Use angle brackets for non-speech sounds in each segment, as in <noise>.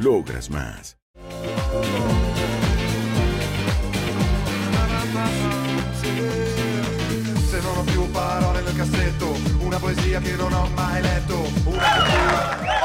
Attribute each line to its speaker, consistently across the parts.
Speaker 1: logras más.
Speaker 2: Se non ho più parole nel cassetto, una poesia che non ho mai letto. Una...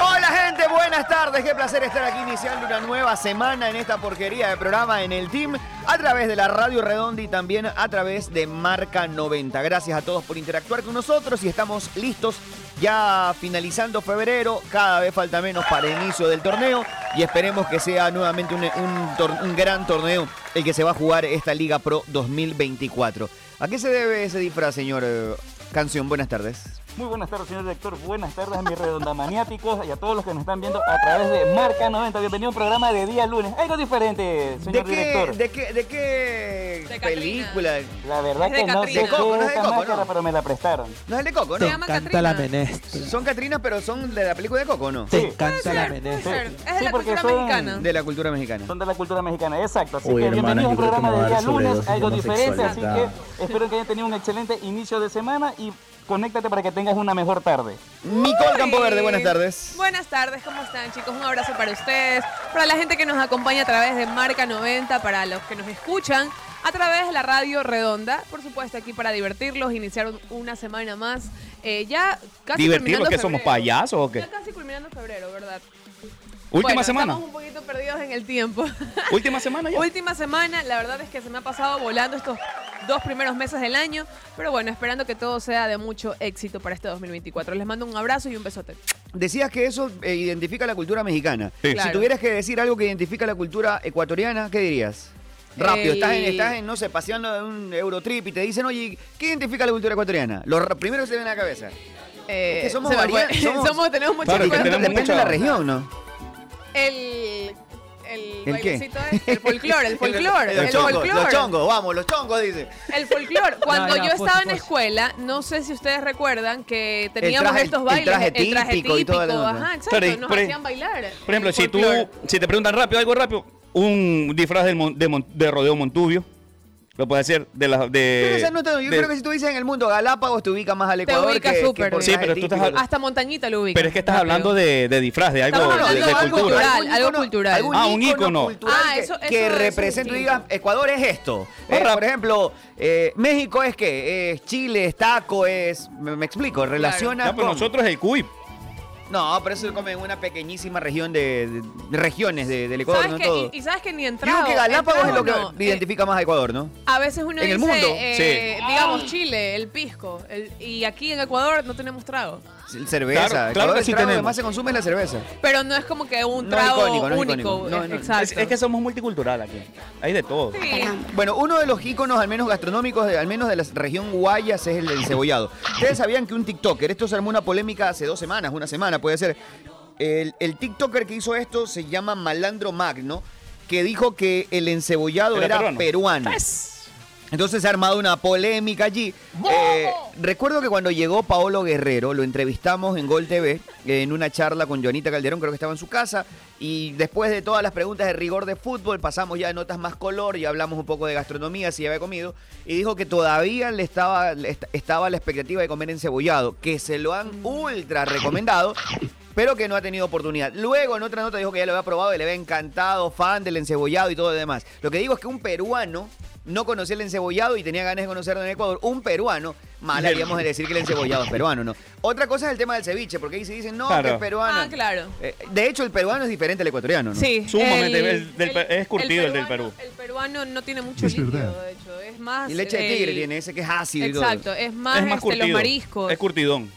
Speaker 3: Hola gente, buenas tardes, qué placer estar aquí iniciando una nueva semana en esta porquería de programa en el team a través de la Radio Redonda y también a través de Marca 90. Gracias a todos por interactuar con nosotros y estamos listos ya finalizando febrero, cada vez falta menos para el inicio del torneo y esperemos que sea nuevamente un, un, tor- un gran torneo el que se va a jugar esta Liga Pro 2024. ¿A qué se debe ese disfraz, señor eh, Canción? Buenas tardes.
Speaker 4: Muy buenas tardes, señor director. Buenas tardes a mis redondamaniáticos y a todos los que nos están viendo a través de Marca 90. Bienvenido a un programa de día lunes. Algo diferente,
Speaker 3: ¿De
Speaker 4: señor
Speaker 3: qué,
Speaker 4: director.
Speaker 3: de qué, de qué
Speaker 5: De
Speaker 3: película?
Speaker 4: La verdad
Speaker 5: Es de
Speaker 4: que no
Speaker 5: Catrina.
Speaker 4: sé
Speaker 5: De
Speaker 4: qué
Speaker 3: Coco, no es de
Speaker 4: esta
Speaker 3: Coco,
Speaker 4: máscara,
Speaker 3: no.
Speaker 4: pero me la prestaron.
Speaker 3: No es de Coco,
Speaker 6: Te
Speaker 5: Se
Speaker 3: ¿no?
Speaker 5: llama
Speaker 6: encanta la
Speaker 5: Catrina.
Speaker 6: menestra.
Speaker 3: Son Catrinas, pero son de la película de Coco, ¿no?
Speaker 6: Te
Speaker 4: Sí.
Speaker 6: encanta la
Speaker 5: Puede
Speaker 6: menestra.
Speaker 5: ser, es de
Speaker 4: Sí,
Speaker 5: la
Speaker 4: porque
Speaker 5: cultura
Speaker 4: son-
Speaker 5: mexicana.
Speaker 3: De la cultura mexicana.
Speaker 4: Son de la cultura mexicana, exacto. Así
Speaker 7: Uy,
Speaker 4: que
Speaker 7: hermana,
Speaker 4: bienvenido a un
Speaker 7: yo creo que
Speaker 4: programa
Speaker 7: me va
Speaker 4: de
Speaker 7: a
Speaker 4: día
Speaker 7: dar
Speaker 4: lunes,
Speaker 7: sobredosis
Speaker 4: algo
Speaker 7: de
Speaker 4: diferente. Así que
Speaker 7: homosexualidad.
Speaker 4: espero que hayan tenido un excelente inicio de semana y conéctate para que tengas una mejor tarde.
Speaker 3: Nicole
Speaker 5: Uy.
Speaker 3: Campoverde, buenas tardes.
Speaker 5: Buenas tardes, ¿cómo están chicos? Un abrazo para ustedes, para la gente que nos acompaña a través de Marca 90, para los que nos escuchan a través de la radio redonda, por supuesto aquí para divertirlos, iniciar un- una semana más. Eh, ya casi
Speaker 3: ¿Divertirlos
Speaker 5: terminando
Speaker 3: que somos
Speaker 5: febrero.
Speaker 3: payasos o qué?
Speaker 5: Ya casi culminando febrero, ¿verdad?
Speaker 3: Última
Speaker 5: Bueno,
Speaker 3: semana.
Speaker 5: Estamos un poquito perdidos en el
Speaker 3: <laughs>
Speaker 5: tiempo.
Speaker 3: Última semana ya.
Speaker 5: Última semana, la verdad es que se me ha pasado volando estos dos primeros meses del año, pero bueno, esperando que todo sea de mucho éxito para este 2024. Les mando un abrazo y un besote.
Speaker 3: Decías que eso eh, identifica la cultura mexicana. Si
Speaker 5: Claro.
Speaker 3: tuvieras que decir algo que identifica la cultura ecuatoriana, ¿qué dirías? Rápido, estás en,
Speaker 5: Eh.
Speaker 3: estás en, no sé, paseando en un Eurotrip y te dicen, oye, ¿qué identifica la cultura ecuatoriana? Lo r- primero que se viene a la cabeza.
Speaker 5: Eh,
Speaker 3: Es que somos
Speaker 5: se me fue. <laughs>
Speaker 3: variantes, somos-
Speaker 5: Somos- tenemos muchas
Speaker 7: Claro, que
Speaker 5: cosas.
Speaker 7: tenemos
Speaker 3: Depende
Speaker 7: mucha-
Speaker 3: de la región, ¿no?
Speaker 5: El, el,
Speaker 3: ¿El qué?
Speaker 5: bailecito este, el
Speaker 3: <laughs>
Speaker 5: folclore, el folclore, el,
Speaker 3: los chongos, los
Speaker 5: folclore.
Speaker 3: chongos, vamos, los chongos,
Speaker 8: Eh,
Speaker 3: dice.
Speaker 5: El
Speaker 3: <laughs>
Speaker 5: folclore. Cuando
Speaker 6: ya,
Speaker 5: yo
Speaker 6: por
Speaker 5: estaba en
Speaker 6: supuesto.
Speaker 5: escuela, no sé si ustedes recuerdan que teníamos
Speaker 3: traje-
Speaker 5: estos
Speaker 3: el
Speaker 5: bailes,
Speaker 3: traje típico y toda la onda.
Speaker 5: Ajá, exacto,
Speaker 8: Pero, y-
Speaker 5: nos
Speaker 8: por ahí-
Speaker 5: hacían bailar.
Speaker 8: Por ejemplo,
Speaker 5: el
Speaker 3: Pues
Speaker 8: si tú,
Speaker 5: folclore.
Speaker 8: si te preguntan rápido, algo rápido, un disfraz del mon- de, mon- de Rodeo Montubio, lo puedes hacer de la...
Speaker 3: Pero
Speaker 8: De,
Speaker 3: esa no te- yo
Speaker 8: de-
Speaker 3: creo que si tú dices en el mundo Galápagos te ubica más al Ecuador
Speaker 5: ubica
Speaker 3: que- que,
Speaker 5: súper
Speaker 3: por
Speaker 5: bien.
Speaker 8: Sí, pero tú estás-
Speaker 3: típico.
Speaker 5: Hasta montañita lo ubica.
Speaker 8: Pero es que estás hablando de, de disfraz, de algo
Speaker 5: Estamos
Speaker 8: de- de,
Speaker 5: hablando de algo
Speaker 8: cultura.
Speaker 5: cultural. algo cultural.
Speaker 8: Ah, un ícono.
Speaker 3: cultural
Speaker 5: Ah,
Speaker 3: que-
Speaker 5: eso-
Speaker 3: que,
Speaker 5: eso es un
Speaker 3: representa y
Speaker 5: ícono.
Speaker 3: diga, Ecuador es esto. Eh,
Speaker 8: Barra-
Speaker 3: por ejemplo, eh, México es que Chile es taco, es... Me, me explico, relaciona
Speaker 8: Ya, pues
Speaker 3: con-
Speaker 8: nosotros el cuip.
Speaker 3: No, pero eso come en una pequeñísima región de, de- de regiones de- del Ecuador,
Speaker 5: ¿Sabes
Speaker 3: no
Speaker 5: qué?
Speaker 3: todo.
Speaker 5: Y, y sabes que ni
Speaker 3: Yo creo
Speaker 5: entrado.
Speaker 3: que Galápagos es lo que
Speaker 5: entrado no. Eh,
Speaker 3: identifica más a Ecuador, ¿no?
Speaker 5: A veces uno
Speaker 3: En
Speaker 5: dice,
Speaker 3: el mundo.
Speaker 5: eh, digamos, Chile, el pisco. el- y aquí en Ecuador no tenemos trago.
Speaker 3: Pues, Cerveza.
Speaker 8: claro
Speaker 3: Ecuador
Speaker 8: que
Speaker 3: el
Speaker 8: sí
Speaker 3: trago
Speaker 8: tenemos.
Speaker 3: más se consume es la cerveza.
Speaker 5: Pero no es como que un
Speaker 3: No
Speaker 5: trago
Speaker 3: icónico, no
Speaker 5: único.
Speaker 3: icónico. No,
Speaker 5: eh,
Speaker 3: no, no.
Speaker 5: Exacto.
Speaker 8: Es, es que somos multicultural aquí. Hay de todo.
Speaker 5: Sí.
Speaker 3: Bueno, uno de los íconos, al menos gastronómicos, de- al menos de la región Guayas, es el del cebollado. Ustedes sabían que un TikToker, esto se armó una polémica hace dos semanas, una semana puede ser. El, el TikToker que hizo esto se llama Malandro Magno, que dijo que el encebollado
Speaker 8: Era
Speaker 3: era,
Speaker 8: peruano.
Speaker 3: peruano. Entonces se ha armado una polémica allí. Eh, recuerdo que cuando llegó Paolo Guerrero, lo entrevistamos en Gol TV, eh, en una charla con Joanita Calderón, creo que estaba en su casa, y después de todas las preguntas de rigor de fútbol, pasamos ya a notas más color y hablamos un poco de gastronomía, si había comido, y dijo que todavía le estaba, le est- estaba la expectativa de comer encebollado, que se lo han ultra recomendado. Pero que no ha tenido oportunidad. Luego en otra nota dijo que ya lo había probado y le había encantado, fan del encebollado y todo lo demás. Lo que digo es que un peruano no conocía el encebollado y tenía ganas de conocerlo en Ecuador. Un peruano, mal
Speaker 8: Del-
Speaker 3: haríamos de decir que el encebollado es peruano, ¿no? Otra cosa es el tema del ceviche, porque ahí se dicen, no,
Speaker 8: Claro.
Speaker 3: que es peruano.
Speaker 5: Ah, claro.
Speaker 3: Eh, de hecho, el peruano es diferente al ecuatoriano, ¿no?
Speaker 5: Sí.
Speaker 8: Sumamente, el del- es curtido el del
Speaker 5: peruano-
Speaker 8: Perú.
Speaker 5: El peruano no tiene mucho
Speaker 6: Es
Speaker 5: líquido,
Speaker 6: verdad.
Speaker 5: de hecho. Es más.
Speaker 3: Y leche de
Speaker 5: el-
Speaker 3: tigre tiene ese que es ácido. y todo.
Speaker 5: Exacto, es más,
Speaker 8: es más
Speaker 5: este,
Speaker 8: curtido.
Speaker 5: los mariscos.
Speaker 8: Es curtidón.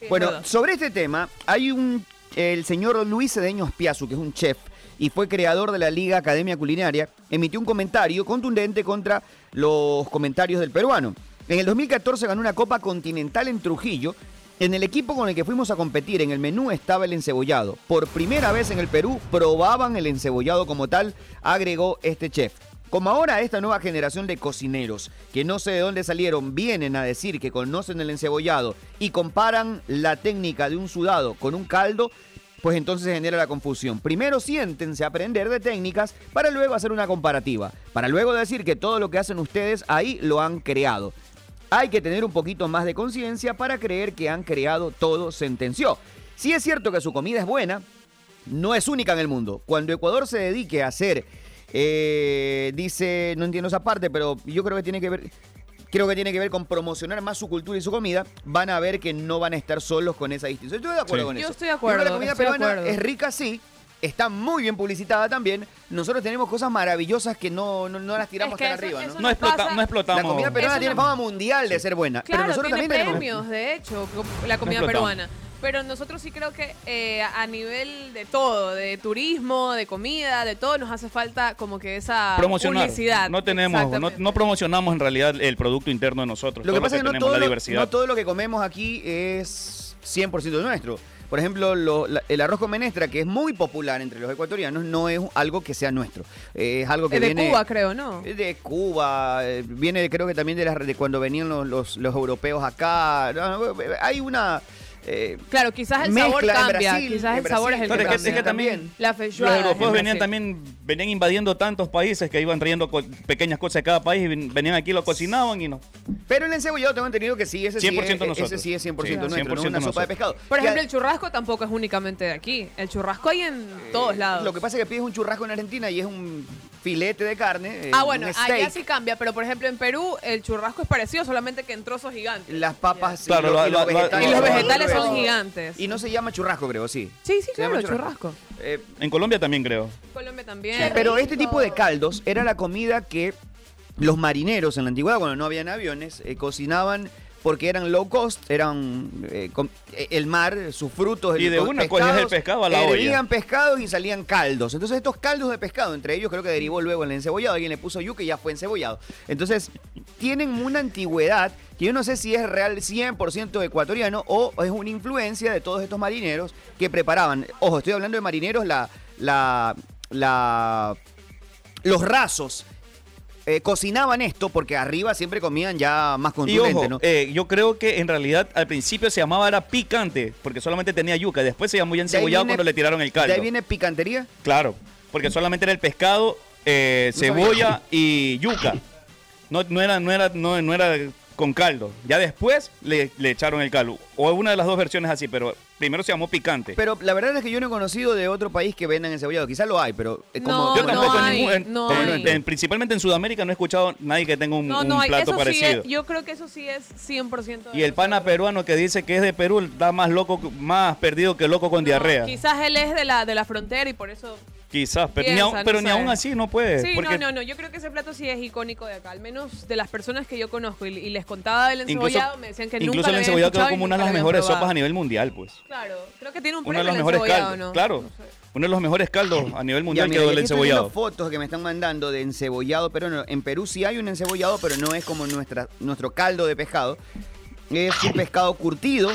Speaker 5: Sí, es
Speaker 3: Bueno,
Speaker 5: verdad.
Speaker 3: sobre este tema, hay un. El señor Luis Cedeño Piazzu, que es un chef y fue creador de la Liga Academia Culinaria, emitió un comentario contundente contra los comentarios del peruano. En el 2014 ganó una Copa Continental en Trujillo. En el equipo con el que fuimos a competir, en el menú estaba el encebollado. Por primera vez en el Perú probaban el encebollado como tal, agregó este chef. Como ahora esta nueva generación de cocineros, que no sé de dónde salieron, vienen a decir que conocen el encebollado y comparan la técnica de un sudado con un caldo, pues entonces genera la confusión. Primero siéntense a aprender de técnicas para luego hacer una comparativa, para luego decir que todo lo que hacen ustedes ahí lo han creado. Hay que tener un poquito más de conciencia para creer que han creado todo, sentenció. Si es cierto que su comida es buena, no es única en el mundo. Cuando Ecuador se dedique a hacer, eh, dice, no entiendo esa parte, pero yo creo que tiene que ver, creo que tiene que ver con promocionar más su cultura y su comida, van a ver que no van a estar solos con esa distinción. Estoy de acuerdo
Speaker 8: Sí.
Speaker 3: con
Speaker 5: Yo
Speaker 3: eso.
Speaker 5: estoy de acuerdo,
Speaker 3: Creo que la comida
Speaker 5: estoy de
Speaker 3: peruana
Speaker 5: acuerdo.
Speaker 3: es rica, sí. Está muy bien publicitada también. Nosotros tenemos cosas maravillosas que no, no, no las tiramos
Speaker 5: Es que
Speaker 3: tan
Speaker 5: eso-
Speaker 3: arriba,
Speaker 5: eso
Speaker 3: ¿no?
Speaker 8: No,
Speaker 5: nos
Speaker 8: explota-
Speaker 5: pasa-
Speaker 8: no explotamos.
Speaker 3: La comida peruana
Speaker 5: Eso
Speaker 3: tiene
Speaker 5: no-
Speaker 3: fama mundial de ser buena,
Speaker 5: Claro,
Speaker 3: pero nosotros
Speaker 5: tiene
Speaker 3: también
Speaker 5: premios,
Speaker 3: tenemos.
Speaker 5: de hecho, co- la comida
Speaker 8: explotamos.
Speaker 5: peruana. Pero nosotros sí creo que eh, a nivel de todo, de turismo, de comida, de todo, nos hace falta como que esa
Speaker 8: Promocionar.
Speaker 5: publicidad.
Speaker 8: No tenemos, no,
Speaker 5: Exactamente.
Speaker 8: no promocionamos en realidad el producto interno de nosotros.
Speaker 3: Lo
Speaker 8: todo
Speaker 3: que pasa es que no
Speaker 8: tenemos,
Speaker 3: todo
Speaker 8: la
Speaker 3: lo,
Speaker 8: diversidad.
Speaker 3: no todo lo que comemos aquí es 100% nuestro. Por ejemplo, lo- la- el arroz con menestra, que es muy popular entre los ecuatorianos, no es algo que sea nuestro. Eh, Es algo que
Speaker 5: Eh, de
Speaker 3: viene...
Speaker 5: Cuba, creo, ¿no?
Speaker 3: Es de Cuba, eh, viene creo que también de, las- de cuando venían los, los- los europeos acá. No, Hay una... eh,
Speaker 5: Claro, quizás el sabor
Speaker 3: mezcla en
Speaker 5: cambia,
Speaker 3: Brasil,
Speaker 5: quizás
Speaker 3: en
Speaker 5: el sabor es el que,
Speaker 3: Brasil,
Speaker 8: Claro,
Speaker 3: en
Speaker 8: es que- es que
Speaker 5: cambia.
Speaker 8: también
Speaker 5: La
Speaker 8: Los
Speaker 5: feijoada en
Speaker 8: europeos
Speaker 5: Brasil.
Speaker 8: venían también, venían invadiendo tantos países que iban trayendo co- pequeñas cosas de cada país y ven- venían aquí, lo cocinaban y no.
Speaker 3: Pero el encebollado tengo entendido que sí, ese sí,
Speaker 8: 100%
Speaker 3: es, ese
Speaker 8: nosotros.
Speaker 3: sí es 100%
Speaker 8: Sí,
Speaker 3: nuestro, no
Speaker 8: 100%
Speaker 3: una sopa de
Speaker 8: nosotros.
Speaker 3: pescado.
Speaker 5: Por
Speaker 3: Que-
Speaker 5: ejemplo, el churrasco tampoco es únicamente de aquí. El churrasco hay en todos lados.
Speaker 3: Eh, Lo que pasa es que pides un churrasco en Argentina y es un filete de carne. eh,
Speaker 5: Ah, bueno,
Speaker 3: un steak.
Speaker 5: allá sí cambia, pero por ejemplo en Perú el churrasco es parecido, solamente que en trozos gigantes.
Speaker 3: Las papas
Speaker 8: Claro,
Speaker 3: y, lo-
Speaker 8: lo-
Speaker 3: y los
Speaker 8: lo- lo-
Speaker 3: vegetales,
Speaker 8: y los
Speaker 3: son
Speaker 5: vegetales son
Speaker 3: gruesos.
Speaker 5: gigantes.
Speaker 3: Y no se llama churrasco, creo, sí.
Speaker 5: Sí, sí,
Speaker 3: Se llama
Speaker 5: claro, churrasco.
Speaker 3: Eh,
Speaker 8: En Colombia también creo.
Speaker 5: Colombia también.
Speaker 3: pero este tipo de caldos era la comida que los marineros en la antigüedad, cuando no habían aviones, eh, cocinaban porque eran low cost, eran eh, com- eh, el mar, sus frutos,
Speaker 8: Y
Speaker 3: el-
Speaker 8: de
Speaker 3: los
Speaker 8: una cogías el
Speaker 3: pescados,
Speaker 8: pescado a la olla.
Speaker 3: hervían pescados y salían caldos. Entonces estos caldos de pescado, entre ellos creo que derivó luego el encebollado, alguien le puso yuca y ya fue encebollado. Entonces tienen una antigüedad que yo no sé si es real 100% ecuatoriano o es una influencia de todos estos marineros que preparaban. Ojo, estoy hablando de marineros, la, la, la, los rasos. eh, cocinaban esto porque arriba siempre comían ya más
Speaker 8: Y
Speaker 3: contundente,
Speaker 8: ojo,
Speaker 3: ¿no?
Speaker 8: eh, yo creo que en realidad al principio se llamaba era picante, porque solamente tenía yuca. Después se llamó
Speaker 3: De
Speaker 8: ya
Speaker 3: ahí
Speaker 8: encebollado
Speaker 3: viene-
Speaker 8: cuando le tiraron el caldo.
Speaker 3: De ahí viene picantería.
Speaker 8: Claro, porque solamente era el pescado, eh,
Speaker 3: No sabía.
Speaker 8: cebolla y yuca. No, no era, no, era, no, no era con caldo. Ya después le, le echaron el caldo. O una de las dos versiones así, pero primero se llamó picante.
Speaker 3: Pero la verdad es que yo no he conocido de otro país que vendan encebollado. Quizás lo hay, pero eh, como
Speaker 5: No,
Speaker 8: Yo
Speaker 3: como-
Speaker 8: tampoco,
Speaker 5: no hay,
Speaker 8: ningún- en-
Speaker 5: no
Speaker 8: en-
Speaker 5: hay.
Speaker 8: en- principalmente en Sudamérica no he escuchado nadie que tenga un,
Speaker 5: No,
Speaker 8: un
Speaker 5: no, hay-
Speaker 8: plato
Speaker 5: eso sí
Speaker 8: parecido.
Speaker 5: es- yo creo que eso sí es 100% de
Speaker 8: y el pana peruano que dice que es de Perú está más loco, más perdido que loco con
Speaker 5: No,
Speaker 8: diarrea. Quizás,
Speaker 5: Quizás él es de la, de la frontera y por eso...
Speaker 8: pero, ni,
Speaker 5: piensa,
Speaker 8: aún-
Speaker 5: no
Speaker 8: pero ni
Speaker 5: sabe.
Speaker 8: aún así no puede.
Speaker 5: Sí,
Speaker 8: porque
Speaker 5: no, no, no. Yo creo que ese plato sí es icónico de acá. Al menos de las personas que yo conozco y, y les contaba del
Speaker 8: incluso,
Speaker 5: encebollado, me decían que nunca
Speaker 8: incluso
Speaker 5: lo
Speaker 8: el
Speaker 5: habían
Speaker 8: encebollado quedó
Speaker 5: escuchado y
Speaker 8: como una de
Speaker 5: nunca lo
Speaker 8: las
Speaker 5: habían
Speaker 8: mejores sopas
Speaker 5: probado.
Speaker 8: a nivel mundial, pues.
Speaker 5: Claro, creo que tiene un
Speaker 8: Uno de
Speaker 5: premio
Speaker 8: los
Speaker 5: el
Speaker 8: mejores
Speaker 5: encebollado,
Speaker 8: caldos.
Speaker 5: ¿no?
Speaker 8: Claro.
Speaker 5: No sé.
Speaker 8: Uno de los mejores caldos a nivel mundial
Speaker 3: Ya, mira,
Speaker 8: quedó
Speaker 3: y
Speaker 8: el
Speaker 3: aquí estoy viendo
Speaker 8: encebollado.
Speaker 3: fotos que me están mandando de encebollado, pero no, en Perú sí hay un encebollado, pero no es como nuestra, nuestro caldo de pescado. Es un pescado curtido.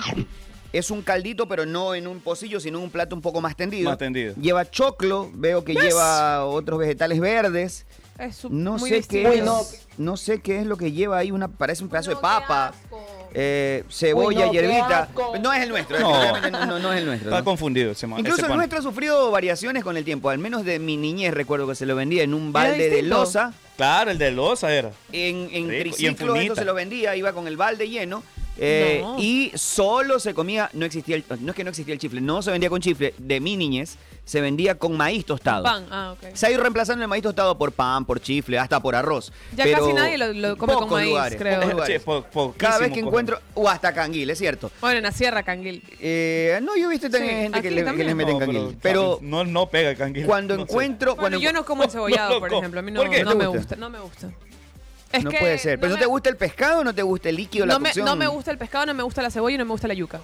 Speaker 3: Es un caldito, pero no en un pocillo, sino en un plato un poco más tendido.
Speaker 8: Más tendido.
Speaker 3: Lleva choclo, veo que lleva otros vegetales verdes.
Speaker 5: Es su-
Speaker 3: No
Speaker 5: muy
Speaker 3: sé qué
Speaker 5: distinto.
Speaker 3: es, no sé qué es lo que lleva ahí, una parece un pedazo
Speaker 5: No,
Speaker 3: de
Speaker 5: qué
Speaker 3: papa,
Speaker 5: asco.
Speaker 3: eh, cebolla, hierbita. No es el nuestro,
Speaker 8: No.
Speaker 3: definitivamente no, no- no es el nuestro.
Speaker 8: Está
Speaker 3: ¿no?
Speaker 8: confundido ese man-
Speaker 3: Incluso
Speaker 8: ese
Speaker 3: el
Speaker 8: pana.
Speaker 3: nuestro ha sufrido variaciones con el tiempo, al menos de mi niñez recuerdo que se lo vendía en un balde de
Speaker 5: distinto.
Speaker 3: losa,
Speaker 8: Claro, el de losa era.
Speaker 3: en, en
Speaker 8: Rico, y en
Speaker 3: triciclo, esto
Speaker 8: fundita.
Speaker 3: se lo vendía, iba con el balde lleno Eh,
Speaker 5: No.
Speaker 3: Y solo se comía, no existía, el- no es que no existía el chifle, no se vendía con chifle, de mi niñez, se vendía con maíz tostado.
Speaker 5: Pan, ah, ok.
Speaker 3: Se ha ido reemplazando el maíz tostado por pan, por chifle, hasta por arroz.
Speaker 5: Ya
Speaker 3: Pero
Speaker 5: casi nadie lo- lo come con
Speaker 3: pocos
Speaker 5: maíz,
Speaker 3: lugares,
Speaker 5: creo.
Speaker 3: pocos
Speaker 5: Eh,
Speaker 3: lugares.
Speaker 8: che, po- poquísimo
Speaker 3: Cada vez que
Speaker 8: comen.
Speaker 3: encuentro, o hasta canguil, es cierto.
Speaker 5: Bueno, en la Sierra Canguil.
Speaker 3: Eh, no, yo he visto también
Speaker 5: Sí,
Speaker 3: gente que
Speaker 5: aquí
Speaker 3: le, que
Speaker 5: también.
Speaker 3: les meten
Speaker 8: No,
Speaker 3: canguil.
Speaker 8: pero,
Speaker 3: Pero,
Speaker 8: no, no pega el canguil.
Speaker 3: cuando
Speaker 8: no sé.
Speaker 3: encuentro.
Speaker 5: Bueno,
Speaker 3: cuando
Speaker 5: yo no como
Speaker 8: No,
Speaker 5: encebollado,
Speaker 8: no
Speaker 5: por
Speaker 8: como.
Speaker 5: ejemplo. A mí no,
Speaker 8: ¿Por qué?
Speaker 5: no
Speaker 3: ¿Te
Speaker 5: me
Speaker 3: gusta?
Speaker 5: gusta. No me gusta. Es
Speaker 3: no
Speaker 5: que
Speaker 3: puede ser. ¿Pero no
Speaker 5: me-
Speaker 3: te gusta el pescado no te gusta el líquido, la
Speaker 5: no me,
Speaker 3: cocción?
Speaker 5: no me gusta el pescado, no me gusta la cebolla y no me gusta la yuca.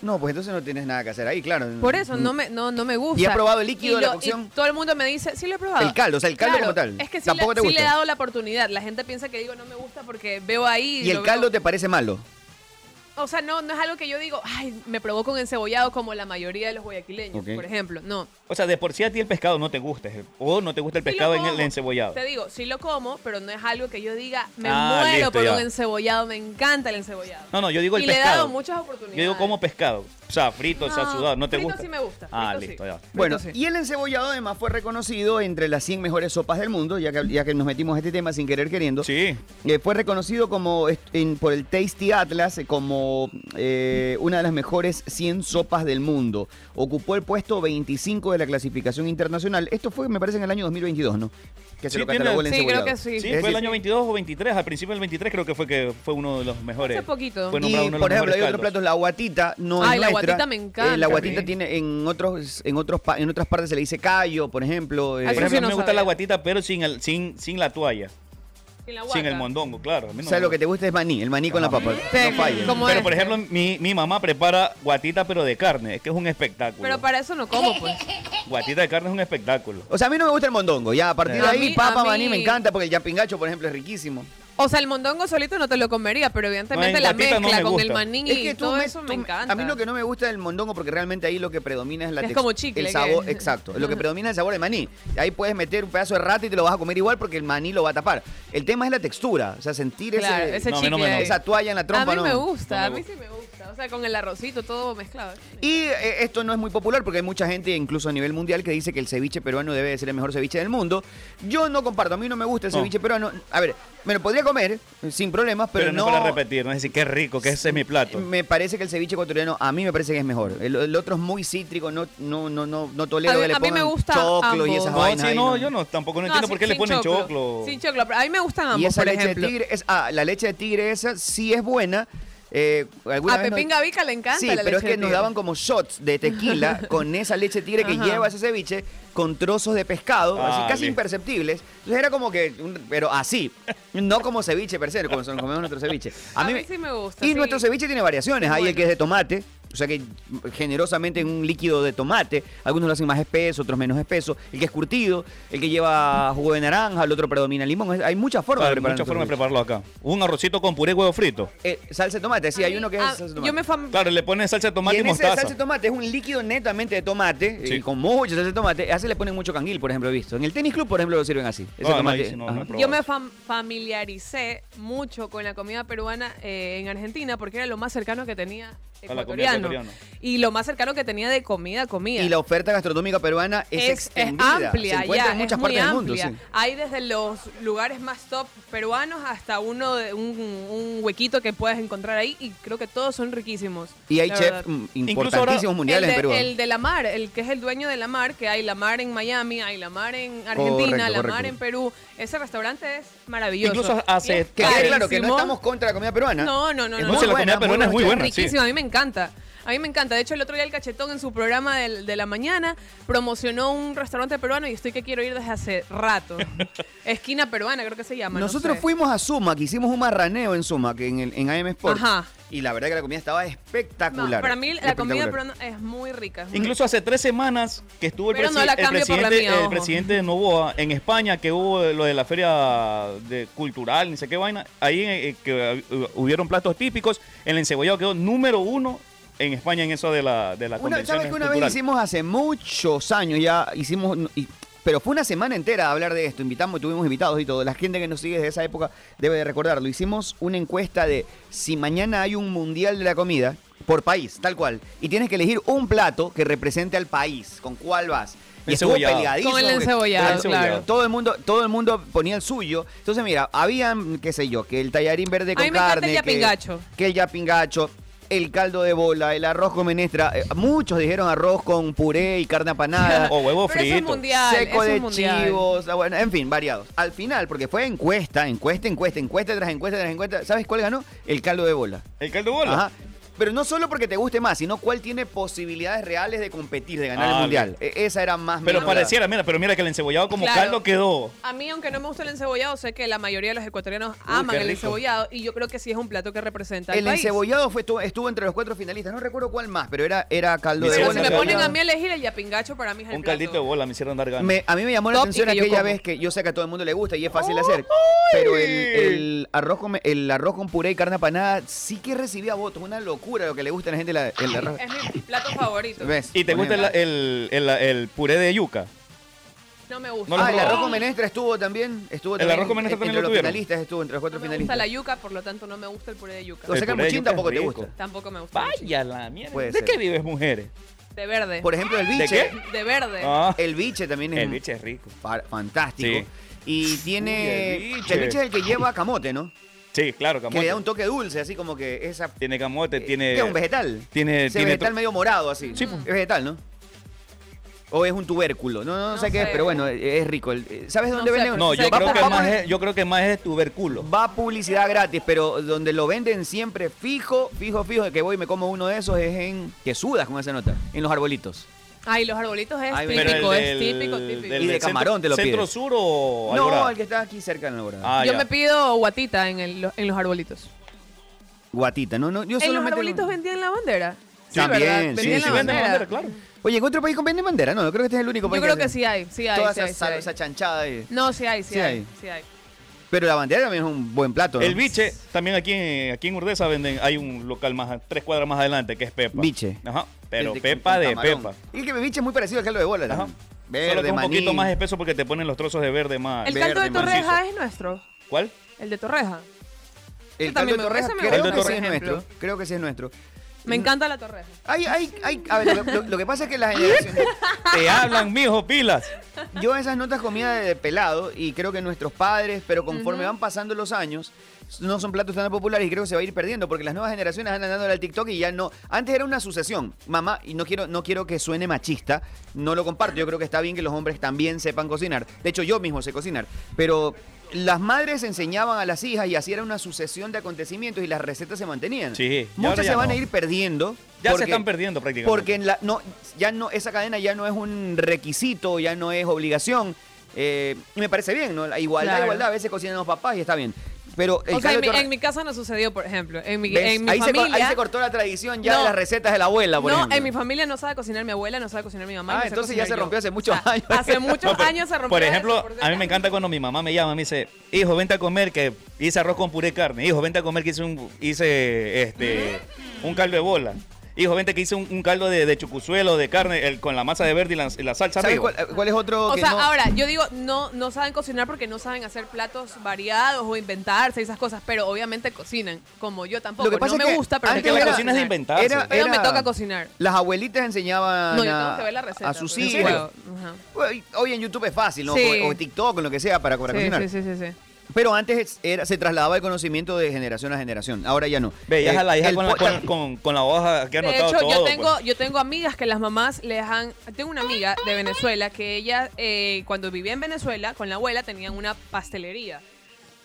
Speaker 3: No, pues entonces no tienes nada que hacer ahí, claro.
Speaker 5: Por eso no me, no, no me gusta.
Speaker 3: Mm. ¿Y has probado el líquido
Speaker 5: Y
Speaker 3: de la
Speaker 5: lo-
Speaker 3: cocción?
Speaker 5: y todo el mundo me dice, sí lo he probado.
Speaker 3: El caldo, o sea, el caldo
Speaker 5: Claro,
Speaker 3: como tal.
Speaker 5: Es que sí,
Speaker 3: Tampoco
Speaker 5: le,
Speaker 3: te
Speaker 5: sí
Speaker 3: gusta.
Speaker 5: le he dado la oportunidad. La gente piensa que digo no me gusta porque veo ahí.
Speaker 3: ¿Y
Speaker 5: lo
Speaker 3: el
Speaker 5: veo-
Speaker 3: caldo te parece malo?
Speaker 5: O sea, no, no es algo que yo digo, ay, me probó con encebollado como la mayoría de los guayaquileños,
Speaker 3: Ok.
Speaker 5: por ejemplo. No.
Speaker 8: O sea, de por sí a ti el pescado no te gusta. je- O no te gusta el
Speaker 5: Sí lo
Speaker 8: pescado en el
Speaker 5: como.
Speaker 8: encebollado.
Speaker 5: Te digo, sí lo como, pero no es algo que yo diga, me
Speaker 8: Ah,
Speaker 5: muero
Speaker 8: listo,
Speaker 5: por
Speaker 8: ya.
Speaker 5: un encebollado, me encanta el encebollado.
Speaker 8: No, no, yo digo el
Speaker 5: y
Speaker 8: pescado.
Speaker 5: le he dado muchas oportunidades.
Speaker 8: Yo digo como pescado. O sea, frito, o sea,
Speaker 5: No,
Speaker 8: sudado. ¿No te
Speaker 5: frito
Speaker 8: gusta?
Speaker 5: sí me gusta,
Speaker 8: Ah,
Speaker 5: frito sí.
Speaker 8: listo, ya.
Speaker 3: Bueno,
Speaker 5: Pues Entonces-
Speaker 3: y el encebollado además fue reconocido entre las 100 mejores sopas del mundo, ya que, ya que nos metimos a este tema sin querer queriendo.
Speaker 8: Sí.
Speaker 3: Eh, fue reconocido como est- en- por el Tasty Atlas eh, como eh, una de las mejores 100 sopas del mundo. Ocupó el puesto 25 de la clasificación internacional. Esto fue, me parece, en el año 2022, ¿no? Que
Speaker 8: Sí,
Speaker 3: se lo canta la
Speaker 8: tiene-
Speaker 3: bola
Speaker 5: Sí,
Speaker 3: encebollado.
Speaker 5: creo que sí.
Speaker 8: Sí,
Speaker 3: Es
Speaker 8: fue el
Speaker 3: decir,
Speaker 8: año 22 o 23. Al principio del 23 creo que fue que fue uno de los mejores.
Speaker 5: Hace poquito.
Speaker 8: Fue
Speaker 3: Y,
Speaker 8: nombrado uno de los
Speaker 3: por ejemplo, hay
Speaker 8: mejores
Speaker 3: otros platos,
Speaker 8: caldos.
Speaker 3: la guatita, no
Speaker 5: Ay,
Speaker 3: es
Speaker 5: la
Speaker 3: nuestra.
Speaker 5: guatita me encanta,
Speaker 3: Eh, la guatita
Speaker 5: sí.
Speaker 3: tiene en otros, en otros, pa- en otras partes se le dice callo, por ejemplo. eh,
Speaker 5: Así
Speaker 8: Por
Speaker 5: Eso sí
Speaker 8: ejemplo, a mí
Speaker 5: no
Speaker 8: me gusta
Speaker 5: sabía.
Speaker 8: la guatita, pero sin, el- sin, sin la toalla.
Speaker 5: Sin, la
Speaker 8: Sin el
Speaker 5: guaca.
Speaker 8: mondongo, claro. a mí no
Speaker 3: o sea,
Speaker 8: me
Speaker 3: lo que
Speaker 8: gusta.
Speaker 3: te gusta es maní, el maní con la papa.
Speaker 5: Sí,
Speaker 3: Pues, no falla.
Speaker 5: como
Speaker 8: Pero,
Speaker 5: es.
Speaker 8: por ejemplo, mi, mi mamá prepara guatita, pero de carne. Es que es un espectáculo.
Speaker 5: Pero para eso no como, pues.
Speaker 8: Guatita de carne es un espectáculo.
Speaker 3: O sea, a mí no me gusta el mondongo. Ya, a partir de
Speaker 5: A
Speaker 3: ahí,
Speaker 5: mí-
Speaker 3: papa,
Speaker 5: a mí-
Speaker 3: maní, me encanta, porque el yapingacho, por ejemplo, es riquísimo.
Speaker 5: O sea, el mondongo solito no te lo comería, pero evidentemente
Speaker 8: No, en
Speaker 5: la
Speaker 8: guatita no
Speaker 5: mezcla
Speaker 8: me
Speaker 5: con el
Speaker 8: gusta.
Speaker 5: maní
Speaker 3: Es que
Speaker 5: y
Speaker 3: tú
Speaker 5: todo
Speaker 3: me-
Speaker 5: eso
Speaker 3: tú
Speaker 5: me
Speaker 3: me-
Speaker 5: encanta.
Speaker 3: A mí lo que no me gusta del mondongo, porque realmente ahí lo que predomina es la
Speaker 5: Es
Speaker 3: tex-
Speaker 5: como chicle,
Speaker 3: El sabor,
Speaker 5: que-
Speaker 3: exacto. Lo que predomina es el sabor de maní. Ahí puedes meter un pedazo de rata y te lo vas a comer igual porque el maní lo va a tapar. El tema es la textura, o sea, sentir ese-
Speaker 5: Claro, ese
Speaker 8: No, a mí
Speaker 5: chicle.
Speaker 8: no me
Speaker 5: ahí.
Speaker 8: gusta.
Speaker 3: esa toalla en la trompa.
Speaker 5: a mí
Speaker 3: no.
Speaker 5: me gusta,
Speaker 8: no
Speaker 5: a
Speaker 8: me
Speaker 5: mí sí me gusta. O sea, con el arrocito todo mezclado.
Speaker 3: Y eh, esto no es muy popular porque hay mucha gente, incluso a nivel mundial, que dice que el ceviche peruano debe de ser el mejor ceviche del mundo. Yo no comparto, a mí no me gusta el
Speaker 8: No.
Speaker 3: ceviche peruano. A ver, me lo podría comer eh, sin problemas,
Speaker 8: Pero,
Speaker 3: pero,
Speaker 8: no, para repetir, no es decir, qué rico, que ese es mi plato.
Speaker 3: Me parece que el ceviche ecuatoriano a mí me parece que es mejor. El, el otro es muy cítrico, no, no, no, no, no tolero
Speaker 5: A mí-
Speaker 3: que le
Speaker 5: a mí me
Speaker 3: pongan
Speaker 5: gusta
Speaker 3: choclo y
Speaker 5: ambos.
Speaker 3: esas
Speaker 8: No,
Speaker 3: vainas.
Speaker 8: sí,
Speaker 3: ahí,
Speaker 8: no, yo no, tampoco no entiendo
Speaker 5: sin-
Speaker 8: por qué le
Speaker 5: sin
Speaker 8: ponen choclo.
Speaker 5: Sin choclo, pero a mí me gustan
Speaker 3: Y
Speaker 5: ambos,
Speaker 3: esa
Speaker 5: por
Speaker 3: leche de
Speaker 5: ejemplo.
Speaker 3: tigre, es, ah, la leche de tigre esa sí es buena. Eh, alguna
Speaker 5: A
Speaker 3: vez nos-
Speaker 5: Pepín Gavica le encanta
Speaker 3: Sí,
Speaker 5: la
Speaker 3: pero es
Speaker 5: leche
Speaker 3: que
Speaker 5: de
Speaker 3: nos
Speaker 5: tigre.
Speaker 3: daban como shots
Speaker 5: <laughs>
Speaker 3: de tequila con esa leche de tigre que
Speaker 5: Ajá.
Speaker 3: lleva ese ceviche con trozos de pescado,
Speaker 8: Ah,
Speaker 3: así casi
Speaker 8: listo.
Speaker 3: imperceptibles. Entonces era como que, un- pero así, no como ceviche per se, como se lo comemos nuestro ceviche.
Speaker 5: A mí sí me gusta,
Speaker 3: Y
Speaker 5: sí.
Speaker 3: nuestro ceviche tiene variaciones. Hay el
Speaker 5: Bueno.
Speaker 3: que es de tomate. O sea que generosamente en un líquido de tomate, algunos lo hacen más espeso, otros menos espeso. El que es curtido, el que lleva jugo de naranja, el otro predomina limón. Es- Hay muchas formas de
Speaker 8: Hay
Speaker 3: preparar
Speaker 8: muchas
Speaker 3: nuestro
Speaker 8: formas de
Speaker 3: ceviche.
Speaker 8: prepararlo acá. Un arrocito con puré huevo frito.
Speaker 3: Eh, salsa de tomate, sí,
Speaker 5: A
Speaker 3: hay
Speaker 5: mí-
Speaker 3: uno que es
Speaker 5: a-
Speaker 3: salsa de tomate.
Speaker 5: Ah, Yo me fam-
Speaker 8: Claro, le ponen salsa de tomate
Speaker 3: Y
Speaker 8: y,
Speaker 3: en ese de
Speaker 8: mostaza.
Speaker 3: salsa de tomate es un líquido netamente de tomate eh,
Speaker 8: Sí.
Speaker 3: y con mucha salsa de tomate. A ese le ponen mucho canguil, por ejemplo, he visto. En el tenis club, por ejemplo, lo sirven así. Ese
Speaker 8: No, no,
Speaker 3: tomate.
Speaker 8: ahí sí no, no
Speaker 3: Ajá.
Speaker 8: he probado.
Speaker 5: Yo me fam- familiaricé mucho con la comida peruana eh, en Argentina porque era lo más cercano que tenía
Speaker 8: A la comida
Speaker 5: ecuatoriano.
Speaker 8: ecuatoriana.
Speaker 5: Y lo más cercano que tenía de comida a comida.
Speaker 3: y la oferta gastronómica peruana es,
Speaker 5: es, es
Speaker 3: extendida.
Speaker 5: amplia,
Speaker 3: Se encuentra
Speaker 5: ya,
Speaker 3: en muchas
Speaker 5: es muy
Speaker 3: partes
Speaker 5: amplia.
Speaker 3: del mundo. sí.
Speaker 5: Hay desde los lugares más top peruanos hasta uno de un, un huequito que puedes encontrar ahí y creo que todos son riquísimos.
Speaker 3: Y hay
Speaker 5: la verdad.
Speaker 3: chefs mm, importantísimos
Speaker 8: ahora-
Speaker 3: mundiales
Speaker 5: el
Speaker 3: en
Speaker 5: de,
Speaker 3: Perú.
Speaker 5: el de la mar, el que es el dueño de la mar, que hay la mar en Miami, hay la mar en Argentina,
Speaker 3: Correcto,
Speaker 5: la mar
Speaker 3: correcto.
Speaker 5: en Perú. Ese restaurante es maravilloso.
Speaker 8: Incluso hace-
Speaker 5: Y es
Speaker 3: que quede claro que no
Speaker 5: carísimo.
Speaker 3: estamos contra la comida peruana.
Speaker 5: No, no, no,
Speaker 3: Es
Speaker 5: no,
Speaker 3: muy
Speaker 8: Entonces la
Speaker 3: buena,
Speaker 8: comida peruana es muy buena. sí.
Speaker 5: Riquísimo, a mí me encanta. A mí me encanta. De hecho, el otro día el Cachetón en su programa del- de, la mañana promocionó un restaurante peruano y estoy que quiero ir desde hace
Speaker 8: <laughs>
Speaker 5: rato. Esquina peruana, creo que se llama. no
Speaker 3: Nosotros
Speaker 5: sé.
Speaker 3: fuimos a Sumac, hicimos un marraneo en Sumac, en, el- en AM Sport.
Speaker 5: Ajá.
Speaker 3: Y la verdad que la comida estaba
Speaker 5: No,
Speaker 3: espectacular.
Speaker 5: para mí la comida
Speaker 3: Espectacular.
Speaker 5: peruana es muy rica. es muy
Speaker 8: Incluso hace tres semanas que estuvo el,
Speaker 5: Pero no
Speaker 8: presi-
Speaker 5: la
Speaker 8: el
Speaker 5: cambio por la
Speaker 8: presidente,
Speaker 5: mía,
Speaker 8: el
Speaker 5: ojo.
Speaker 8: presidente de Novoa en España, que hubo lo de la feria de cultural, ni sé qué vaina. Ahí eh, que eh, hubieron platos típicos. El encebollado quedó número uno en España en eso de la, de la
Speaker 3: Una,
Speaker 8: convención
Speaker 3: ¿Sabes que una vez
Speaker 8: cultural.
Speaker 3: hicimos hace muchos años ya? Hicimos. no, y- pero fue una semana entera a hablar de esto. Invitamos, tuvimos invitados y todo. La gente que nos sigue desde esa época debe de recordarlo. Hicimos una encuesta de si mañana hay un mundial de la comida por país, tal cual. Y tienes que elegir un plato que represente al país. ¿Con cuál vas?
Speaker 8: El
Speaker 3: Y estuvo
Speaker 8: cebollado.
Speaker 3: peleadísimo.
Speaker 5: Con el
Speaker 3: porque-
Speaker 5: encebollado,
Speaker 3: con el cebollado.
Speaker 5: claro.
Speaker 3: Todo el, mundo, todo el mundo ponía el suyo. Entonces, mira, habían, qué sé yo, que el tallarín verde con
Speaker 5: mí me encanta
Speaker 3: carne.
Speaker 5: el
Speaker 3: que-
Speaker 5: yapingacho.
Speaker 3: Que, el yapingacho. El caldo de bola, el arroz con menestra. eh, muchos dijeron arroz con puré y carne apanada.
Speaker 8: <laughs> O huevo
Speaker 5: Pero eso es
Speaker 8: frito.
Speaker 5: mundial. eso
Speaker 3: Seco
Speaker 5: es
Speaker 3: de
Speaker 5: mundial.
Speaker 3: chivos, ah, bueno, en fin, variados. Al final, porque fue encuesta, encuesta, encuesta, encuesta tras encuesta tras encuesta, ¿sabes cuál ganó? El caldo de bola.
Speaker 8: El caldo de bola.
Speaker 3: Ajá. Pero no solo porque te guste más, sino cuál tiene posibilidades reales de competir, de ganar
Speaker 8: Ah,
Speaker 3: el mundial. E- esa era más
Speaker 8: Pero
Speaker 3: mi duda.
Speaker 8: pareciera, mira, pero mira que el encebollado como
Speaker 5: Claro.
Speaker 8: caldo quedó.
Speaker 5: A mí, aunque no me gusta el encebollado, sé que la mayoría de los ecuatorianos
Speaker 8: qué
Speaker 5: aman el
Speaker 8: rico.
Speaker 5: encebollado y yo creo que sí es un plato que representa al
Speaker 3: El
Speaker 5: país.
Speaker 3: encebollado fue, estuvo, estuvo entre los cuatro finalistas, no recuerdo cuál más, pero era, era caldo
Speaker 8: Pero
Speaker 3: de
Speaker 5: Pero si
Speaker 3: bola.
Speaker 5: me
Speaker 8: Encebollado.
Speaker 5: ponen a mí a elegir el yapingacho, para mí es el
Speaker 8: Un
Speaker 5: plato.
Speaker 8: caldito de bola me hicieron dar ganas.
Speaker 3: Me- a mí me llamó la
Speaker 5: Top
Speaker 3: atención
Speaker 5: y que yo
Speaker 3: aquella
Speaker 5: como.
Speaker 3: vez que yo sé que a todo el mundo le gusta y es fácil de hacer. Pero el, el arroz con, el arroz con puré y carne apanada sí que recibía votos. Una locura lo que le gusta a la gente la- el arroz.
Speaker 5: Es mi plato favorito.
Speaker 3: ¿Ves?
Speaker 8: ¿Y te
Speaker 3: Por
Speaker 8: gusta el,
Speaker 3: ejemplo.
Speaker 8: el- el- el puré de yuca?
Speaker 5: No me gusta.
Speaker 8: No lo
Speaker 3: Ah,
Speaker 8: has
Speaker 3: el arroz
Speaker 8: probado?
Speaker 3: con menestra estuvo también. Estuvo
Speaker 8: El
Speaker 3: también eh,
Speaker 8: arroz con menestra
Speaker 3: entre
Speaker 8: también lo
Speaker 3: los
Speaker 8: tuvieron.
Speaker 3: finalistas estuvo entre los cuatro
Speaker 5: No me gusta
Speaker 3: finalistas.
Speaker 5: la yuca, por lo tanto no me gusta el puré de yuca.
Speaker 3: O sea
Speaker 8: El
Speaker 3: que
Speaker 8: puré
Speaker 3: muchín
Speaker 8: de yuca es
Speaker 3: tampoco te
Speaker 8: rico.
Speaker 3: gusta.
Speaker 5: Tampoco me gusta.
Speaker 8: Vaya la mierda.
Speaker 3: Puede
Speaker 8: ¿De
Speaker 3: ser.
Speaker 8: qué vives, mujeres?
Speaker 5: De verde.
Speaker 3: Por ejemplo, el biche.
Speaker 8: qué?
Speaker 5: De verde.
Speaker 8: Ah,
Speaker 3: El biche también es
Speaker 8: el biche es rico.
Speaker 3: fa- fantástico.
Speaker 8: Sí.
Speaker 3: Y tiene.
Speaker 8: Uy, el
Speaker 3: el, biche.
Speaker 8: biche.
Speaker 3: es el que lleva camote, ¿no?
Speaker 8: Sí, claro,
Speaker 3: Que le da
Speaker 8: camote.
Speaker 3: un toque dulce, así como que esa.
Speaker 8: Tiene
Speaker 5: Eh,
Speaker 8: camote, tiene...
Speaker 3: ¿Qué es un vegetal?
Speaker 8: Tiene,
Speaker 3: Ese
Speaker 8: tiene
Speaker 3: vegetal medio morado así.
Speaker 8: Sí, pues.
Speaker 3: Es vegetal, ¿no? O es un tubérculo. No, no, no
Speaker 5: No
Speaker 3: sé qué es,
Speaker 5: sé.
Speaker 3: pero bueno, eh, es rico. El- eh, ¿Sabes dónde
Speaker 5: sé.
Speaker 3: venden?
Speaker 8: No,
Speaker 5: Se
Speaker 8: yo
Speaker 5: va
Speaker 8: creo,
Speaker 5: por-
Speaker 8: que
Speaker 5: va
Speaker 8: más
Speaker 5: por-
Speaker 8: es, yo creo que más es tubérculo.
Speaker 3: Va publicidad gratis, pero donde lo venden siempre fijo, fijo, fijo, de que voy y me como uno de esos es en. que sudas con esa nota, en los arbolitos.
Speaker 5: Ay, los arbolitos es
Speaker 3: Ay, pero
Speaker 5: típico, ¿eh?
Speaker 8: el
Speaker 5: es
Speaker 8: del-
Speaker 5: típico, típico.
Speaker 8: del
Speaker 3: Y de
Speaker 8: centro-
Speaker 3: camarón te lo
Speaker 8: ¿Centro
Speaker 3: pides.
Speaker 8: sur o
Speaker 3: No,
Speaker 8: Alborada?
Speaker 3: el que está aquí cerca en la hora.
Speaker 8: Ah,
Speaker 5: yo
Speaker 8: ya.
Speaker 5: me pido guatita en, el- en los arbolitos.
Speaker 3: Guatita, no, no, yo
Speaker 5: ¿En los
Speaker 3: solamente-
Speaker 5: arbolitos vendían la bandera? Sí,
Speaker 3: También,
Speaker 5: ¿verdad?
Speaker 3: sí,
Speaker 8: Sí,
Speaker 5: Vendían
Speaker 8: sí,
Speaker 5: la
Speaker 8: venden
Speaker 5: bandera.
Speaker 8: bandera, claro.
Speaker 3: Oye, ¿en otro país con venden bandera? No, yo creo que este es el único país.
Speaker 5: Yo creo
Speaker 3: hace-
Speaker 5: que sí hay, sí hay,
Speaker 3: Toda
Speaker 5: sí
Speaker 3: esa,
Speaker 5: hay, sí
Speaker 3: sal-
Speaker 5: hay.
Speaker 3: esa chanchada. ahí.
Speaker 5: No, sí hay, sí,
Speaker 3: Sí
Speaker 5: hay,
Speaker 3: hay.
Speaker 5: sí hay.
Speaker 3: Pero la bandera también es un buen plato. ¿no?
Speaker 8: El biche, también aquí en, aquí en Urdesa venden, hay un local más, a- tres cuadras más adelante que es Pepa.
Speaker 3: Biche.
Speaker 8: Ajá, pero
Speaker 3: El de-
Speaker 8: Pepa
Speaker 3: con
Speaker 8: de
Speaker 3: camarón.
Speaker 8: Pepa.
Speaker 3: Y que mi biche es muy parecido al caldo de bola.
Speaker 8: Ajá.
Speaker 3: también. Verde,
Speaker 8: Solo que un
Speaker 3: maní.
Speaker 8: poquito más espeso porque te ponen los trozos de Ah, verde más.
Speaker 5: El
Speaker 3: Verde,
Speaker 5: canto de Torreja
Speaker 8: macizo.
Speaker 5: es nuestro.
Speaker 8: ¿Cuál?
Speaker 5: El de Torreja.
Speaker 3: El caldo
Speaker 5: también
Speaker 3: de
Speaker 5: me
Speaker 3: torreja
Speaker 5: parece
Speaker 3: creo
Speaker 8: mejor,
Speaker 3: que
Speaker 8: por
Speaker 3: sí es
Speaker 5: ejemplo.
Speaker 3: nuestro. Creo que sí es nuestro.
Speaker 5: Me encanta la Torreja.
Speaker 3: Mm. Hay, hay, hay, a ver, lo, que- lo- lo que pasa es que
Speaker 5: <laughs>
Speaker 3: las generaciones...
Speaker 8: Te hablan, mijo, pilas.
Speaker 3: Yo esas notas comía de pelado y creo que nuestros padres, pero conforme van pasando los años, no son platos tan populares y creo que se va a ir perdiendo porque las nuevas generaciones andan dándole al TikTok y ya no. Antes era una sucesión. Mamá, y no quiero, no quiero que suene machista, no lo comparto. Yo creo que está bien que los hombres también sepan cocinar. De hecho, yo mismo sé cocinar. Pero las madres enseñaban a las hijas y así era una sucesión de acontecimientos y las recetas se mantenían.
Speaker 8: Sí, y ahora
Speaker 3: Muchas
Speaker 8: ya
Speaker 3: se van
Speaker 8: no.
Speaker 3: a ir perdiendo.
Speaker 8: Ya
Speaker 3: porque-
Speaker 8: se están perdiendo prácticamente.
Speaker 3: porque en la, no, ya no, esa cadena ya no es un requisito, ya no es obligación. Eh, me parece bien, ¿no? La igualdad,
Speaker 5: Claro.
Speaker 3: igualdad. A veces cocinan los papás y está bien. Pero el
Speaker 5: O sea,
Speaker 3: caldo
Speaker 5: en
Speaker 3: de
Speaker 5: mi,
Speaker 3: torre-
Speaker 5: en mi casa no sucedió, por ejemplo. En mi,
Speaker 3: ¿ves?
Speaker 5: en mi
Speaker 3: ahí, se, cor-
Speaker 5: familia.
Speaker 3: ahí se cortó la tradición ya
Speaker 5: No.
Speaker 3: de las recetas de la abuela, por
Speaker 5: no,
Speaker 3: ejemplo.
Speaker 5: en mi familia no sabe cocinar mi abuela, no sabe cocinar mi mamá.
Speaker 3: Ah,
Speaker 5: no sabe
Speaker 3: entonces ya
Speaker 5: cocinar
Speaker 3: se
Speaker 5: yo.
Speaker 3: rompió hace muchos
Speaker 5: O sea,
Speaker 3: años. <laughs>
Speaker 5: Hace muchos
Speaker 8: No, pero,
Speaker 5: años se rompió.
Speaker 8: Por
Speaker 5: eso,
Speaker 8: ejemplo,
Speaker 5: porque-
Speaker 8: a mí me encanta cuando mi mamá me llama, me dice, hijo, vente a comer que hice arroz con puré de carne, hijo, vente a comer que hice un, hice, este, un caldo de bola, hijo, vente que hice un, un caldo de, de chucuzuelo de carne el- con la masa de verde y la, y la salsa
Speaker 3: ¿Sabes
Speaker 8: arriba.
Speaker 3: cuál, eh, cuál es otro
Speaker 5: O
Speaker 3: que
Speaker 5: sea,
Speaker 3: no-
Speaker 5: ahora, yo digo, no, no saben cocinar porque no saben hacer platos variados o inventarse y esas cosas, pero obviamente cocinan, como yo tampoco.
Speaker 3: Lo que pasa
Speaker 5: no
Speaker 3: es
Speaker 5: me
Speaker 3: que
Speaker 5: gusta, pero me
Speaker 3: antes
Speaker 5: toca
Speaker 3: era-
Speaker 8: cocinas de
Speaker 5: cocinar.
Speaker 8: inventarse.
Speaker 3: Era-
Speaker 5: Pero me
Speaker 3: era-
Speaker 5: toca cocinar.
Speaker 3: Las abuelitas enseñaban
Speaker 5: No, yo tengo
Speaker 3: a,
Speaker 5: que ver la receta.
Speaker 3: a sus
Speaker 5: porque no
Speaker 3: hijos.
Speaker 5: puedo. Ajá.
Speaker 3: Hoy- Hoy en YouTube es fácil, ¿no?
Speaker 5: Sí.
Speaker 3: O, o TikTok, o lo que sea, para, para
Speaker 5: Sí,
Speaker 3: cocinar.
Speaker 5: sí, sí, sí, sí.
Speaker 3: Pero antes era- se trasladaba el conocimiento de generación a generación. Ahora ya no.
Speaker 8: Veías
Speaker 3: Eh,
Speaker 8: a la hija
Speaker 3: el
Speaker 8: con la,
Speaker 3: po-
Speaker 8: con, con- con la hoja que ha
Speaker 5: De
Speaker 8: anotado
Speaker 5: hecho,
Speaker 8: todo.
Speaker 5: yo
Speaker 8: pues.
Speaker 5: tengo, yo tengo amigas que las mamás les han... Tengo una amiga de Venezuela que ella, eh, cuando vivía en Venezuela, con la abuela tenían una pastelería.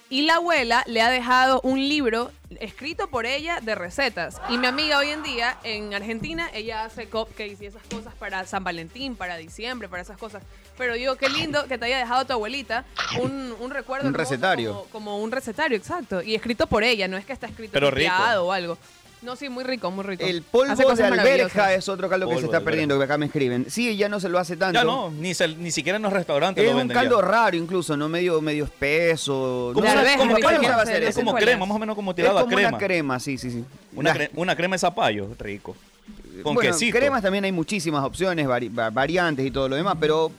Speaker 5: Y la abuela le ha dejado un libro escrito por ella de recetas. Y mi amiga hoy en día, en Argentina, ella hace cupcakes y esas cosas para San Valentín, para diciembre, para esas cosas. Pero digo, qué lindo que te haya dejado tu abuelita un, un recuerdo.
Speaker 3: Un
Speaker 5: hermoso
Speaker 3: recetario.
Speaker 5: Como, como un recetario, exacto. Y escrito por ella, no es que está escrito
Speaker 8: Pero rico.
Speaker 5: copiado o algo. No, sí, muy rico, muy rico.
Speaker 3: El
Speaker 5: Hace
Speaker 3: polvo
Speaker 5: cosas
Speaker 3: de alberja
Speaker 5: maravillosas.
Speaker 3: es otro caldo que
Speaker 8: Polvo
Speaker 3: se
Speaker 8: de
Speaker 3: está
Speaker 8: alberja.
Speaker 3: perdiendo, que acá me escriben. Sí, ya no se lo hace tanto.
Speaker 8: Ya no, ni, se- ni siquiera en los restaurantes
Speaker 3: Es
Speaker 8: lo
Speaker 3: un
Speaker 8: venden
Speaker 3: caldo
Speaker 8: ya.
Speaker 3: raro incluso, ¿no? Medio, medio espeso.
Speaker 8: Como,
Speaker 5: De
Speaker 3: No,
Speaker 8: una-
Speaker 5: alberja,
Speaker 8: como
Speaker 5: ¿viste?
Speaker 8: crema,
Speaker 5: Que
Speaker 3: va a ser
Speaker 8: es como
Speaker 5: escuelas.
Speaker 8: crema, más o menos como
Speaker 3: es
Speaker 8: tirado
Speaker 3: como
Speaker 8: a crema.
Speaker 3: una crema, sí, sí, sí.
Speaker 8: Una,
Speaker 3: Las-
Speaker 8: cre- una crema de zapallo, rico. Con
Speaker 3: bueno,
Speaker 8: quesito.
Speaker 3: cremas también hay muchísimas opciones, vari- va- variantes y todo lo demás, pero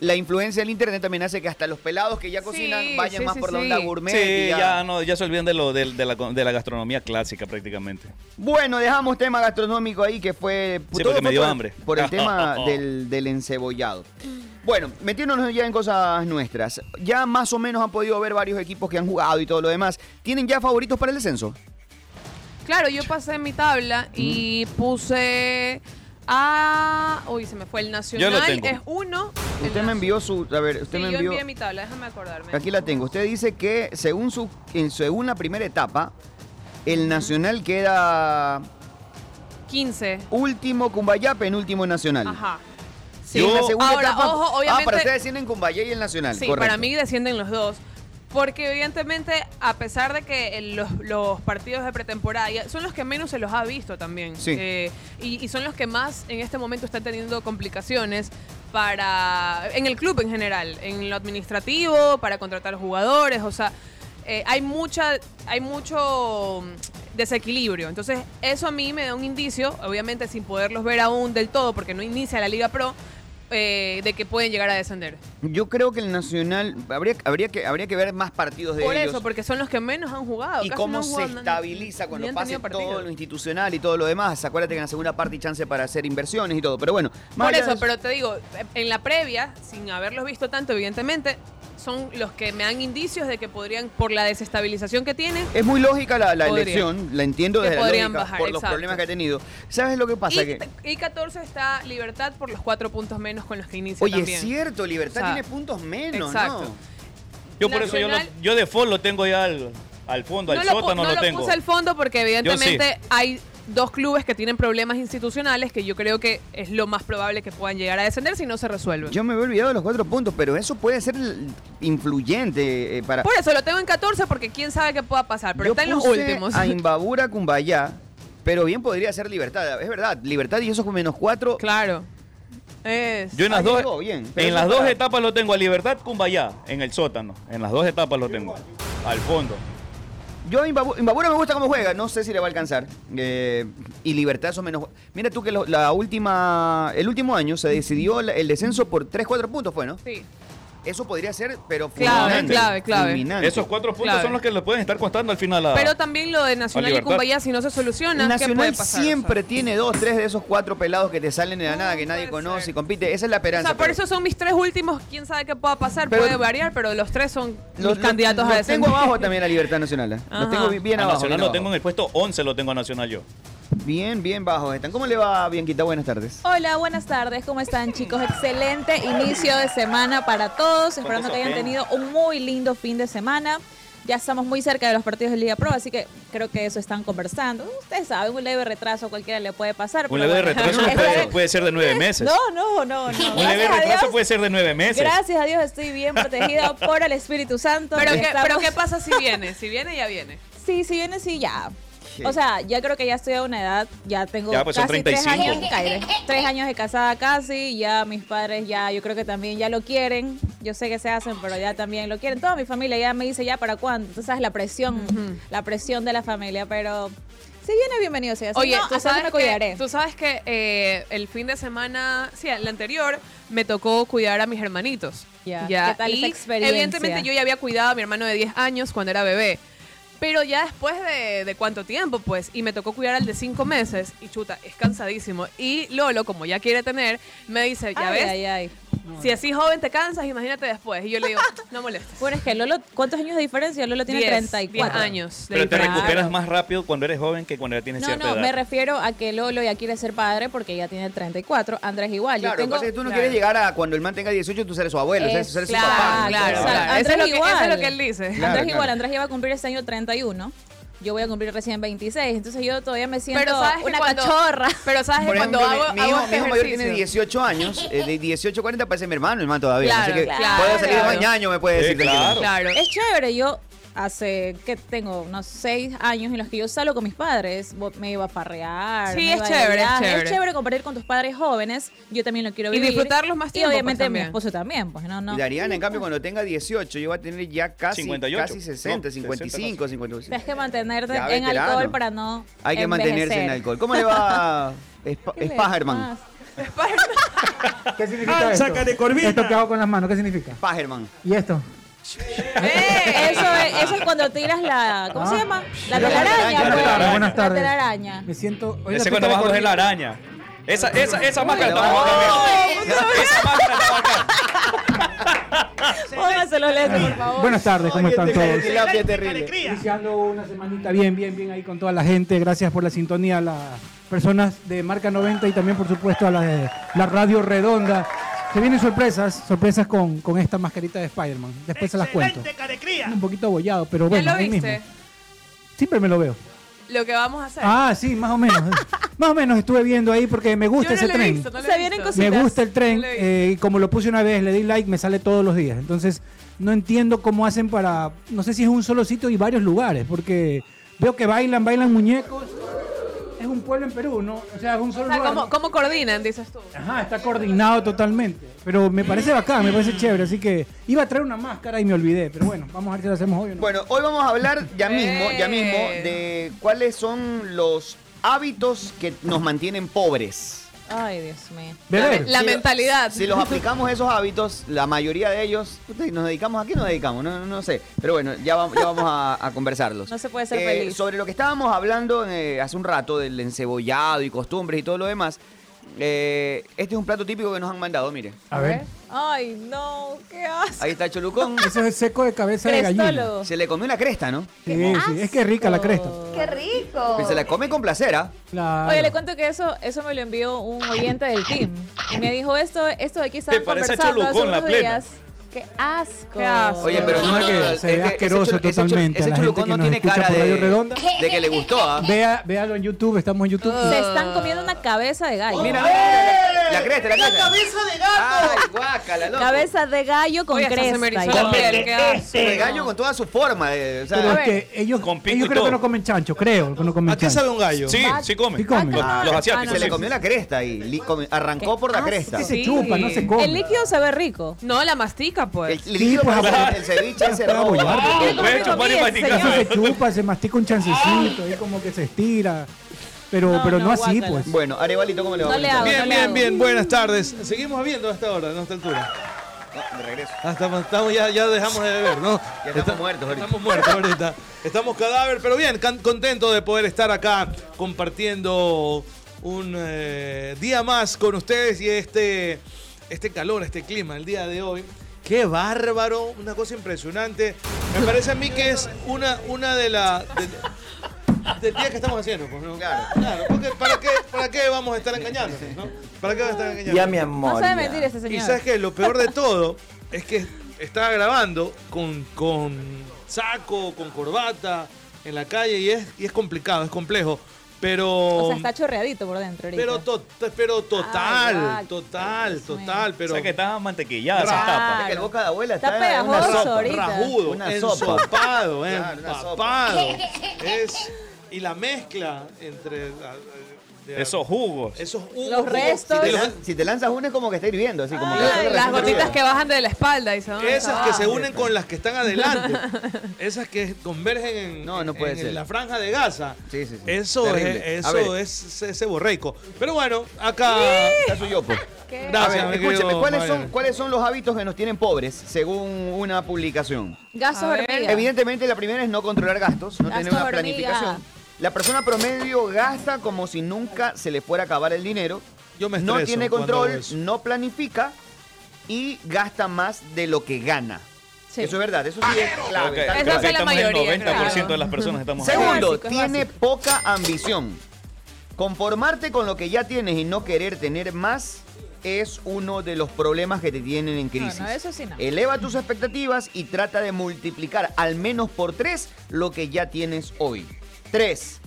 Speaker 3: la influencia del internet también hace que hasta los pelados que ya cocinan
Speaker 5: Sí,
Speaker 3: vayan
Speaker 5: sí,
Speaker 3: más
Speaker 5: sí,
Speaker 3: por la
Speaker 5: sí.
Speaker 3: onda gourmet.
Speaker 8: Sí,
Speaker 3: y ya-
Speaker 8: ya, no, ya se olvidan de, lo, de, de la, de la gastronomía clásica prácticamente.
Speaker 3: Bueno, dejamos tema gastronómico ahí que fue.
Speaker 8: Sí,
Speaker 3: todo
Speaker 8: porque me
Speaker 3: fue
Speaker 8: dio
Speaker 3: por-
Speaker 8: hambre. Oh,
Speaker 3: Por
Speaker 8: <laughs>
Speaker 3: el tema del, del encebollado. Bueno, metiéndonos ya en cosas nuestras. Ya más o menos han podido ver varios equipos que han jugado y todo lo demás. ¿Tienen ya favoritos para el descenso?
Speaker 5: Claro, yo pasé mi tabla y puse a. Uy, se me fue el Nacional.
Speaker 8: tengo.
Speaker 5: Es uno. el
Speaker 3: Usted me
Speaker 5: Nacional.
Speaker 3: envió su. A ver, usted
Speaker 5: Sí,
Speaker 3: me
Speaker 5: yo
Speaker 3: envió.
Speaker 5: envié mi tabla, déjame acordarme.
Speaker 3: Aquí la tengo. Usted dice que según, su, en- según la primera etapa, el Nacional queda
Speaker 5: 15.
Speaker 3: último Cumbayá, penúltimo Nacional.
Speaker 5: Ajá.
Speaker 3: Y en la segunda
Speaker 5: Ahora,
Speaker 3: etapa.
Speaker 5: ojo,
Speaker 3: Ah,
Speaker 5: obviamente-
Speaker 3: para ustedes tienen Cumbayá y el Nacional.
Speaker 5: Sí,
Speaker 3: correcto.
Speaker 5: para mí descienden los dos. Porque evidentemente, a pesar de que el- los, los partidos de pretemporada ya- son los que menos se los ha visto también.
Speaker 3: Sí.
Speaker 5: Eh, y, y son los que más en este momento están teniendo complicaciones para en el club en general, en lo administrativo, para contratar jugadores, o sea, eh, hay mucha, hay mucho mm, desequilibrio. Entonces, eso a mí me da un indicio, obviamente sin poderlos ver aún del todo, porque no inicia la Liga Pro, eh, de que pueden llegar a descender.
Speaker 3: Yo creo que el Nacional habría, habría que habría que ver más partidos de
Speaker 5: Por
Speaker 3: ellos.
Speaker 5: eso, porque son los que menos han jugado.
Speaker 3: y
Speaker 5: casi
Speaker 3: cómo
Speaker 5: no han
Speaker 3: se
Speaker 5: jugado, no-
Speaker 3: estabiliza
Speaker 5: ni
Speaker 3: cuando
Speaker 5: han
Speaker 3: pase
Speaker 5: tenido partido.
Speaker 3: todo lo institucional y todo lo demás. Acuérdate que en la segunda parte hay chance para hacer inversiones y todo. Pero bueno,
Speaker 5: Por
Speaker 3: más allá de
Speaker 5: eso, pero te digo, en la previa, sin haberlos visto tanto, evidentemente, son los que me dan indicios de que podrían, por la desestabilización que tienen,
Speaker 3: es muy lógica la, la
Speaker 5: Podrían.
Speaker 3: elección, la entiendo
Speaker 5: Que
Speaker 3: desde la
Speaker 5: podrían
Speaker 3: lógica,
Speaker 5: bajar,
Speaker 3: por los
Speaker 5: exacto.
Speaker 3: problemas que ha tenido. ¿Sabes lo que pasa?
Speaker 5: y,
Speaker 3: que,
Speaker 5: y 14 está Libertad por los cuatro puntos menos con los que inicia
Speaker 3: oye,
Speaker 5: también.
Speaker 3: es cierto, Libertad
Speaker 5: O sea,
Speaker 3: tiene puntos menos,
Speaker 5: exacto.
Speaker 3: ¿no?
Speaker 8: Yo por eso yo, lo-
Speaker 5: Nacional-
Speaker 8: yo de default lo tengo ya al, al fondo, al
Speaker 5: no lo, pu-
Speaker 8: sótano
Speaker 5: no
Speaker 8: lo,
Speaker 5: lo
Speaker 8: tengo.
Speaker 5: puse al fondo porque evidentemente
Speaker 8: sí.
Speaker 5: hay dos clubes que tienen problemas institucionales que yo creo que es lo más probable que puedan llegar a descender si no se resuelven.
Speaker 3: Yo me había olvidado de los cuatro puntos, pero eso puede ser el- influyente eh, para.
Speaker 5: Por eso lo tengo en 14 porque quién sabe qué pueda pasar, pero
Speaker 3: Yo
Speaker 5: está en los
Speaker 3: puse
Speaker 5: últimos. <laughs>
Speaker 3: A Imbabura Cumbayá, pero bien podría ser Libertad. Es verdad, Libertad y esos con menos cuatro.
Speaker 5: Claro. Es.
Speaker 8: Yo en las
Speaker 3: Ah,
Speaker 8: dos,
Speaker 3: llegó, bien. Pero
Speaker 8: en
Speaker 3: eso
Speaker 8: las dos
Speaker 3: para-
Speaker 8: etapas lo tengo a Libertad Cumbayá, en el sótano. En las dos etapas lo tengo. Al fondo.
Speaker 3: Yo a Imbabu- Imbabura me gusta cómo juega, no sé si le va a alcanzar. Eh, y Libertad son menos. Mira tú que lo- la última, el último año se decidió la- el descenso por 3, 4 puntos, fue, ¿no?
Speaker 5: Sí.
Speaker 3: Eso podría ser, pero
Speaker 5: Clave,
Speaker 3: fulminante,
Speaker 5: clave, clave.
Speaker 3: fulminante.
Speaker 8: Esos cuatro puntos
Speaker 5: Claro.
Speaker 8: son los que le pueden estar costando al final a.
Speaker 5: Pero también lo de Nacional y
Speaker 8: Libertad.
Speaker 5: Cumbayá, si no se soluciona, ¿qué puede
Speaker 3: Nacional
Speaker 5: pasar?
Speaker 3: siempre tiene dos, tres de esos cuatro pelados que te salen de la
Speaker 5: No,
Speaker 3: nada, que nadie
Speaker 5: puede
Speaker 3: conoce
Speaker 5: ser.
Speaker 3: y compite. Esa es la
Speaker 5: O sea, o
Speaker 3: esperanza.
Speaker 5: sea, por
Speaker 3: pero-
Speaker 5: eso son mis tres últimos. Quién sabe qué pueda pasar,
Speaker 3: Pero-
Speaker 5: puede variar, pero los tres son
Speaker 3: Los-
Speaker 5: los
Speaker 3: los-
Speaker 5: candidatos a
Speaker 3: los
Speaker 5: descender.
Speaker 3: tengo abajo también a Libertad Nacional. ¿eh? Los
Speaker 5: Ajá.
Speaker 3: tengo bi- bien
Speaker 8: a
Speaker 3: abajo.
Speaker 8: Nacional
Speaker 3: bien
Speaker 8: lo
Speaker 3: abajo.
Speaker 8: tengo en el puesto 11, lo tengo a Nacional yo.
Speaker 3: Bien, bien bajos están. ¿Cómo le va, Bianquita? Buenas tardes.
Speaker 6: Hola, buenas tardes, ¿cómo están chicos? Excelente inicio de semana para todos, esperando
Speaker 8: eso
Speaker 6: que hayan tenido
Speaker 8: apenas.
Speaker 6: un muy lindo fin de semana. Ya estamos muy cerca de los partidos de Liga Pro, así que creo que eso están conversando. Ustedes saben, un leve retraso a cualquiera le puede pasar.
Speaker 8: Un
Speaker 6: pero
Speaker 8: leve
Speaker 6: bueno.
Speaker 8: retraso
Speaker 6: <laughs> Está
Speaker 8: puede,
Speaker 6: bien.
Speaker 8: puede ser de nueve meses.
Speaker 6: No, no, no, no.
Speaker 8: Un leve
Speaker 6: Gracias a
Speaker 8: retraso
Speaker 6: Dios,
Speaker 8: puede ser de nueve meses.
Speaker 6: Gracias a Dios estoy bien protegida por el Espíritu Santo.
Speaker 5: Pero, qué,
Speaker 6: Estamos-
Speaker 5: pero ¿qué pasa si viene? Si viene, ya viene.
Speaker 6: Sí, si viene, sí, ya.
Speaker 3: Sí.
Speaker 6: O sea, ya creo que ya estoy a una edad, ya tengo
Speaker 8: Ya, pues, son
Speaker 6: casi
Speaker 8: 35.
Speaker 6: tres años, Caire. tres años de casada casi, ya mis padres ya, yo creo que también ya lo quieren, yo sé que se hacen, pero ya también lo quieren, toda mi familia ya me dice ya para cuándo, entonces sabes la presión, la presión de la familia, pero si viene bienvenido sea, si
Speaker 5: Oye,
Speaker 6: no,
Speaker 5: tú,
Speaker 6: hasta
Speaker 5: sabes
Speaker 6: me
Speaker 5: que,
Speaker 6: cuidaré.
Speaker 5: tú sabes que eh, el fin de semana, sí, el anterior, me tocó cuidar a mis hermanitos.
Speaker 6: Ya, ¿qué tal esa experiencia?
Speaker 5: Evidentemente yo ya había cuidado a mi hermano de 10 años cuando era bebé. Pero ya después de, de cuánto tiempo, pues, y me tocó cuidar al de 5 meses, y chuta, es cansadísimo. Y Lolo, como ya quiere tener, me dice, ya
Speaker 6: Ay,
Speaker 5: ves,
Speaker 6: ay, ay.
Speaker 5: si así joven te cansas, imagínate después. Y yo le digo, <laughs> no molestes.
Speaker 6: Bueno, es que Lolo, ¿cuántos años de diferencia? Lolo tiene
Speaker 5: 10,
Speaker 6: 34.
Speaker 5: 10 años. de
Speaker 8: Pero te
Speaker 5: diferencia.
Speaker 8: recuperas más rápido cuando eres joven que cuando ya tienes
Speaker 6: No,
Speaker 8: cierta
Speaker 6: no,
Speaker 8: edad.
Speaker 6: me refiero a que Lolo ya quiere ser padre porque ya tiene 34, Andrés igual,
Speaker 3: Claro,
Speaker 6: yo tengo...
Speaker 3: pasa que tú no
Speaker 5: claro.
Speaker 3: quieres llegar a cuando el man tenga 18, tú eres su abuelo, o sea, tú eres su
Speaker 6: Exacto,
Speaker 3: papá.
Speaker 5: Claro,
Speaker 6: Exacto.
Speaker 5: claro. Eso es lo
Speaker 6: Andrés
Speaker 5: que- eso es
Speaker 6: igual.
Speaker 5: lo que él dice.
Speaker 3: Claro,
Speaker 6: Andrés
Speaker 3: claro.
Speaker 6: igual, Andrés ya va a cumplir este año 31. Yo voy a cumplir recién 26, entonces yo todavía me siento
Speaker 5: Pero sabes que
Speaker 6: una
Speaker 5: cuando-
Speaker 6: cachorra.
Speaker 5: Pero
Speaker 6: <laughs>
Speaker 5: sabes que
Speaker 3: Por
Speaker 5: cuando
Speaker 3: ejemplo, mi-
Speaker 5: hago,
Speaker 3: mi,
Speaker 5: hago
Speaker 3: hijo,
Speaker 5: este
Speaker 3: mi hijo mayor tiene
Speaker 5: ejercicio-
Speaker 3: 18 años, eh, de 18 a 40 parece mi hermano, el man todavía.
Speaker 5: Claro,
Speaker 3: así que
Speaker 5: claro.
Speaker 3: puede salir
Speaker 5: Claro.
Speaker 3: mañana, me puede
Speaker 8: Sí,
Speaker 3: decir.
Speaker 8: claro.
Speaker 5: Claro.
Speaker 6: Es chévere, yo hace que tengo unos 6 años en los que yo salgo con mis padres, bo- me iba a farrear.
Speaker 5: Sí,
Speaker 6: me
Speaker 5: es
Speaker 6: iba de
Speaker 5: chévere, es
Speaker 6: viaje.
Speaker 5: chévere.
Speaker 6: compartir con tus padres jóvenes, yo también lo quiero
Speaker 5: Y
Speaker 6: vivir.
Speaker 5: disfrutarlos más
Speaker 6: Y
Speaker 5: tiempo, pues,
Speaker 6: obviamente mi
Speaker 5: también.
Speaker 6: esposo también, pues no, no.
Speaker 3: Y Dariana, en cambio, cuando tenga 18, yo voy a tener ya casi,
Speaker 8: 58.
Speaker 3: casi 60,
Speaker 8: No,
Speaker 3: 55,
Speaker 8: 60,
Speaker 3: 55.
Speaker 6: Tienes que mantenerte
Speaker 3: eh, Ya
Speaker 6: en
Speaker 3: veterano.
Speaker 6: alcohol para no
Speaker 5: <laughs>
Speaker 3: Hay que mantenerse en
Speaker 6: envejecer. <laughs>
Speaker 3: alcohol. ¿Cómo le va Sp-
Speaker 6: ¿Qué le
Speaker 3: Spajerman?
Speaker 6: pasa?
Speaker 7: ¿Qué
Speaker 8: Ah,
Speaker 7: significa esto?
Speaker 9: Sácate, Corvina.
Speaker 7: Esto que hago con las manos, ¿qué significa?
Speaker 3: Pajerman.
Speaker 7: ¿Y esto?
Speaker 5: ¡Eh!
Speaker 6: Eso es, eso es cuando tiras la. ¿Cómo se llama? La
Speaker 3: La
Speaker 6: telaraña.
Speaker 3: telaraña,
Speaker 6: pues.
Speaker 7: buenas
Speaker 6: La
Speaker 7: tardes. <laughs>
Speaker 6: telaraña.
Speaker 7: Me siento... Oye, la
Speaker 8: Ese
Speaker 7: pista
Speaker 8: cuando va a
Speaker 7: de
Speaker 8: coger la
Speaker 7: Corvina.
Speaker 8: araña. Esa, esa, esa máscara
Speaker 3: la
Speaker 8: estaba acá. Esa máscara estaba acá.
Speaker 6: Pónganse los lentes, por favor.
Speaker 7: Buenas tardes, ¿cómo están
Speaker 10: este
Speaker 7: todos?
Speaker 3: Tilapia terrible.
Speaker 9: Alegría.
Speaker 7: Iniciando una semanita bien, bien, bien ahí con toda la gente. Gracias por la sintonía a las personas de Marca 90 y también, por supuesto, a la de la Radio Redonda. Se vienen sorpresas, sorpresas con, con esta mascarita de Spider-Man. Después se las cuento.
Speaker 9: Excelente, Carecría.
Speaker 7: Un poquito abollado, pero
Speaker 5: ¿Ya
Speaker 7: bueno,
Speaker 5: lo
Speaker 7: ahí
Speaker 5: viste?
Speaker 7: mismo. Siempre me lo veo.
Speaker 5: Lo que vamos a hacer.
Speaker 7: Ah, sí, más o
Speaker 5: <laughs>
Speaker 7: menos. más o menos estuve viendo ahí porque me
Speaker 5: Yo
Speaker 7: gusta
Speaker 5: no
Speaker 7: ese
Speaker 5: lo he
Speaker 7: tren.
Speaker 5: visto, no lo
Speaker 6: Se
Speaker 5: he
Speaker 6: vienen
Speaker 5: visto.
Speaker 6: cositas.
Speaker 7: Me gusta el tren.
Speaker 5: No lo he
Speaker 7: eh, y como lo puse una vez, le di like, me sale todos los días. Entonces, no entiendo cómo hacen para. No sé si es un solo sitio y varios lugares, porque veo que bailan, bailan muñecos. Es un pueblo en Perú, ¿no? O sea, es un solo
Speaker 5: O sea,
Speaker 7: lugar.
Speaker 5: ¿cómo, cómo coordinan, dices tú?
Speaker 7: Ajá, está coordinado totalmente. Pero me parece bacán, me parece chévere. Así que iba a traer una máscara y me olvidé. Pero bueno, vamos a ver si lo hacemos hoy o no.
Speaker 3: Bueno, hoy vamos a hablar ya mismo, ya mismo,
Speaker 5: Eh.
Speaker 3: de cuáles son los hábitos que nos mantienen pobres.
Speaker 6: Ay, Dios mío.
Speaker 7: Beber.
Speaker 5: La
Speaker 3: Si lo-
Speaker 5: mentalidad.
Speaker 3: Si los aplicamos esos hábitos, la mayoría de ellos, puta, ¿y nos dedicamos, ¿a qué nos dedicamos? No, no, no sé. Pero bueno, ya, va- ya vamos a, a conversarlos.
Speaker 6: No se puede ser
Speaker 3: Eh,
Speaker 6: feliz.
Speaker 3: Sobre lo que estábamos hablando eh, hace un rato del encebollado y costumbres y todo lo demás, eh, este es un plato típico que nos han mandado, mire.
Speaker 7: a ver.
Speaker 6: Ay, no, qué asco.
Speaker 3: Ahí está Cholucón.
Speaker 7: Eso es seco de cabeza de gallina.
Speaker 6: Crestólogo. Ah.
Speaker 3: Se le comió una cresta, ¿no?
Speaker 7: Sí, sí. Es que es rica la cresta.
Speaker 11: ¡Qué rico!
Speaker 3: Pues se la come con placer, ¿ah?
Speaker 7: Claro.
Speaker 6: Oye, le cuento que eso, eso me lo envió un oyente del team. Y me dijo esto, esto de aquí estaba
Speaker 8: Te parece a
Speaker 6: conversando hace
Speaker 8: Cholucón, la
Speaker 6: unos
Speaker 8: plena.
Speaker 6: días. Qué asco.
Speaker 5: Qué asco.
Speaker 3: Oye, pero no
Speaker 7: es que se ve
Speaker 3: es
Speaker 7: asqueroso
Speaker 3: ese chulu- ese chulu-
Speaker 7: totalmente.
Speaker 3: Ese
Speaker 7: La gente
Speaker 3: chulucón
Speaker 7: que
Speaker 3: no
Speaker 7: nos
Speaker 3: tiene
Speaker 7: escucha
Speaker 3: cara
Speaker 7: por Radio
Speaker 3: de,
Speaker 7: Redonda.
Speaker 3: de que le gustó, ¿ah?
Speaker 7: Vea, véalo en YouTube, estamos en YouTube.
Speaker 6: Se están comiendo una cabeza de gallo.
Speaker 3: Mira, mira, la cresta, la cresta.
Speaker 9: de gato.
Speaker 3: Ay, guácala, loco.
Speaker 6: cabeza de gallo con
Speaker 5: Oye, hasta se
Speaker 6: cresta.
Speaker 5: me erizó
Speaker 6: y-
Speaker 5: la piel, qué asco.
Speaker 3: El gallo este con toda su forma. eh, o sea,
Speaker 7: Pero
Speaker 6: A
Speaker 7: es
Speaker 6: ver.
Speaker 7: que ellos,
Speaker 8: Con pico
Speaker 7: ellos
Speaker 8: y
Speaker 7: creo que
Speaker 8: todo.
Speaker 7: no comen chancho, creo que no comen
Speaker 9: ¿A qué sabe
Speaker 7: chancho.
Speaker 9: un gallo?
Speaker 8: Sí, sí come.
Speaker 7: Sí come.
Speaker 8: Los,
Speaker 6: Ah,
Speaker 8: los
Speaker 6: ah, no,
Speaker 8: asiáticos.
Speaker 3: se le
Speaker 8: sí.
Speaker 3: comió la cresta y li- come- arrancó por la
Speaker 6: asco.
Speaker 3: cresta.
Speaker 7: Que Ah, Este se
Speaker 5: Sí.
Speaker 7: chupa, no se come.
Speaker 6: El líquido se ve rico.
Speaker 5: No, la mastica, pues.
Speaker 3: El, líquido
Speaker 7: pues,
Speaker 3: para
Speaker 7: ah,
Speaker 3: el ceviche
Speaker 7: ah,
Speaker 3: ese
Speaker 7: para
Speaker 3: rojo.
Speaker 7: bollar.
Speaker 8: Ah,
Speaker 6: Quiere comer
Speaker 8: ve, chupar y
Speaker 6: comida,
Speaker 8: masticar.
Speaker 7: Eso se chupa, se mastica un chancecito, ahí como que se estira. Pero
Speaker 6: No,
Speaker 7: no, pero
Speaker 6: no,
Speaker 7: no, así,
Speaker 6: guácala.
Speaker 7: pues.
Speaker 3: Bueno, Arevalito, ¿cómo le va?
Speaker 6: No le hago.
Speaker 3: Bien.
Speaker 6: no
Speaker 9: Bien,
Speaker 6: le
Speaker 9: bien,
Speaker 6: hago.
Speaker 9: bien. Buenas tardes. Seguimos viendo hasta ahora, hasta altura.
Speaker 3: No, de regreso.
Speaker 9: Hasta Ah, estamos, ya, ya dejamos de beber, ¿no?
Speaker 3: <laughs> Ya estamos muertos ahorita.
Speaker 9: Estamos muertos ahorita. Estamos cadáver, pero bien, can- contento de poder estar acá compartiendo un eh, día más con ustedes y este, este calor, este clima, el día de hoy. Qué bárbaro, una cosa impresionante. Me parece a mí que es una, una de las... del día que estamos haciendo, pues, ¿no?
Speaker 3: Claro.
Speaker 9: Claro, porque ¿para qué, ¿para qué vamos a estar engañándonos, no? ¿Para qué vamos a estar engañándonos?
Speaker 11: Ya, mi amor.
Speaker 6: No sabe
Speaker 11: ya.
Speaker 6: mentir este
Speaker 9: Y
Speaker 6: señor.
Speaker 9: sabes que lo peor de todo es que estaba grabando con, con saco, con corbata, en la calle y es, y es complicado, es complejo. Pero.
Speaker 6: O sea, está chorreadito por dentro ahorita.
Speaker 9: pero, to- pero total,
Speaker 6: Ay, guau,
Speaker 9: total,
Speaker 6: Dios mío.
Speaker 9: total. Pero
Speaker 8: O sea que estaba mantequillada esa
Speaker 9: Claro.
Speaker 8: tapa.
Speaker 3: Es que el boca de abuela
Speaker 6: Está
Speaker 3: está, en una
Speaker 6: pegajoso
Speaker 3: sopa.
Speaker 6: ahorita.
Speaker 9: rajudo,
Speaker 3: Una sopa.
Speaker 9: ensopado,
Speaker 3: Claro, una sopa.
Speaker 9: empapado.
Speaker 3: <laughs>
Speaker 9: Es, y la mezcla entre. la- de-
Speaker 8: Esos jugos.
Speaker 9: Esos jugos
Speaker 6: Los restos.
Speaker 9: de
Speaker 3: Si te,
Speaker 9: los-
Speaker 3: lan- si te lanzas una es como que está hirviendo, así como que-
Speaker 5: Ay, las gotitas que bajan de la espalda. Dice, "¿Dónde
Speaker 9: Esas
Speaker 5: está?".
Speaker 9: que se unen con las que están
Speaker 5: <laughs>
Speaker 9: adelante. Esas que convergen en,
Speaker 3: No, no
Speaker 9: en-
Speaker 3: puede
Speaker 9: en
Speaker 3: ser.
Speaker 9: la franja de Gaza.
Speaker 3: Sí, sí, sí.
Speaker 9: Eso,
Speaker 3: Terrible.
Speaker 9: es,
Speaker 3: A
Speaker 9: eso
Speaker 3: ver.
Speaker 9: es ese- ese borreico. Pero bueno, acá.
Speaker 3: Está su yopo.
Speaker 6: ¿Qué?
Speaker 9: Gracias,
Speaker 3: A
Speaker 9: mi
Speaker 3: ver,
Speaker 9: querido
Speaker 3: escúcheme, ¿cuáles son,
Speaker 9: Mariano.
Speaker 3: ¿cuáles son los hábitos que nos tienen pobres según una publicación?
Speaker 6: Gasos
Speaker 5: A ver.
Speaker 6: hormigas.
Speaker 3: Evidentemente la primera es no controlar gastos, no tener
Speaker 6: Gasto
Speaker 3: una
Speaker 6: hormiga.
Speaker 3: planificación. La persona promedio gasta como si nunca se le fuera a acabar el dinero.
Speaker 9: Yo me
Speaker 3: no
Speaker 9: estreso
Speaker 3: tiene
Speaker 9: cuando hago
Speaker 3: control,
Speaker 9: eso.
Speaker 3: no planifica y gasta más de lo que gana.
Speaker 6: Sí.
Speaker 3: Eso es verdad, eso sí es clave.
Speaker 8: Ok,
Speaker 3: está
Speaker 8: creo
Speaker 5: Esa
Speaker 3: claro.
Speaker 8: que
Speaker 5: es la
Speaker 8: estamos en
Speaker 5: mayoría,
Speaker 8: El 90% de
Speaker 5: claro.
Speaker 8: las personas estamos ahí.
Speaker 3: Segundo,
Speaker 6: básico, es
Speaker 3: tiene
Speaker 6: básico.
Speaker 3: poca ambición. Conformarte con lo que ya tienes y no querer tener más es uno de los problemas que te tienen en crisis.
Speaker 6: No, no, eso sí no.
Speaker 3: Eleva tus expectativas y trata de multiplicar al menos por tres lo que ya tienes hoy. Tres,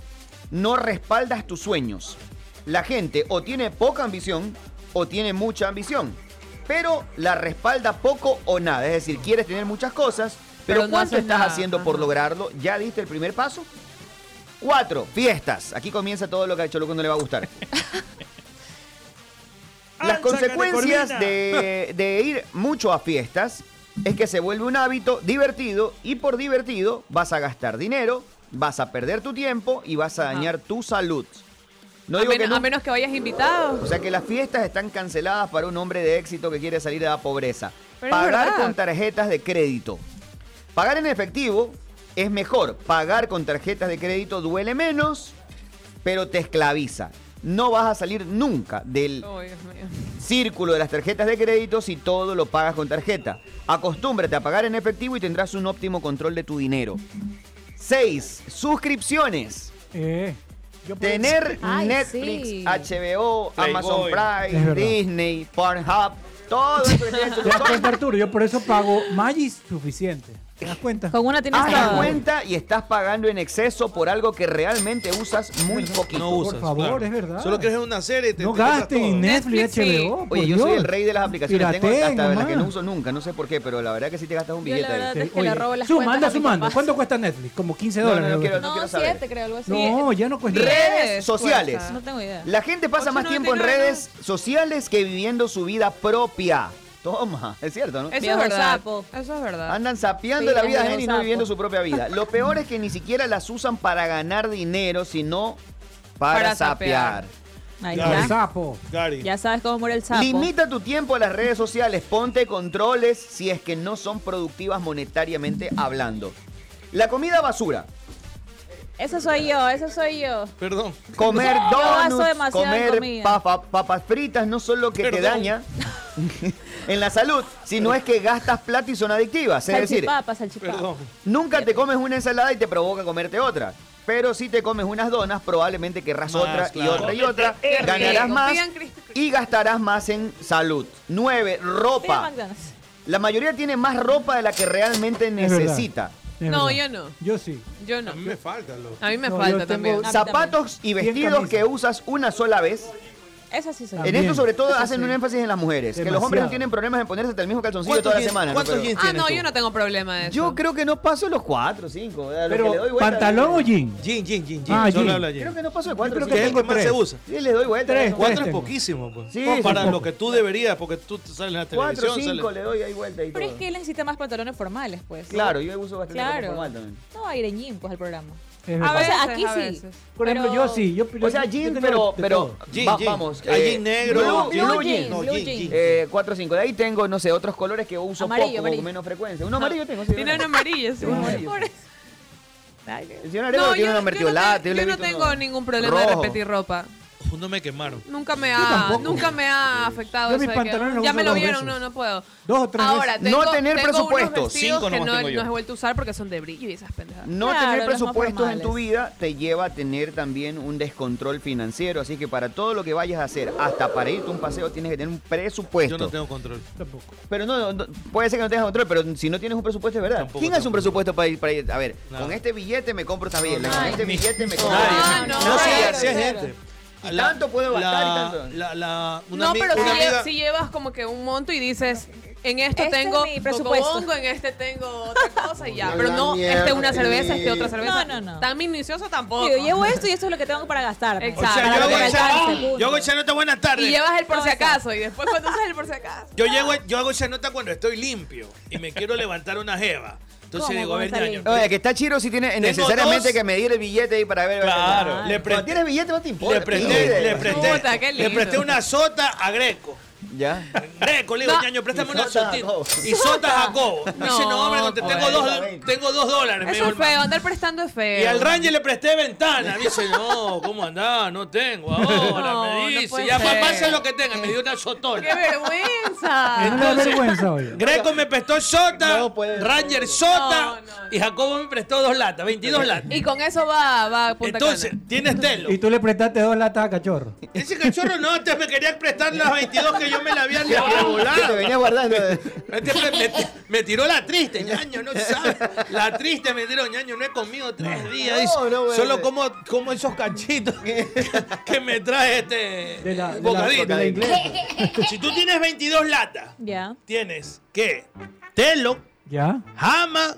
Speaker 3: no respaldas tus sueños. La gente o tiene poca ambición o tiene mucha ambición, pero la respalda poco o nada. Es decir, quieres tener muchas cosas, pero,
Speaker 5: Pero no
Speaker 3: ¿cuánto
Speaker 5: haces
Speaker 3: estás
Speaker 5: nada.
Speaker 3: haciendo por
Speaker 5: Ajá.
Speaker 3: lograrlo? ¿Ya diste el primer paso? Cuatro, fiestas. Aquí comienza todo lo que a Choluco no le va a gustar. Las
Speaker 9: Ánsaca de
Speaker 3: consecuencias
Speaker 9: Corvina.
Speaker 5: <laughs>
Speaker 3: de, de ir mucho a fiestas es que se vuelve un hábito divertido y por divertido vas a gastar dinero, vas a perder tu tiempo y vas a dañar tu salud. No
Speaker 5: a,
Speaker 3: digo que
Speaker 5: men-
Speaker 3: no.
Speaker 5: a menos que vayas invitado.
Speaker 3: O sea que las fiestas están canceladas para un hombre de éxito que quiere salir de la pobreza.
Speaker 5: Pero es
Speaker 3: pagar
Speaker 5: verdad.
Speaker 3: con tarjetas de crédito. Pagar en efectivo es mejor. Pagar con tarjetas de crédito duele menos, pero te esclaviza. No vas a salir nunca del
Speaker 5: Oh, Dios mío.
Speaker 3: círculo de las tarjetas de crédito si todo lo pagas con tarjeta. Acostúmbrate a pagar en efectivo y tendrás un óptimo control de tu dinero. 6. Suscripciones.
Speaker 7: Eh, yo puedo-
Speaker 3: Tener
Speaker 6: Ay,
Speaker 3: Netflix,
Speaker 6: sí.
Speaker 3: HBO,
Speaker 8: Playboy.
Speaker 3: Amazon
Speaker 7: Es
Speaker 3: Prime,
Speaker 7: verdad.
Speaker 3: Disney, Pornhub, todo eso
Speaker 7: <laughs>
Speaker 3: que tienes en
Speaker 7: Te das
Speaker 3: tu
Speaker 7: cuenta,
Speaker 3: cuenta.
Speaker 7: Arturo, yo por eso pago Magis suficiente. ¿Te das cuenta? Ah,
Speaker 6: Con una tienes
Speaker 3: Haz la
Speaker 6: todo.
Speaker 3: cuenta y estás pagando en exceso por algo que realmente usas muy poquito.
Speaker 9: No usas.
Speaker 7: favor,
Speaker 9: claro.
Speaker 7: es verdad.
Speaker 9: Solo crees una serie. y Te,
Speaker 7: No
Speaker 9: te compras
Speaker 7: gasten
Speaker 9: todo.
Speaker 7: en Netflix,
Speaker 5: Netflix, sí.
Speaker 7: HBO. por
Speaker 3: Oye, yo soy
Speaker 7: Dios.
Speaker 3: el rey de las aplicaciones. Tengo
Speaker 7: Pirateen,
Speaker 3: hasta las que
Speaker 7: nomás.
Speaker 3: no uso nunca, no sé por qué, pero la verdad que sí te gastas un
Speaker 6: Yo la
Speaker 3: billete ahí.
Speaker 6: verdad
Speaker 7: Sí,
Speaker 6: es que
Speaker 7: oye,
Speaker 6: le robo las
Speaker 7: suma,
Speaker 6: cuentas
Speaker 7: anda
Speaker 6: a mi
Speaker 7: sumando.
Speaker 6: papá.
Speaker 7: ¿Cuánto cuesta Netflix? Como 15
Speaker 3: No, no, no
Speaker 7: dólares. algo
Speaker 3: quiero-
Speaker 7: así.
Speaker 3: quiero
Speaker 6: No,
Speaker 3: saber.
Speaker 6: siete creo, algo así.
Speaker 7: No, ya no cuesta.
Speaker 3: Redes sociales.
Speaker 5: cuesta.
Speaker 6: No tengo idea.
Speaker 3: La gente pasa más tiempo en
Speaker 5: 8.99.
Speaker 3: redes sociales que viviendo su vida propia. Toma, es cierto, ¿no?
Speaker 5: Eso es
Speaker 6: Viejo
Speaker 5: verdad.
Speaker 6: sapo.
Speaker 5: Eso es verdad.
Speaker 3: Andan sapeando
Speaker 6: Sí,
Speaker 3: la vida
Speaker 6: es
Speaker 3: ajena y
Speaker 6: un
Speaker 3: no
Speaker 6: sapo.
Speaker 3: viviendo su propia vida. Lo peor es que ni siquiera las usan para ganar dinero, sino para,
Speaker 5: Para
Speaker 3: sapear.
Speaker 5: sapear.
Speaker 6: Ahí
Speaker 9: Claro.
Speaker 7: El
Speaker 6: está.
Speaker 7: sapo.
Speaker 9: Gary.
Speaker 6: Ya sabes cómo muere el sapo.
Speaker 3: Limita tu tiempo a las redes sociales, ponte controles si es que no son productivas monetariamente hablando. La comida basura,
Speaker 6: Eso soy yo, eso soy yo.
Speaker 9: Perdón.
Speaker 6: <laughs>
Speaker 3: comer
Speaker 6: Yo gasto
Speaker 3: donuts,
Speaker 6: demasiado en
Speaker 3: comer
Speaker 6: comida.
Speaker 3: papa- papas fritas no son lo que te
Speaker 9: Perdón. <laughs>
Speaker 3: daña <laughs> en la salud, sino es que gastas plata y son adictivas. Es decir,
Speaker 6: Salchipapa, salchipapa.
Speaker 9: Perdón.
Speaker 3: Nunca te comes una ensalada y te provoca comerte otra. Pero si te comes unas donas, probablemente querrás
Speaker 9: Más,
Speaker 3: otra
Speaker 9: claro.
Speaker 3: y otra y otra.
Speaker 5: Qué
Speaker 3: Ganarás
Speaker 5: rico.
Speaker 3: más
Speaker 5: Pidan Krispy Kreme.
Speaker 3: y gastarás más en salud. 9.
Speaker 6: Sí,
Speaker 3: Ropa.
Speaker 6: McDonald's.
Speaker 3: La mayoría tiene más ropa de la que realmente
Speaker 7: Es verdad.
Speaker 3: necesita.
Speaker 7: Es
Speaker 5: No,
Speaker 7: verdad.
Speaker 5: yo no.
Speaker 7: Yo sí.
Speaker 5: Yo no.
Speaker 9: A mí me falta, loco.
Speaker 5: A mí me
Speaker 7: No, yo
Speaker 5: falta
Speaker 7: tengo-
Speaker 5: también.
Speaker 6: Ah,
Speaker 3: Zapatos y
Speaker 7: Bien
Speaker 3: vestidos
Speaker 7: camisa.
Speaker 3: que usas una sola vez.
Speaker 6: Esa sí soy
Speaker 7: Ah,
Speaker 6: yo.
Speaker 3: En
Speaker 7: También.
Speaker 3: esto sobre todo
Speaker 7: Eso
Speaker 3: hacen
Speaker 7: sí.
Speaker 3: un énfasis en las mujeres. Que los
Speaker 7: Demasiado.
Speaker 3: hombres no tienen problemas en ponerse hasta el mismo calzoncillo
Speaker 9: ¿Cuántos
Speaker 3: toda la
Speaker 9: jeans-
Speaker 3: semana. ¿no?
Speaker 9: cuántos
Speaker 3: Pero-
Speaker 9: jeans
Speaker 5: Ah,
Speaker 9: tienes
Speaker 5: no,
Speaker 9: tú?
Speaker 5: yo no tengo problema de eso.
Speaker 3: Yo creo que no paso los 4 o 5.
Speaker 7: Pero, ¿pantalón o jean?
Speaker 9: Jean, Jean, Jean, Jean.
Speaker 7: Ah,
Speaker 9: Solo
Speaker 7: jean.
Speaker 9: habla Jean.
Speaker 3: Creo que no paso de 4 o
Speaker 7: creo
Speaker 9: ¿Qué
Speaker 7: que
Speaker 9: es el que
Speaker 7: tengo
Speaker 9: más
Speaker 7: tres.
Speaker 9: se usa?
Speaker 3: Sí, le doy vuelta.
Speaker 7: Tres,
Speaker 3: Cuatro,
Speaker 9: Cuatro es
Speaker 7: tengo.
Speaker 9: poquísimo, pues.
Speaker 3: Sí,
Speaker 9: Para
Speaker 7: tampoco.
Speaker 9: lo que tú deberías, porque tú te sales en la televisión.
Speaker 3: cuatro, cinco,
Speaker 9: sales-
Speaker 3: le doy ahí vuelta y
Speaker 6: Pero es
Speaker 3: todo.
Speaker 6: que él necesita más pantalones formales, pues.
Speaker 3: Claro, yo uso bastante ropa
Speaker 6: Claro.
Speaker 3: formal también.
Speaker 6: No va a ir en jean, pues, al programa.
Speaker 7: Es
Speaker 6: A
Speaker 7: verdad.
Speaker 6: ver,
Speaker 5: veces,
Speaker 6: aquí
Speaker 5: a
Speaker 6: sí.
Speaker 5: veces.
Speaker 7: Por
Speaker 6: Pero-
Speaker 7: ejemplo, yo sí. Yo,
Speaker 3: O sea,
Speaker 7: yo
Speaker 3: jean,
Speaker 7: tengo
Speaker 3: pero,
Speaker 7: de
Speaker 3: pero
Speaker 7: todo.
Speaker 9: Jean,
Speaker 3: va-
Speaker 9: jean.
Speaker 3: vamos. eh,
Speaker 9: Hay jean negro,
Speaker 3: blue,
Speaker 9: jean.
Speaker 3: blue
Speaker 6: Blue
Speaker 3: jean.
Speaker 6: jean,
Speaker 9: No,
Speaker 6: blue
Speaker 9: jean,
Speaker 6: jean.
Speaker 9: jean.
Speaker 3: Eh, 4 o 5. De ahí tengo, no sé, otros colores que uso
Speaker 6: Amarillo,
Speaker 3: poco
Speaker 6: amarillo.
Speaker 3: con menos frecuencia. Uno amarillo tengo, sí.
Speaker 5: Tiene un amarillo, sí.
Speaker 3: Un amarillo.
Speaker 5: Por eso.
Speaker 3: El señor Arevalo tiene una mertiolate,
Speaker 5: yo
Speaker 3: le he
Speaker 5: no
Speaker 3: visto,
Speaker 5: tengo
Speaker 3: no.
Speaker 5: ningún problema de
Speaker 3: Rojo.
Speaker 5: repetir ropa.
Speaker 9: Uf, No me quemaron.
Speaker 5: Nunca me ha,
Speaker 7: tampoco.
Speaker 5: nunca me ha afectado
Speaker 7: Yo
Speaker 5: eso
Speaker 7: mis
Speaker 5: de que,
Speaker 7: pantalones los
Speaker 5: Ya
Speaker 7: uso
Speaker 5: me lo
Speaker 7: dos
Speaker 5: vieron,
Speaker 7: veces.
Speaker 5: no, no puedo.
Speaker 7: Dos o tres
Speaker 5: Ahora,
Speaker 7: veces.
Speaker 5: tengo,
Speaker 3: No tener
Speaker 5: tengo
Speaker 3: presupuesto.
Speaker 5: Unos vestidos
Speaker 8: Cinco
Speaker 5: que
Speaker 8: nomás
Speaker 5: no,
Speaker 8: tengo yo.
Speaker 5: no he vuelto a usar porque son de brillo y esas pendejadas.
Speaker 3: No
Speaker 6: Claro,
Speaker 3: tener
Speaker 6: los más
Speaker 3: presupuestos en tu
Speaker 6: formales.
Speaker 3: vida te lleva a tener también un descontrol financiero. Así que para todo lo que vayas a hacer, hasta para irte a un paseo, tienes que tener un presupuesto.
Speaker 9: Yo no tengo control.
Speaker 7: Tampoco.
Speaker 3: Pero no, no, puede ser que no tengas control, pero si no tienes un presupuesto es verdad.
Speaker 9: Tampoco,
Speaker 3: ¿Quién hace un
Speaker 9: tampoco.
Speaker 3: presupuesto para ir? Para ir? A ver,
Speaker 9: Nada.
Speaker 3: con este billete me compro esta billete, con
Speaker 6: Ay,
Speaker 3: este
Speaker 9: ni-
Speaker 3: billete me compro.
Speaker 9: Nadie.
Speaker 5: Ah,
Speaker 3: no,
Speaker 5: no,
Speaker 9: No, sí,
Speaker 5: cero,
Speaker 9: así es este.
Speaker 6: cero.
Speaker 9: gente.
Speaker 3: Y tanto puede bastar y tanto.
Speaker 9: La, la- una
Speaker 5: no,
Speaker 9: ami-
Speaker 5: pero si,
Speaker 9: una
Speaker 5: lle-
Speaker 9: amiga-
Speaker 5: si llevas como que un monto y dices, en
Speaker 6: Este
Speaker 5: esto
Speaker 6: es
Speaker 5: tengo
Speaker 6: mi presupuesto.
Speaker 5: cocobongo, en este tengo otra cosa y ya.
Speaker 12: La
Speaker 5: Pero no,
Speaker 12: mierda,
Speaker 5: este una
Speaker 12: sí.
Speaker 5: cerveza, este otra cerveza.
Speaker 6: No, no, no.
Speaker 5: Tan minucioso tampoco.
Speaker 6: Yo llevo esto y esto es lo que tengo para gastar.
Speaker 9: O sea, yo
Speaker 5: Exacto.
Speaker 9: "Ah".
Speaker 5: Para
Speaker 9: hago
Speaker 5: que
Speaker 9: el
Speaker 5: me
Speaker 9: chanota. Yo hago el chanota buenas tardes.
Speaker 5: Y llevas el por
Speaker 6: No,
Speaker 5: si
Speaker 6: exacto.
Speaker 5: acaso y después cuando usas el por si acaso.
Speaker 9: Yo, llego, yo hago esa nota cuando estoy limpio y me quiero levantar una jeva. Entonces
Speaker 6: ¿Cómo?
Speaker 9: digo, a
Speaker 6: ¿Cómo
Speaker 9: ver,
Speaker 6: está
Speaker 9: ñaño.
Speaker 6: limpio?
Speaker 3: Oye, que está chiro si tiene necesariamente
Speaker 9: dos.
Speaker 3: que medir el billete ahí para ver.
Speaker 9: Claro, le
Speaker 3: Le
Speaker 9: pre-
Speaker 3: Cuando tienes billete no te importa.
Speaker 9: Le presté,
Speaker 3: pide.
Speaker 9: le presté,
Speaker 5: Puta, qué
Speaker 9: le
Speaker 5: lindo.
Speaker 9: presté una sota a Greco.
Speaker 3: Ya.
Speaker 9: Greco, le digo,
Speaker 5: No.
Speaker 9: ñaño, préstame
Speaker 3: Y
Speaker 9: una
Speaker 3: sota a
Speaker 9: sotita.
Speaker 3: Jacobo.
Speaker 9: Y sota a Jacobo.
Speaker 5: No,
Speaker 9: Dice, no, hombre, no te
Speaker 3: por
Speaker 9: tengo
Speaker 3: ahí,
Speaker 9: dos,
Speaker 3: está bien.
Speaker 9: tengo dos dólares. me dijo
Speaker 5: Eso es
Speaker 9: el man.
Speaker 5: feo, andar prestando es feo.
Speaker 9: Y al Ranger le presté ventana. Me dice, no, ¿cómo andá? No tengo ahora.
Speaker 5: No, no
Speaker 9: me dice,
Speaker 5: puede
Speaker 9: ya
Speaker 5: ser.
Speaker 9: papá lo que tenga. Me dio una
Speaker 5: ¡Qué
Speaker 9: sotona.
Speaker 7: No le
Speaker 5: vergüenza!
Speaker 7: da vergüenza, oye.
Speaker 9: Greco me prestó sota,
Speaker 3: No puede ser.
Speaker 9: Ranger sota,
Speaker 5: No, no, no.
Speaker 9: y Jacobo me prestó dos latas, 22 latas.
Speaker 5: y con eso va, va a Punta
Speaker 9: Entonces,
Speaker 5: Cana.
Speaker 9: tienes telo.
Speaker 7: Y tú le prestaste dos latas a cachorro.
Speaker 9: Ese cachorro no, te me quería prestar las 22 que yo me
Speaker 7: <laughs>
Speaker 9: la había
Speaker 3: Que Te
Speaker 9: volado.
Speaker 3: venía guardando.
Speaker 9: Este me, me- me tiró la triste, ñaño, no sabes. La triste me tiró, ñaño, no he comido tres días. dice.
Speaker 3: no puede
Speaker 9: Solo
Speaker 3: ser.
Speaker 9: como, como esos cachitos que, que me trae este
Speaker 7: De la, de la,
Speaker 9: bocadito.
Speaker 7: de la
Speaker 6: <laughs>
Speaker 7: inglesa.
Speaker 9: Si tú tienes 22 latas,
Speaker 6: Ya.
Speaker 9: tienes que telo,
Speaker 7: ¿Ya?
Speaker 9: jama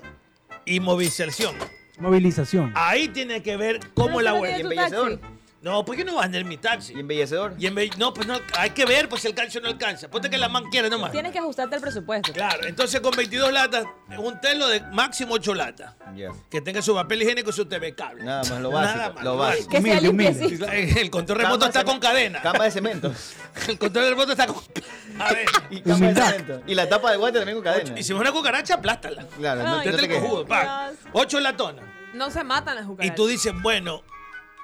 Speaker 9: y movilización.
Speaker 7: Movilización.
Speaker 9: Ahí tienes que ver cómo
Speaker 6: Pero
Speaker 9: la
Speaker 6: eso no
Speaker 9: vuelta.
Speaker 6: tiene tu taxi.
Speaker 3: embellecedor.
Speaker 9: No, ¿por qué no vas en mi taxi?
Speaker 3: ¿Y embellecedor?
Speaker 9: Y en vez- no, pues no, hay que ver, pues si alcanza o no alcanza. Ponte que la man quiere nomás.
Speaker 6: Tienes que ajustarte al presupuesto.
Speaker 9: Claro, entonces con 22 latas, un telo de máximo 8 latas.
Speaker 3: Ya.
Speaker 9: Que tenga su papel higiénico y su TV cable.
Speaker 3: Nada más, lo básico, lo básico.
Speaker 6: Que sea
Speaker 7: Humilde, humilde.
Speaker 6: limpiecito.
Speaker 9: El control remoto
Speaker 3: Cama de
Speaker 9: está con
Speaker 3: cemento.
Speaker 9: cadena.
Speaker 3: Cama de cemento.
Speaker 9: <laughs> El control remoto está
Speaker 3: <laughs>
Speaker 9: con <laughs> cadena.
Speaker 3: Y cama de
Speaker 7: Humildad.
Speaker 3: cemento. Y la tapa de guante también con cadena.
Speaker 9: Y si es una cucaracha, aplástala.
Speaker 3: Claro,
Speaker 6: Ay,
Speaker 3: no, te- no te
Speaker 9: Métele con
Speaker 3: quejes.
Speaker 9: jugo, pa.
Speaker 6: Dios.
Speaker 9: Ocho latonas.
Speaker 5: No se matan las
Speaker 9: Y
Speaker 5: cucarachas.
Speaker 9: tú dices, bueno,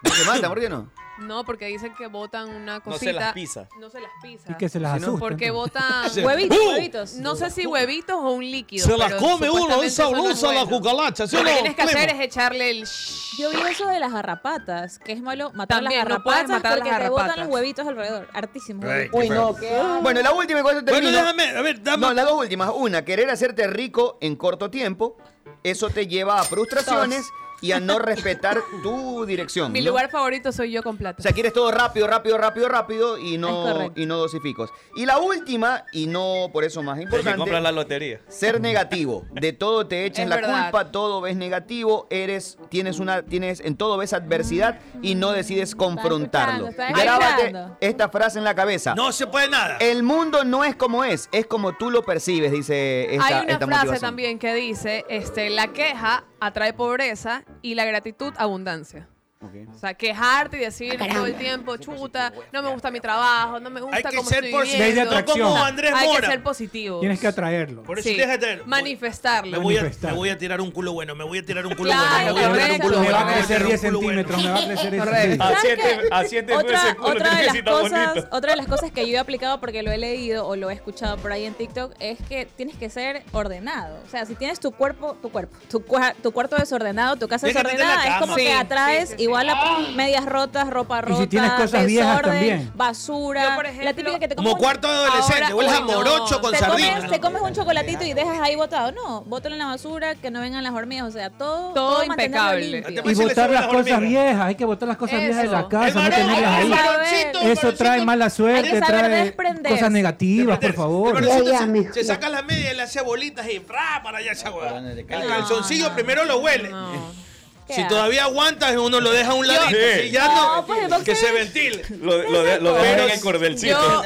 Speaker 3: No te mata, ¿por
Speaker 9: <laughs>
Speaker 3: qué no?
Speaker 5: No, porque dicen que botan una
Speaker 8: No
Speaker 5: cosita.
Speaker 8: se las pisa.
Speaker 5: No se las pisa.
Speaker 7: Y que se las
Speaker 3: Si no,
Speaker 7: asusta.
Speaker 5: Porque
Speaker 7: entonces.
Speaker 5: botan.
Speaker 9: Se-
Speaker 6: Huevitos,
Speaker 9: ¡Uh!
Speaker 6: huevitos.
Speaker 5: No sé si huevitos o un líquido.
Speaker 13: Se la
Speaker 5: pero
Speaker 13: come uno,
Speaker 5: supuestamente
Speaker 13: es
Speaker 5: eso no es
Speaker 13: sabrosa la
Speaker 5: bueno.
Speaker 13: cucaracha, ¿sí o
Speaker 5: Lo que
Speaker 13: no,
Speaker 5: tienes que hacer
Speaker 13: Clemo?
Speaker 5: es echarle el. shh.
Speaker 6: Yo vi eso de las garrapatas, que es malo matar
Speaker 5: También,
Speaker 6: las
Speaker 5: no puedes
Speaker 6: garrapatas
Speaker 5: matar a las
Speaker 6: porque te botan
Speaker 5: garrapatas.
Speaker 6: los huevitos alrededor. Artísimo.
Speaker 9: Uy,
Speaker 3: no, Bueno, la última y cuando termino.
Speaker 9: bueno, déjame, a ver, dame.
Speaker 3: No, las dos últimas. Una, querer hacerte rico en corto tiempo, eso te lleva a frustraciones y a no respetar tu dirección.
Speaker 5: Mi
Speaker 3: ¿no?
Speaker 5: lugar favorito soy yo con plata.
Speaker 3: O sea, quieres todo rápido, rápido, rápido, rápido y
Speaker 6: Es
Speaker 3: no,
Speaker 6: correcto.
Speaker 3: y no dosificos. Y la última, y no por eso más
Speaker 8: Porque compras la
Speaker 3: importante,
Speaker 8: lotería.
Speaker 3: ser negativo. De todo te echas
Speaker 5: Es
Speaker 3: la
Speaker 5: verdad.
Speaker 3: culpa, todo ves negativo, eres, tienes una, tienes, en todo ves adversidad y no decides confrontarlo.
Speaker 6: está escuchando.
Speaker 3: Grábate esta frase en la cabeza.
Speaker 9: No se puede nada.
Speaker 3: El mundo no es como es, es como tú lo percibes, dice esta,
Speaker 5: Hay una
Speaker 3: esta
Speaker 5: frase
Speaker 3: motivación.
Speaker 5: también que dice, este, la queja atrae pobreza y la gratitud abundancia. O sea, quejarte y decir todo el tiempo, chuta, no me gusta mi trabajo, no me gusta
Speaker 9: Hay que
Speaker 5: cómo
Speaker 9: ser
Speaker 5: estoy
Speaker 9: por
Speaker 7: Ley de
Speaker 5: viviendo.
Speaker 9: no
Speaker 7: atracción.
Speaker 9: como Andrés
Speaker 5: Hay que
Speaker 9: Mora.
Speaker 5: ser positivo.
Speaker 7: Tienes que atraerlo.
Speaker 9: Por eso
Speaker 5: Sí.
Speaker 9: déjate de-
Speaker 5: Manifestarlo.
Speaker 9: me voy, a,
Speaker 7: manifestar.
Speaker 9: me voy a tirar un culo bueno, me voy a tirar un culo bueno, me
Speaker 5: Claro,
Speaker 9: voy a tirar un
Speaker 5: correcto.
Speaker 9: culo
Speaker 7: Me
Speaker 9: bueno.
Speaker 7: va a
Speaker 9: me voy a
Speaker 7: crecer 10
Speaker 9: tirar un culo bueno.
Speaker 7: centímetros, me va a crecer 10
Speaker 5: Correcto.
Speaker 7: centímetros.
Speaker 8: A
Speaker 6: ¿Sabes
Speaker 8: siete,
Speaker 6: qué?
Speaker 8: a siete
Speaker 6: otra,
Speaker 8: veces culo
Speaker 6: otra de las
Speaker 8: necesita
Speaker 6: cosas,
Speaker 8: bonito.
Speaker 6: otra de las cosas que yo he aplicado porque lo he leído o lo he escuchado por ahí en TikTok es que tienes que ser ordenado. O sea, si tienes tu cuerpo, tu cuerpo, tu, cua- tu cuarto desordenado, tu casa
Speaker 9: Déjate de la
Speaker 6: desordenada, es
Speaker 9: cama.
Speaker 6: como que
Speaker 5: Sí,
Speaker 6: atraes
Speaker 5: sí, sí, sí.
Speaker 6: igual a medias rotas, ropa
Speaker 7: Y
Speaker 6: rota,
Speaker 7: si tienes cosas viejas
Speaker 6: desorden,
Speaker 7: también.
Speaker 6: basura,
Speaker 5: Yo, por
Speaker 6: la
Speaker 5: ejemplo,
Speaker 6: típica que te comes
Speaker 9: Como
Speaker 6: un-
Speaker 9: cuarto de adolescente,
Speaker 5: Ahora-
Speaker 9: hueles a
Speaker 5: Uy, no.
Speaker 9: morocho con
Speaker 6: te
Speaker 9: sardinas.
Speaker 6: comes, te comes un chocolatito y dejas ahí botado. No, bótalo en la basura, que no vengan las hormigas. O sea, todo,
Speaker 5: Todo
Speaker 6: mantenerlo
Speaker 5: impecable.
Speaker 6: limpio.
Speaker 7: Y botar
Speaker 9: Si le
Speaker 7: las
Speaker 9: suben las
Speaker 7: cosas
Speaker 9: hormigas.
Speaker 7: viejas, hay que botar las cosas viejas de
Speaker 5: Eso.
Speaker 7: la casa, no
Speaker 9: varón,
Speaker 7: tenerlas
Speaker 9: el
Speaker 7: ahí.
Speaker 9: varoncito, el
Speaker 7: Eso trae
Speaker 9: varoncito.
Speaker 7: mala
Speaker 6: Hay
Speaker 7: suerte,
Speaker 6: que saber
Speaker 7: trae
Speaker 6: desprenderse.
Speaker 7: cosas negativas, por
Speaker 9: Pero
Speaker 7: favor.
Speaker 9: si tú se, se saca la media y le hace bolitas y fra para allá esa hueá. El calzoncillo primero lo huele.
Speaker 5: No.
Speaker 6: ¿Qué
Speaker 9: Si
Speaker 6: haces?
Speaker 9: todavía aguantas, uno lo deja a un ladito.
Speaker 8: Sí.
Speaker 9: Si ya no,
Speaker 6: No, pues, el
Speaker 9: que se
Speaker 6: boxer.
Speaker 9: ventile.
Speaker 8: Lo, lo, de- lo dejan en el cordelcito.
Speaker 5: Yo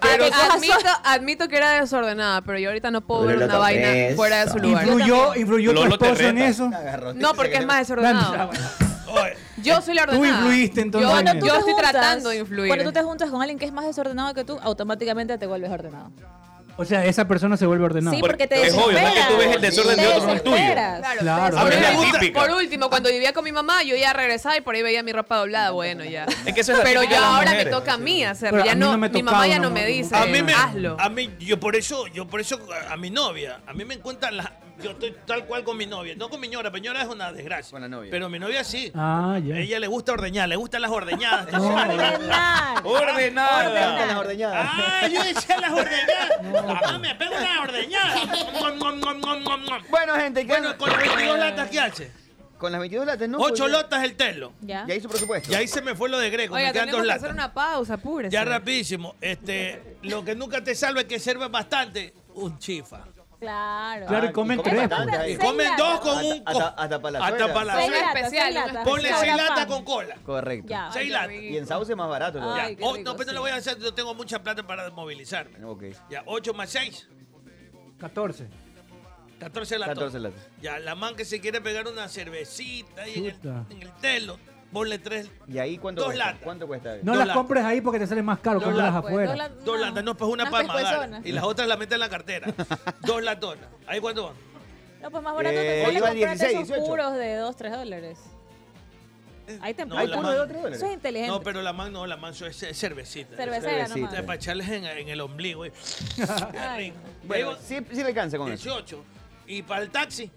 Speaker 6: Pero-
Speaker 5: ad- admito, admito que era desordenada, pero yo ahorita no puedo ver una vaina fuera de su lugar.
Speaker 7: ¿Influyó, influyó tu
Speaker 8: Lolo te
Speaker 7: esposo en
Speaker 8: reta.
Speaker 7: eso?
Speaker 5: No, porque es más desordenado.
Speaker 9: Oye,
Speaker 5: Yo soy la
Speaker 7: Eh, Tú
Speaker 5: ordenada.
Speaker 7: influiste, entonces,
Speaker 5: Yo,
Speaker 7: Daniel.
Speaker 5: yo
Speaker 6: tú te
Speaker 5: estoy
Speaker 6: juntas-
Speaker 5: tratando de influir.
Speaker 6: Cuando tú te juntas con alguien que es más desordenado que tú, automáticamente te vuelves ordenado.
Speaker 7: O sea, esa persona se vuelve ordenada.
Speaker 6: sí, porque te
Speaker 8: es obvio, no es que
Speaker 6: desesperas.
Speaker 8: tú ves el desorden
Speaker 6: te
Speaker 8: de otro, no el tuyo.
Speaker 6: desesperas.
Speaker 5: Claro.
Speaker 7: Claro.
Speaker 5: Por
Speaker 7: A mí me
Speaker 9: <laughs>
Speaker 5: último-
Speaker 8: gusta- típica.
Speaker 5: Por último, cuando vivía con mi mamá, yo ya regresaba y por ahí veía mi ropa doblada. Bueno, ya.
Speaker 8: Es que eso es la
Speaker 5: Pero
Speaker 8: típica
Speaker 5: ya
Speaker 8: de las
Speaker 5: ahora me
Speaker 8: mujeres.
Speaker 5: toca a mí hacerlo.
Speaker 7: Pero
Speaker 5: Ya
Speaker 7: a mí no
Speaker 5: no,
Speaker 7: me
Speaker 5: mi
Speaker 7: tocaba,
Speaker 5: mamá ya
Speaker 7: no,
Speaker 5: no
Speaker 7: no,
Speaker 5: me
Speaker 7: no.
Speaker 5: dice, Ah,
Speaker 9: a mí me,
Speaker 5: hazlo.
Speaker 9: a mí, yo por eso, yo por eso, a mi novia, a mí me encuentran las, yo estoy tal cual con mi novia, no con mi ñora, mi ñora es una desgracia.
Speaker 3: Con la novia.
Speaker 9: Pero mi novia sí.
Speaker 7: Ah, ya.
Speaker 9: Ella le gusta ordeñar, le gustan las
Speaker 5: <laughs>
Speaker 9: ordeñadas.
Speaker 6: Ordenar.
Speaker 8: Ordenada.
Speaker 3: Las ordeñadas.
Speaker 9: Ah, yo decía
Speaker 7: <laughs>
Speaker 9: las ordeñadas. Mamá, me pego una ordeñada. Nom, nom, nom, nom, nom, nom.
Speaker 3: Bueno, gente, ¿qué
Speaker 9: Bueno,
Speaker 3: han-
Speaker 9: con las 22 latas, ¿qué hace?
Speaker 3: con las 22 latas, ¿no?
Speaker 9: Ocho
Speaker 3: Pues ya-
Speaker 9: lotas el telo.
Speaker 6: Ya.
Speaker 3: Ya hizo presupuesto.
Speaker 9: Y ahí se me fue lo de Greco,
Speaker 5: Oiga,
Speaker 9: me quedan
Speaker 5: tenemos
Speaker 9: dos
Speaker 5: que
Speaker 9: latas.
Speaker 5: hacer una pausa, pura.
Speaker 9: Ya rapidísimo. Este, lo que nunca te salva es que sirve bastante, un chifa.
Speaker 6: Claro.
Speaker 7: Claro, y comen tres.
Speaker 3: Ah, bastante
Speaker 7: pues.
Speaker 3: ahí.
Speaker 6: Seis
Speaker 9: Comen
Speaker 6: latas.
Speaker 9: dos con un...
Speaker 3: Hasta-
Speaker 9: co-
Speaker 3: hasta- hasta pa' la
Speaker 9: Hasta
Speaker 3: suegra.
Speaker 9: pa' la
Speaker 6: Seis
Speaker 9: suegra.
Speaker 6: latas,
Speaker 5: especial,
Speaker 6: seis latas.
Speaker 9: Ponle
Speaker 6: Ahora
Speaker 9: seis latas
Speaker 6: pan.
Speaker 9: con cola.
Speaker 3: Correcto.
Speaker 6: Ya.
Speaker 9: Seis
Speaker 6: qué
Speaker 9: latas.
Speaker 5: rico.
Speaker 3: Y en sauce más barato
Speaker 9: Ya,
Speaker 3: todavía.
Speaker 6: Ay, qué
Speaker 9: o-
Speaker 6: rico,
Speaker 9: no, pero no
Speaker 6: sí.
Speaker 9: lo voy a hacer, yo tengo mucha plata para movilizarme.
Speaker 3: Ok.
Speaker 9: Ya, 8 más 6,
Speaker 7: 14.
Speaker 9: 14 latas.
Speaker 3: 14 latas.
Speaker 9: Ya, la man que se quiere pegar una cervecita ahí en
Speaker 7: Puta.
Speaker 9: el, en el telo, ponle tres,
Speaker 3: ¿Y ahí cuánto
Speaker 9: Dos
Speaker 3: cuesta?
Speaker 9: latas.
Speaker 3: ¿Cuánto cuesta?
Speaker 7: No las
Speaker 9: Dos latas.
Speaker 7: compres ahí porque te sale más caro,
Speaker 9: Dos
Speaker 7: cómpralas
Speaker 8: Pues,
Speaker 9: latas.
Speaker 6: pues,
Speaker 7: afuera.
Speaker 9: dos latas, no, pues una
Speaker 6: unas
Speaker 9: para
Speaker 6: pescuezonas.
Speaker 9: amagar. Y las otras las mete en la
Speaker 6: <laughs>
Speaker 9: cartera. dos latonas. ¿Ahí cuánto van?
Speaker 6: No, pues más barato
Speaker 3: Eh,
Speaker 6: te
Speaker 3: ahí
Speaker 6: sale
Speaker 3: van
Speaker 6: comprarte
Speaker 3: 16,
Speaker 6: esos
Speaker 3: 18.
Speaker 6: puros de 2, 3 dólares. Ahí te
Speaker 9: No,
Speaker 3: ¿Hay
Speaker 9: la
Speaker 3: uno
Speaker 9: man-
Speaker 3: de 2 dólares?
Speaker 6: Eso es inteligente.
Speaker 9: No, pero la man no, la man eso es es cervecita.
Speaker 6: Cervecera
Speaker 3: cervecita.
Speaker 9: Para
Speaker 6: nomás.
Speaker 9: echarles en, en el ombligo.
Speaker 6: <laughs>
Speaker 9: güey. Qué rico.
Speaker 3: Bueno,
Speaker 9: Ahí
Speaker 3: sí, sí le alcanza
Speaker 9: van
Speaker 3: con eso.
Speaker 9: 18. Y para el taxi,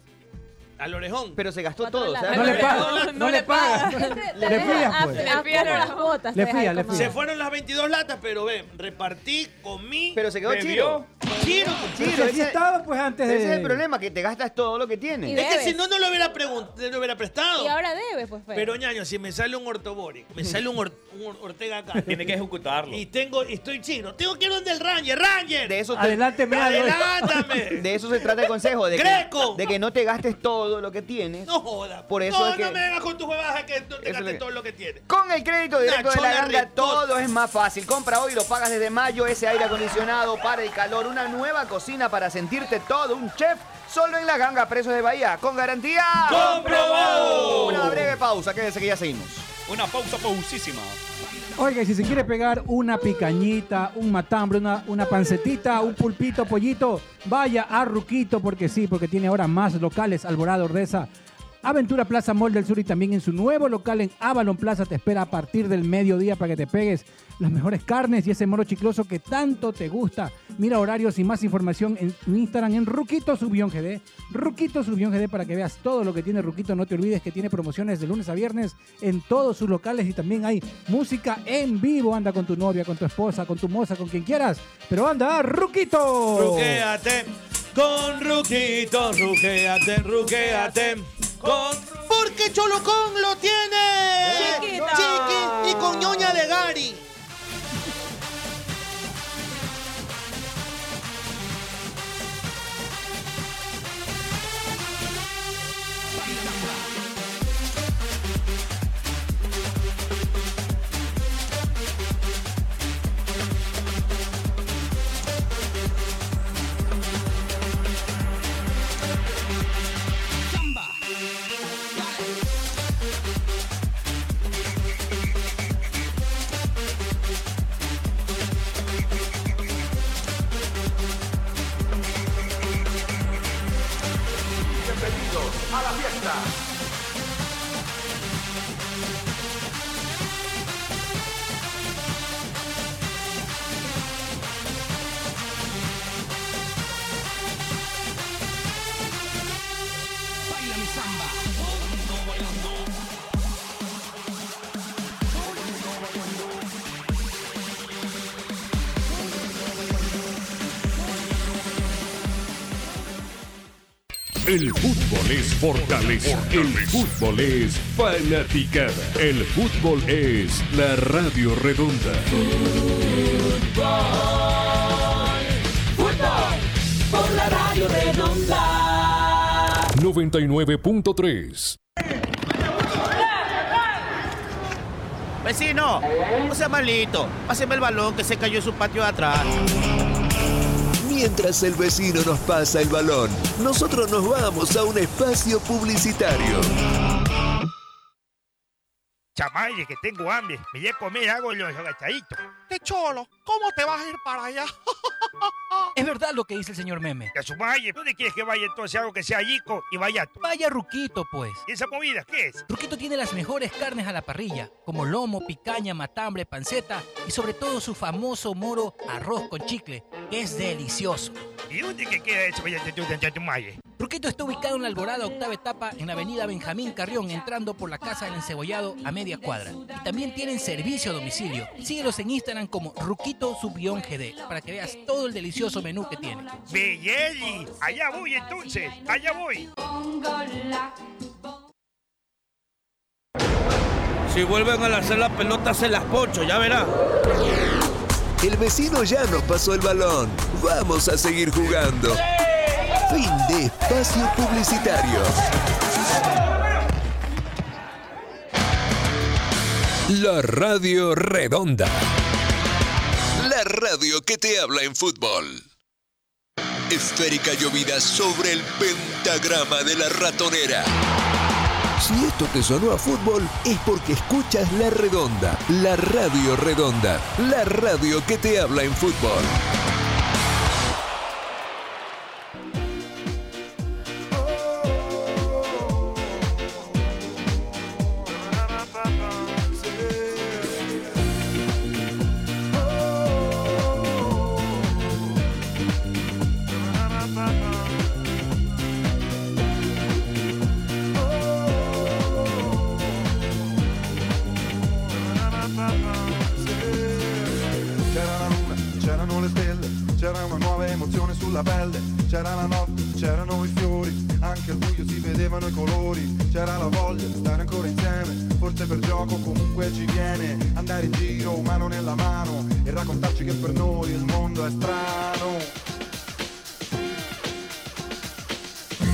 Speaker 9: al orejón.
Speaker 3: Pero se gastó
Speaker 6: Cuatro
Speaker 3: todo. o
Speaker 6: latas.
Speaker 3: sea,
Speaker 7: No le
Speaker 9: Pero
Speaker 7: pagas.
Speaker 9: no-
Speaker 7: No, le pagas.
Speaker 6: <laughs> Gente,
Speaker 7: Le
Speaker 6: te deja
Speaker 7: frías,
Speaker 6: a-
Speaker 7: pues.
Speaker 6: a-
Speaker 5: Le frías
Speaker 6: como
Speaker 5: la-
Speaker 6: Ah, las botas.
Speaker 7: Le
Speaker 6: te deja
Speaker 7: frías,
Speaker 6: ahí
Speaker 7: le
Speaker 6: como-
Speaker 9: se
Speaker 7: frías.
Speaker 9: fueron las 22 latas, pero ve, repartí, comí.
Speaker 3: Pero se quedó
Speaker 8: Bebió.
Speaker 3: chiro.
Speaker 9: Chiro.
Speaker 7: Pero si
Speaker 3: Chiro,
Speaker 7: así
Speaker 3: ese,
Speaker 7: estaba, pues antes de.
Speaker 3: ese es el problema, que te gastas todo lo que
Speaker 6: Y
Speaker 3: tienes.
Speaker 6: de-
Speaker 9: Es que
Speaker 6: Debes.
Speaker 9: si no, no lo hubiera, pregun- no lo hubiera prestado.
Speaker 6: Y ahora debes, pues. Fer.
Speaker 9: Pero ñaño, si me sale un ortobori, me sale un, or- un or- Ortega acá.
Speaker 8: Tiene que ejecutarlo.
Speaker 9: Y tengo, y estoy chino. Tengo que ir donde el Ranger, Ranger.
Speaker 3: De eso, te-
Speaker 7: Adelánteme algo.
Speaker 9: Adelántame.
Speaker 3: de eso se trata el consejo. De que,
Speaker 9: ¡Greco!
Speaker 3: de que no te gastes todo todo lo que tienes.
Speaker 9: No joda.
Speaker 3: Por eso
Speaker 9: no,
Speaker 3: es que-
Speaker 9: no me vengas con tus huevadas que no te
Speaker 3: Eso es
Speaker 9: gastes
Speaker 3: lo que-
Speaker 9: todo lo que tienes.
Speaker 3: Con el crédito directo de la
Speaker 9: Nachona
Speaker 3: ganga
Speaker 9: Ricota.
Speaker 3: todo es más fácil. Compra hoy y lo pagas desde mayo. Ese aire acondicionado para el calor. Una nueva cocina para sentirte todo un chef. Solo en la ganga, precios de Bahía. Con garantía.
Speaker 8: ¡Comprobado!
Speaker 3: Una breve pausa. Quédense que ya seguimos.
Speaker 8: Una pausa pausísima.
Speaker 7: Oiga, y si se quiere pegar una picañita, un matambre, una, una pancetita, un pulpito, pollito, vaya a Ruquito, porque sí, porque tiene ahora más locales, Alborada Ordesa, Aventura Plaza Mall del Sur y también en su nuevo local en Avalon Plaza te espera a partir del mediodía para que te pegues las mejores carnes y ese moro chicloso que tanto te gusta. Mira horarios y más información en Instagram en Ruquito Subión GD. Ruquito Subión GD para que veas todo lo que tiene Ruquito. No te olvides que tiene promociones de lunes a viernes en todos sus locales y también hay música en vivo. Anda con tu novia, con tu esposa, con tu moza, con quien quieras. Pero anda a Ruquito.
Speaker 13: Ruquéate con Ruquito, ruquéate, ruquéate con...
Speaker 9: Porque Cholocón lo tiene.
Speaker 6: Chiquita.
Speaker 9: Chiqui y con ñoña de Gary.
Speaker 14: El fútbol es fortaleza. El fútbol es fanaticada. El fútbol es la radio redonda.
Speaker 15: Por la radio redonda.
Speaker 14: 99.3.
Speaker 16: Vecino, Pues no sea malito. Páseme el balón que se cayó en su patio de atrás.
Speaker 17: Mientras el vecino nos pasa el balón, nosotros nos vamos a un espacio publicitario.
Speaker 18: Chamaye, que tengo hambre. Me voy a comer algo los agachaditos.
Speaker 19: ¡Qué cholo! ¿Cómo te vas a ir para allá? <laughs>
Speaker 18: Es verdad lo que dice el señor Meme. Ya su ¿dónde quieres que vaya entonces algo que sea yico y vaya tú? Vaya Ruquito, pues. ¿Y esa comida qué es?
Speaker 10: Ruquito tiene las mejores carnes a la parrilla, como lomo, picaña, matambre, panceta y sobre todo su famoso moro arroz con chicle, que es delicioso.
Speaker 18: ¿Y dónde que queda eso vaya tú de Chatumaye?
Speaker 10: Ruquito está ubicado en la Alborada Octava Etapa en la avenida Benjamín Carrión, entrando por la Casa del Encebollado a media cuadra. Y también tienen servicio a domicilio. Síguelos en Instagram como Ruquito Subión GD para que veas todo el delicioso menú que tiene.
Speaker 18: Belleli, allá voy entonces, allá voy.
Speaker 9: Si vuelven a lanzar la pelota, se las pocho, ya verás.
Speaker 17: El vecino ya nos pasó el balón. Vamos a seguir jugando. Fin de espacio publicitario.
Speaker 14: La radio redonda.
Speaker 17: La radio que te habla en fútbol. Esférica llovida sobre el pentagrama de la ratonera. Si esto te sonó a fútbol, es porque escuchas La Redonda, la radio redonda, la radio que te habla en fútbol.
Speaker 2: C'era la luna, c'erano le stelle, c'era una nuova emozione sulla pelle, c'era la notte, c'erano i fiori, anche al buio si vedevano i colori, c'era la voglia di stare ancora insieme, forse per gioco comunque ci viene, andare in giro mano nella mano e raccontarci che per noi il mondo è strano.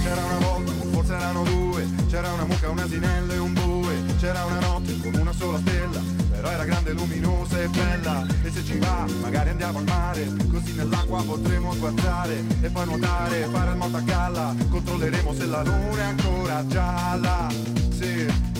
Speaker 2: C'era una volta, forse erano due, C'era una mucca, un asinello e un bue C'era una notte con una sola stella Però era grande, luminosa e bella E se ci va, magari andiamo al mare Così nell'acqua potremo guardare E poi nuotare, fare il moto a galla Controlleremo se la luna è ancora gialla Sì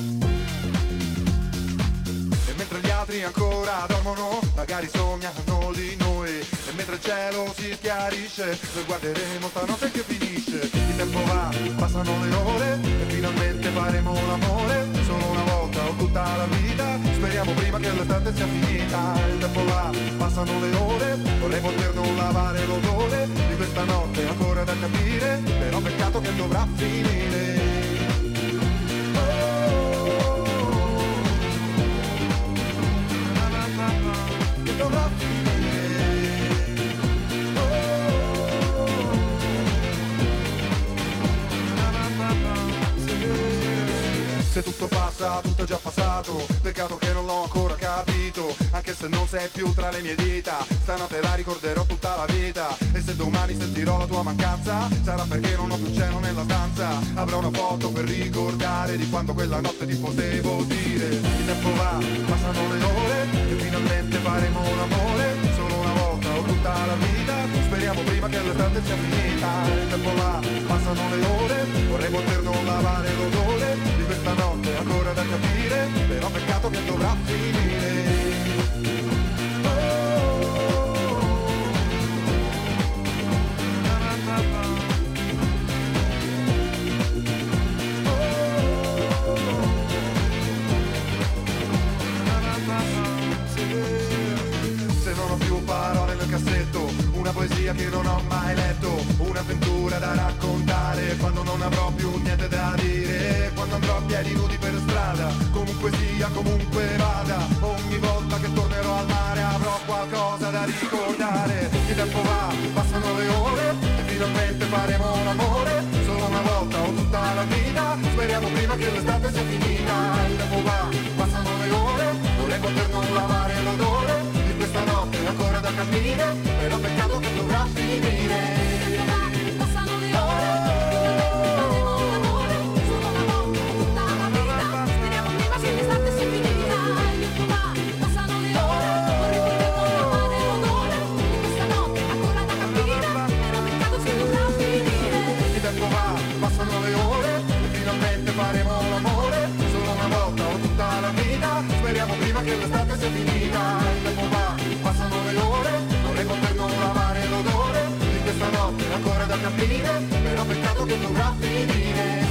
Speaker 2: e mentre gli altri ancora dormono, magari sognano di noi. E mentre il cielo si schiarisce, noi guarderemo stanotte che finisce. Il tempo va, passano le ore, e finalmente faremo l'amore. Solo una volta o tutta la vita, speriamo prima che l'estate sia finita. Il tempo va, passano le ore, vorrei poter non lavare l'odore di questa notte ancora da capire, però peccato che dovrà finire. Oh, Se tutto passa, tutto è già passato Peccato che non l'ho ancora capito Anche se non sei più tra le mie dita Stanotte la ricorderò tutta la vita E se domani sentirò la tua mancanza Sarà perché non ho più cielo nella stanza Avrò una foto per ricordare Di quando quella notte ti potevo dire Il tempo va, passano le ore E finalmente faremo l'amore Solo una volta o tutta la vita Speriamo prima che l'estate sia finita Il tempo va, passano le ore Vorrei poter non lavare l'odore Di questa notte ancora da capire Però peccato che dovrà finire Se non ho più parole nel cassetto, una poesia che non ho mai letto, un'avventura da raccontare, quando non avrò più niente da dire, quando andrò a piedi nudi per strada, comunque sia, comunque vada, ogni volta che tornerò al mare avrò qualcosa da ricordare, il tempo va, passano le ore, e finalmente faremo l'amore, solo una volta o tutta la vita, speriamo prima che l'estate sia finita, il tempo va, passano le ore, vorrei poter non lavare l'odore di questa notte ancora da capire però peccato che dovrà finire Il tempo va, passano le ore e finalmente faremo l'amore solo una volta o tutta la vita speriamo prima che l'estate sia finita il tempo va, passano le ore vorrei poter non lavare l'odore di questa notte ancora da capire però peccato che dovrà finire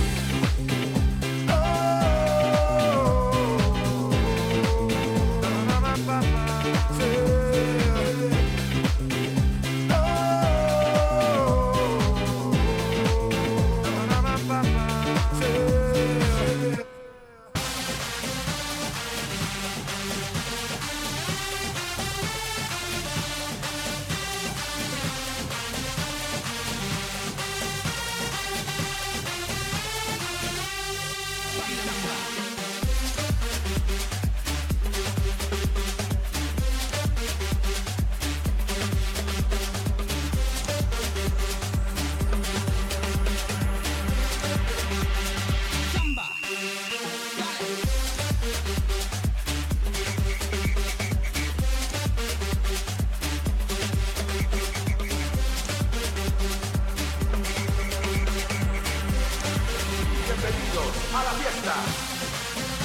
Speaker 15: Bienvenidos a la fiesta.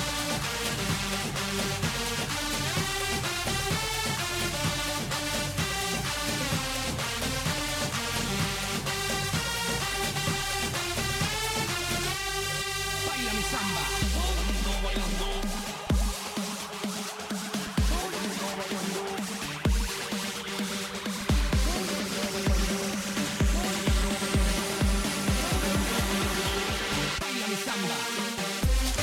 Speaker 15: Baila mi samba. Todo el mundo bailando. Todo el mundo bailando. Baila mi samba.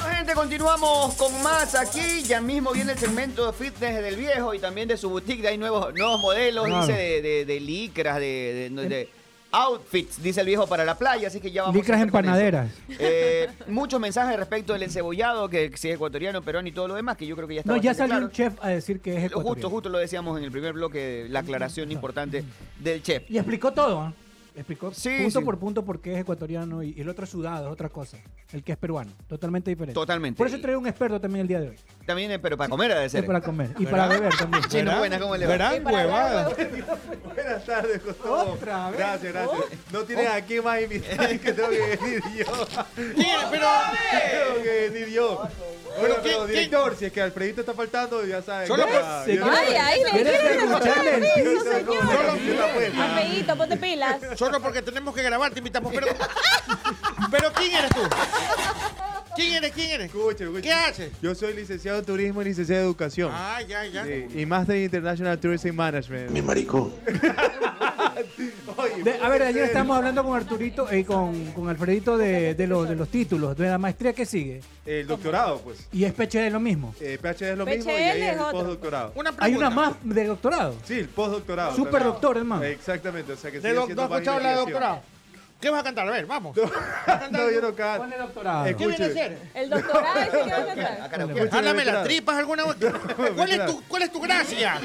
Speaker 3: Bueno, Gente, continuamos con más aquí. Ya mismo viene el segmento de fitness del viejo y también de su boutique. De hay nuevos, nuevos modelos,
Speaker 7: Claro.
Speaker 3: dice de, de- de licras, de, de- de outfits, dice el viejo para la playa. Así que ya vamos. a
Speaker 7: Licras
Speaker 3: estar con eso.
Speaker 7: empanaderas.
Speaker 3: Eh, muchos mensajes respecto del encebollado, que si es ecuatoriano, peruano y todo lo demás, que yo creo que ya está
Speaker 7: No, ya
Speaker 3: bastante
Speaker 7: salió
Speaker 3: claro.
Speaker 7: un chef a decir que es
Speaker 3: Justo,
Speaker 7: ecuatoriano.
Speaker 3: justo lo decíamos en el primer bloque, la aclaración importante del chef.
Speaker 7: Y explicó todo. ¿eh? Explicó
Speaker 3: Sí,
Speaker 7: punto
Speaker 3: sí.
Speaker 7: por punto por qué es ecuatoriano y, y el otro es sudado, es otra cosa. El que es peruano, totalmente diferente.
Speaker 3: Totalmente.
Speaker 7: Por eso traigo un experto también el día de hoy.
Speaker 3: También, eh, pero para comer ha de ser.
Speaker 7: Es para comer y para beber también.
Speaker 3: Chino,
Speaker 7: ¿Verdad?
Speaker 3: buenas, ¿cómo le va?
Speaker 7: ¿Verdad?
Speaker 3: Y para beber,
Speaker 7: Huevadas.
Speaker 20: Buenas tardes, Gustavo.
Speaker 7: Otra vez.
Speaker 20: Gracias, gracias. No tienes
Speaker 7: Oh.
Speaker 20: aquí más invitados que tengo
Speaker 7: <laughs>
Speaker 20: que venir yo. pero tengo que venir yo. Bueno, pero director, si es que Alfredito está faltando, ya sabes.
Speaker 7: Solo
Speaker 20: ya-
Speaker 7: que-
Speaker 20: ya-
Speaker 6: Ay, ahí me
Speaker 20: ¿Quieres
Speaker 6: quieren
Speaker 20: escucharle
Speaker 6: escucharle
Speaker 20: el
Speaker 6: el piso,
Speaker 20: piso?
Speaker 6: señor.
Speaker 20: No, no, no, no, pues.
Speaker 6: Alfredito, ponte pilas.
Speaker 9: Solo porque tenemos que grabar, te invitamos. Pero, pero ¿quién eres tú? ¿Quién eres? ¿Quién eres? ¿Qué haces?
Speaker 20: Yo soy licenciado en turismo y licenciado en educación.
Speaker 9: Ah, ya, ya.
Speaker 20: Sí, Y Master in International Tourism Management. Mi <laughs>
Speaker 16: maricón.
Speaker 7: De- a ver, ayer estábamos hablando con Arturito y con, con Alfredito de, de los, de los títulos, de la maestría que sigue.
Speaker 20: El doctorado, pues.
Speaker 7: Y es PHD lo mismo.
Speaker 20: Eh, PhD es lo
Speaker 7: PhD
Speaker 20: mismo y ahí
Speaker 7: es
Speaker 20: es el
Speaker 7: otro.
Speaker 20: postdoctorado.
Speaker 7: Hay una más de doctorado.
Speaker 20: Sí, el postdoctorado.
Speaker 7: Super
Speaker 20: también.
Speaker 7: doctor, hermano.
Speaker 20: Exactamente, o sea que
Speaker 9: De
Speaker 20: sigue
Speaker 9: doc-
Speaker 20: haciendo
Speaker 9: ¿No has
Speaker 20: más
Speaker 9: escuchado la
Speaker 20: investigación.
Speaker 9: doctorado? ¿Qué vas a cantar? A ver, vamos.
Speaker 20: <laughs> No, yo no canto.
Speaker 9: ¿Qué viene a Ah, ser?
Speaker 6: El doctorado dice que va a cantar.
Speaker 9: Háblame las
Speaker 20: doctorado.
Speaker 9: tripas
Speaker 20: <laughs>
Speaker 9: alguna vez. ¿Cuál es tu, cuál es tu gracia?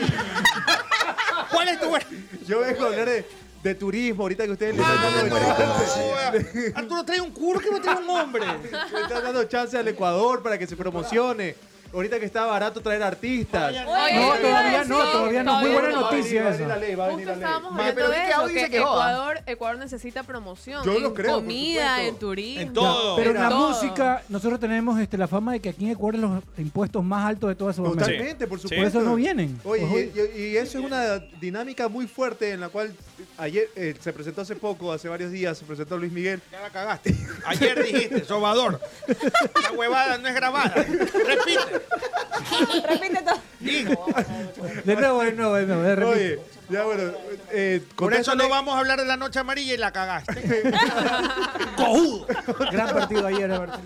Speaker 9: ¿Cuál es tu gra-
Speaker 20: <laughs> Yo vengo a hablar de, de turismo, ahorita que ustedes le están
Speaker 9: Ah,
Speaker 20: dando
Speaker 9: Arturo trae un curro que no trae un hombre.
Speaker 20: <laughs> le están dando chance al Ecuador para que se promocione. Ahorita que está barato traer artistas.
Speaker 5: Oye, No, eso te iba a todavía no, decir. todavía no. Muy
Speaker 20: Va
Speaker 5: buena
Speaker 20: a venir,
Speaker 5: noticia
Speaker 20: Va a venir
Speaker 5: esa.
Speaker 20: la ley, va a venir la ley.
Speaker 5: Estábamos
Speaker 20: Ma-
Speaker 5: hablando
Speaker 20: pero
Speaker 5: de
Speaker 20: es que
Speaker 5: eso,
Speaker 20: Audi
Speaker 5: que
Speaker 20: dice que joda.
Speaker 5: Ecuador, Ecuador necesita promoción.
Speaker 20: Yo
Speaker 5: en
Speaker 20: lo creo, por
Speaker 5: comida,
Speaker 20: supuesto.
Speaker 5: en turismo.
Speaker 20: En todo.
Speaker 7: Pero en
Speaker 20: Mira,
Speaker 7: la
Speaker 20: todo.
Speaker 7: música, nosotros tenemos este, la fama de que aquí en Ecuador los impuestos más altos de toda Sudamérica.
Speaker 20: Totalmente, por supuesto.
Speaker 7: Por eso no vienen.
Speaker 20: Oye, y, y- y eso es una dinámica muy fuerte en la cual ayer eh, se presentó hace poco, hace varios días, se presentó Luis Miguel.
Speaker 9: Ya la cagaste. Ayer dijiste, sobador. La huevada no es grabada. Repite.
Speaker 6: Repite todo.
Speaker 7: De nuevo, de nuevo, de nuevo. de repente.
Speaker 20: Oye, ya bueno. eh,
Speaker 9: Por eso
Speaker 20: contéstale-
Speaker 9: no vamos a hablar de la noche amarilla y la
Speaker 20: <laughs>
Speaker 9: cagaste.
Speaker 7: <laughs> Gran partido ayer, Alberto.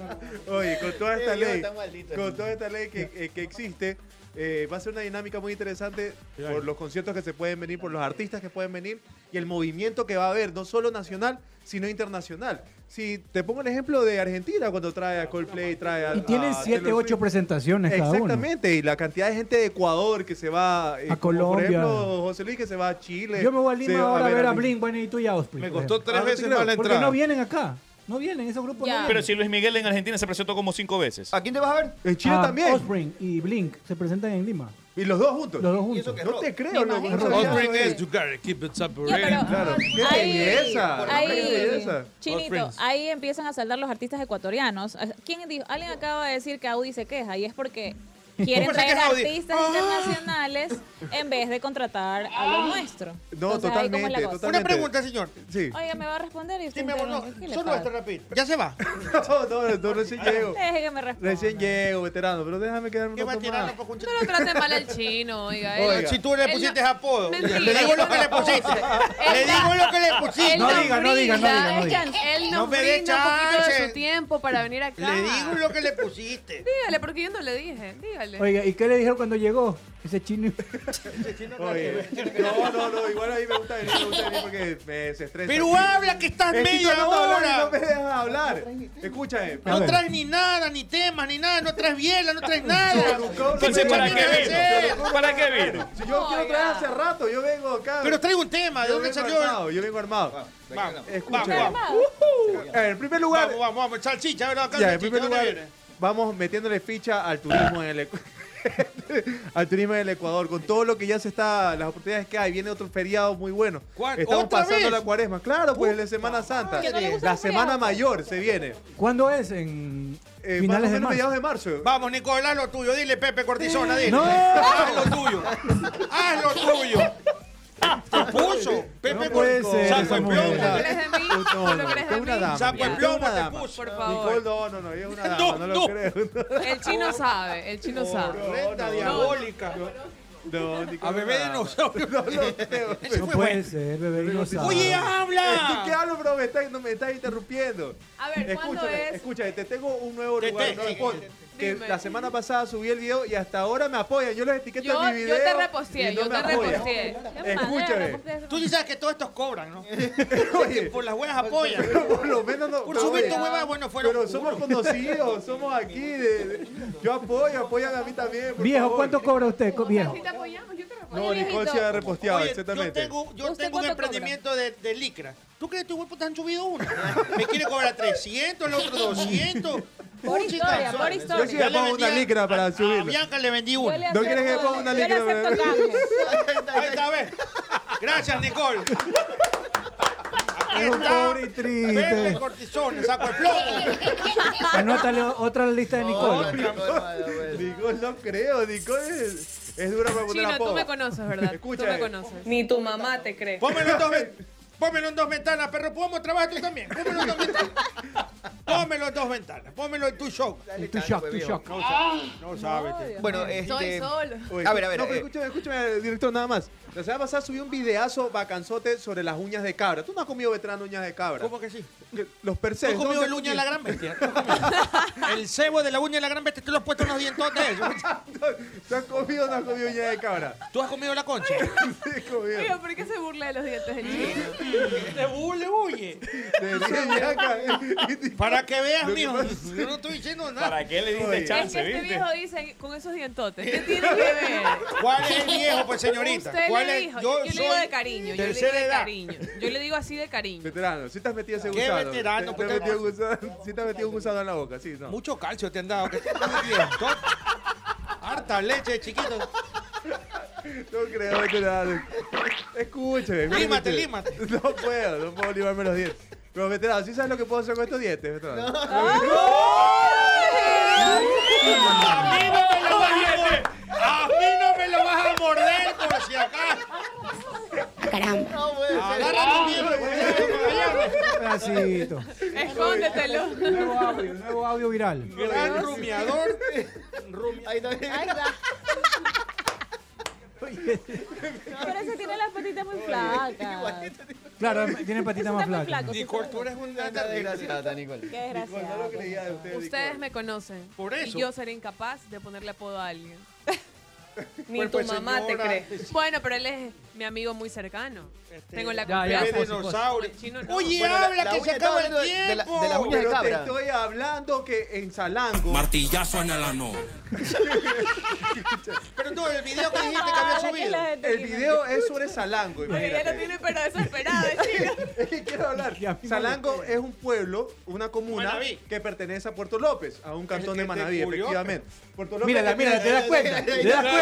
Speaker 20: Oye, con toda esta
Speaker 9: Eh, yo,
Speaker 20: ley,
Speaker 9: está maldito.
Speaker 20: con toda esta ley que, eh, que existe, eh, va a ser una dinámica muy interesante por los conciertos que se pueden venir, por los artistas que pueden venir y el movimiento que va a haber, no solo nacional, sino internacional. Si te pongo el ejemplo de Argentina, cuando trae a Coldplay, trae a.
Speaker 7: Y tienen
Speaker 20: a
Speaker 7: 7,
Speaker 20: Taylor
Speaker 7: 8
Speaker 20: Swift.
Speaker 7: presentaciones cada uno.
Speaker 20: Exactamente, y la cantidad de gente de Ecuador que se va eh,
Speaker 7: A
Speaker 20: como
Speaker 7: Colombia.
Speaker 20: Por ejemplo, José Luis que se va a Chile.
Speaker 7: Yo me voy a Lima
Speaker 20: se va
Speaker 7: ahora a ver a
Speaker 20: Blink.
Speaker 7: Blink, bueno, y tú y a Osprey.
Speaker 20: Me
Speaker 7: por
Speaker 20: costó
Speaker 7: ejemplo.
Speaker 20: tres
Speaker 7: Ah, no te
Speaker 20: veces
Speaker 7: creo,
Speaker 20: más la
Speaker 7: Porque
Speaker 20: entrada.
Speaker 7: no vienen acá. No vienen, esos grupos no
Speaker 8: Pero
Speaker 7: vienen.
Speaker 8: si Luis Miguel en Argentina se presentó como cinco veces.
Speaker 3: ¿A quién te vas a ver?
Speaker 20: En Chile
Speaker 7: Ah,
Speaker 20: también.
Speaker 7: Osprey y Blink se presentan en Lima.
Speaker 20: Y los dos juntos.
Speaker 7: Los dos juntos.
Speaker 20: No te
Speaker 7: Me
Speaker 20: creo, loco. no
Speaker 7: imagino.
Speaker 20: sabía.
Speaker 7: Offspring
Speaker 9: es You gotta keep it
Speaker 20: pero- Claro. ¡Qué
Speaker 6: Ahí-
Speaker 20: belleza!
Speaker 6: ahí-
Speaker 20: ¡Qué belleza!
Speaker 6: Chinito, ahí empiezan a saldar los artistas ecuatorianos. Ah, ¿Quién dijo? Alguien acaba de decir que Audi se queja y
Speaker 7: <laughs>
Speaker 6: es porque quieren
Speaker 20: ¿Cómo se
Speaker 6: traer
Speaker 20: queja Audi?
Speaker 6: artistas
Speaker 7: Ah.
Speaker 6: internacionales en vez de contratar a los nuestros.
Speaker 20: No,
Speaker 6: Entonces, ahí Ah, cómo es la
Speaker 20: totalmente,
Speaker 6: cosa.
Speaker 20: totalmente.
Speaker 9: Una pregunta, señor.
Speaker 20: Sí.
Speaker 6: Oiga, me va a responder y usted
Speaker 9: mi amor, no,
Speaker 6: interrumpe. ¿Qué le
Speaker 9: solo
Speaker 6: pasa? Eh,
Speaker 9: esto rápido. Ya se va.
Speaker 20: <laughs> No, no, no, recién llego.
Speaker 6: Deje que me responda.
Speaker 20: Recién llego, veterano, pero déjame quedarme
Speaker 9: ¿Qué
Speaker 20: un
Speaker 9: va a
Speaker 20: rato
Speaker 9: tirar la
Speaker 20: más.
Speaker 9: poco-
Speaker 5: No lo trate mal al chino, oiga. él-
Speaker 9: Oiga, Si tú le
Speaker 5: él no-
Speaker 9: pusiste apodo.
Speaker 5: Mentira,
Speaker 9: Le digo lo que le pusiste.
Speaker 5: Él
Speaker 9: Le digo lo que le pusiste.
Speaker 5: él nos brinda- Él nos
Speaker 9: No me dé
Speaker 5: brinda un poquito de
Speaker 9: chance.
Speaker 5: su tiempo para venir acá.
Speaker 9: Le digo lo que le pusiste.
Speaker 5: Dígale, porque yo no le dije. Dígale.
Speaker 7: Oiga, ¿y qué le dijeron cuando llegó ese chino?
Speaker 20: Oye, no, no, no, igual a mí me gusta venir, me gusta venir porque me desestresa.
Speaker 9: Pero habla que estás
Speaker 20: Estoy
Speaker 9: media
Speaker 20: tratando de hablar y
Speaker 9: hora.
Speaker 20: No me dejas hablar. Escúchame.
Speaker 9: No traes ni nada, ni temas, ni nada. No traes biela, no traes nada.
Speaker 20: Entonces,
Speaker 9: ¿para qué
Speaker 8: vino? ¿Para qué vino?
Speaker 20: Si yo quiero traer hace rato, yo vengo acá.
Speaker 9: Pero traigo un tema. ¿De
Speaker 20: Yo
Speaker 9: dónde
Speaker 20: vengo
Speaker 9: salió?
Speaker 20: armado, yo vengo armado.
Speaker 9: Vamos,
Speaker 20: Escucha.
Speaker 9: vamos, vamos.
Speaker 20: Uh, En primer lugar,
Speaker 9: Vamos, vamos, vamos. Salchicha, ¿verdad? Acá
Speaker 20: Ya, en
Speaker 9: salchicha,
Speaker 20: primer
Speaker 9: ¿dónde
Speaker 20: lugar,
Speaker 9: viene?
Speaker 20: vamos metiéndole ficha al turismo en el Ecu- <laughs> al turismo en el Ecuador, con todo lo que ya se está, las oportunidades que hay, viene otro feriado muy bueno.
Speaker 9: ¿Cuál?
Speaker 20: Estamos
Speaker 9: ¿Otra
Speaker 20: pasando
Speaker 9: vez?
Speaker 20: la cuaresma, claro, pues el de Semana Santa.
Speaker 9: madre. ¿Que no le gusta
Speaker 20: la
Speaker 9: el
Speaker 20: Semana
Speaker 9: feriado?
Speaker 20: Mayor se viene.
Speaker 7: ¿Cuándo es? En
Speaker 20: Eh, más
Speaker 7: finales
Speaker 20: o
Speaker 7: de
Speaker 20: menos mediados
Speaker 7: marzo.
Speaker 20: de marzo.
Speaker 9: Vamos, Nicolás, lo tuyo. Dile, Pepe Cortisona, dile.
Speaker 7: No.
Speaker 9: Haz lo tuyo. Haz lo tuyo. Propuso. Pepe
Speaker 20: No puede
Speaker 9: Cortisona.
Speaker 20: ser,
Speaker 9: Saco
Speaker 20: esa
Speaker 9: el
Speaker 20: mujer.
Speaker 9: plomo.
Speaker 20: No
Speaker 5: crees de mí,
Speaker 20: No,
Speaker 5: no
Speaker 20: no,
Speaker 5: crees
Speaker 20: es
Speaker 5: de
Speaker 20: una
Speaker 5: mí.
Speaker 20: dama.
Speaker 9: Saco el
Speaker 20: ya,
Speaker 9: plomo,
Speaker 20: es una dama.
Speaker 9: te puso.
Speaker 5: Por favor.
Speaker 20: Nicole, no, no, no, ella es una
Speaker 9: <laughs>
Speaker 20: dama, no, lo creo.
Speaker 5: El chino sabe, el chino sabe.
Speaker 9: Renta diabólica.
Speaker 20: No,
Speaker 7: <laughs>
Speaker 20: Nicole,
Speaker 9: A bebé
Speaker 20: no.
Speaker 9: dinosaurio.
Speaker 20: No
Speaker 9: <laughs>
Speaker 20: lo creo.
Speaker 7: No puede ser, bebé. No sabe.
Speaker 9: Oye,
Speaker 20: Estoy Eh, que
Speaker 9: habla.
Speaker 20: hablo, pero me estás, no, me estás interrumpiendo.
Speaker 5: A ver, ¿cuándo
Speaker 20: escúchame,
Speaker 5: es?
Speaker 20: escúchame, te tengo un nuevo
Speaker 9: Te-
Speaker 20: lugar,
Speaker 9: te-
Speaker 20: un nuevo spot, que
Speaker 5: Dime.
Speaker 20: la semana pasada subí el video y hasta ahora me apoyan. Yo los etiqueto
Speaker 5: Yo,
Speaker 20: en mi
Speaker 5: yo
Speaker 20: video.
Speaker 5: te
Speaker 20: y
Speaker 5: reposteé,
Speaker 20: no
Speaker 5: yo
Speaker 20: me
Speaker 5: te
Speaker 20: apoyan.
Speaker 5: reposteé.
Speaker 20: Escúchame.
Speaker 9: Tú sí sabes que todos estos cobran, ¿no?
Speaker 20: Oye,
Speaker 9: Por
Speaker 20: <laughs>
Speaker 9: las huevas apoyan.
Speaker 20: pero por lo menos no.
Speaker 9: Por supuesto,
Speaker 20: oye,
Speaker 9: huevas, bueno, fueron.
Speaker 20: Pero somos conocidos, somos aquí. de- de- yo apoyo, apoyan a mí también. por
Speaker 7: Viejo,
Speaker 20: favor.
Speaker 7: ¿cuánto cobra usted, co- viejo?
Speaker 5: Si te apoyamos, yo te
Speaker 20: No,
Speaker 9: Oye,
Speaker 20: Nicole
Speaker 9: viejito.
Speaker 20: se ha reposteado,
Speaker 9: Oye,
Speaker 20: exactamente.
Speaker 9: Yo tengo, yo
Speaker 6: ¿Usted
Speaker 9: tengo un
Speaker 6: cuánto
Speaker 9: emprendimiento de, de licra. ¿Tú crees que estos huevos han subido uno? Me quiere cobrar 300, el otro 200.
Speaker 6: Por
Speaker 9: Pucha,
Speaker 6: historia, por
Speaker 9: calzones.
Speaker 6: historia.
Speaker 20: Yo sí le
Speaker 9: le
Speaker 20: pongo una
Speaker 9: vendí a-
Speaker 20: licra para
Speaker 9: A
Speaker 20: subirlo.
Speaker 9: Bianca le vendí uno.
Speaker 20: le ¿No quieres que acepto- ponga una yo le licra, acepto bebé?
Speaker 9: <laughs> Ahí está, a ver. Gracias, Nicole. Aquí
Speaker 7: Es un
Speaker 9: está.
Speaker 7: pobre y
Speaker 9: Verde
Speaker 7: triste.
Speaker 9: cortisona, saco el plomo.
Speaker 7: Anótale otra lista de Nicole.
Speaker 20: Nicole, no creo. Nicole es, es dura para poner
Speaker 5: Chino, tú
Speaker 20: apodo.
Speaker 5: me conoces, ¿verdad?
Speaker 20: Escucha,
Speaker 5: tú me
Speaker 20: eh.
Speaker 5: conoces.
Speaker 6: Ni tu mamá te cree.
Speaker 9: Pómelo en dos, ven- pómelo en dos ventanas, perro. Podemos trabajar tú también. Pómelo en dos ventanas. Pómelo en dos ventanas. Pómelo en tu show.
Speaker 7: En tu shock, tu shock.
Speaker 9: No
Speaker 5: Ah.
Speaker 9: sabes. No sabes.
Speaker 3: Bueno,
Speaker 5: Soy
Speaker 3: este...
Speaker 5: solo.
Speaker 20: Oye,
Speaker 3: A ver, a ver,
Speaker 20: No, pero
Speaker 3: eh.
Speaker 20: escúchame, escúchame, director, nada más. La semana pasada subí un videazo bacanzote sobre las uñas de cabra. Tú no has comido veterano uñas de cabra.
Speaker 9: ¿Cómo que sí?
Speaker 20: Que Los
Speaker 9: ¿Tú
Speaker 20: persegues.
Speaker 9: has comido el uña de la gran bestia? <laughs> ¿Tú
Speaker 20: <laughs>
Speaker 9: has comido? El cebo de la uña de la gran bestia. Tú lo has puesto en los dientotes.
Speaker 20: ¿Tú has comido o no has comido uña de cabra?
Speaker 9: ¿Tú has comido la concha?
Speaker 20: <laughs> Sí, he comido.
Speaker 5: Oiga, ¿por qué se burla de los dientes del chino?
Speaker 9: Te burle, huye.
Speaker 20: De uña de
Speaker 9: Para que veas,
Speaker 20: Lo que
Speaker 9: mijo.
Speaker 20: pasa-
Speaker 9: Yo no estoy diciendo nada.
Speaker 8: ¿Para qué le diste
Speaker 20: Oye.
Speaker 5: Es
Speaker 8: chance,
Speaker 5: que este
Speaker 8: viste?
Speaker 5: viejo dice con esos dientotes. ¿Qué tiene que ver?
Speaker 9: ¿Cuál es el viejo, pues, señorita?
Speaker 5: Usted
Speaker 9: ¿Cuál
Speaker 5: le
Speaker 9: es?
Speaker 5: dijo.
Speaker 9: Yo
Speaker 5: Yo, le digo
Speaker 9: soy
Speaker 5: de cariño. Yo le digo
Speaker 9: tercera
Speaker 5: de
Speaker 9: edad.
Speaker 5: cariño. Yo le digo así de
Speaker 9: <laughs>
Speaker 5: cariño.
Speaker 20: Veterano, si te has metido ese
Speaker 9: ¿Qué
Speaker 20: gusano.
Speaker 9: veterano?
Speaker 20: Si te, has
Speaker 9: Pues,
Speaker 20: metido gusano, sí te has metido un gusano en la boca, sí, no.
Speaker 9: Mucho calcio te han dado. que te estás metiendo. Harta leche, chiquito.
Speaker 20: No creo, veterano. Escúchame. mírate.
Speaker 9: Límate, límate.
Speaker 20: <laughs> No puedo, no puedo limarme los dientes. Pero veterano, ¿sí sabes lo que puedo hacer con estos dientes, veterano?
Speaker 9: A mí no me lo vas a morder. A mí no me lo vas a morder por si acaso.
Speaker 15: Caramba.
Speaker 9: No puede ser. Agárrate bien,
Speaker 7: Un Pedacito.
Speaker 5: Escóndetelo.
Speaker 7: Nuevo audio, nuevo audio viral.
Speaker 9: Gran rumiador.
Speaker 3: Ahí también.
Speaker 6: Ahí está. Pero ese tiene las patitas muy flacas.
Speaker 7: Claro, tiene patitas más
Speaker 6: Está muy
Speaker 7: flacas.
Speaker 6: flaco.
Speaker 9: Nicole, tú eres un
Speaker 3: Está desgraciada, Nicole.
Speaker 6: Qué desgraciado.
Speaker 5: Ustedes me conocen.
Speaker 9: Por eso.
Speaker 5: Y yo seré incapaz de ponerle apodo a
Speaker 9: <laughs>
Speaker 5: alguien.
Speaker 9: Pues,
Speaker 6: Ni tu mamá te cree.
Speaker 5: Bueno, pero él es mi amigo muy cercano.
Speaker 6: Ah.
Speaker 9: Este,
Speaker 5: Tengo la
Speaker 7: Ya, ya,
Speaker 5: confianza.
Speaker 7: pues,
Speaker 9: dinosaurio.
Speaker 5: El chino no.
Speaker 9: Oye,
Speaker 3: Bueno, la-
Speaker 9: habla
Speaker 3: la
Speaker 9: que
Speaker 3: uña,
Speaker 9: se acaba el
Speaker 3: estaba hablando de la-
Speaker 9: tiempo.
Speaker 3: de la uña.
Speaker 20: Pero te
Speaker 3: Cabra.
Speaker 20: estoy hablando que en Salango.
Speaker 15: Martillazo en el ano.
Speaker 9: Pero no, el video que dijiste que había
Speaker 6: Ojalá que la
Speaker 9: subido.
Speaker 6: gente
Speaker 20: El
Speaker 6: que-
Speaker 20: video es sobre Salango,
Speaker 5: Oye, ya lo
Speaker 20: imagínate.
Speaker 5: tiene pero
Speaker 9: <laughs>
Speaker 5: desesperado, el chino.
Speaker 20: Es que quiero
Speaker 7: <laughs>
Speaker 20: hablar.
Speaker 7: Que a mí me
Speaker 20: Salango es un pueblo, una comuna
Speaker 9: Manaví.
Speaker 20: que pertenece a Puerto López, a un cantón de
Speaker 9: que te
Speaker 20: Manaví,
Speaker 9: culió,
Speaker 20: efectivamente. Puerto López
Speaker 7: Mírala,
Speaker 20: que
Speaker 7: mírala,
Speaker 20: tiene- <laughs>
Speaker 7: te das cuenta. Te das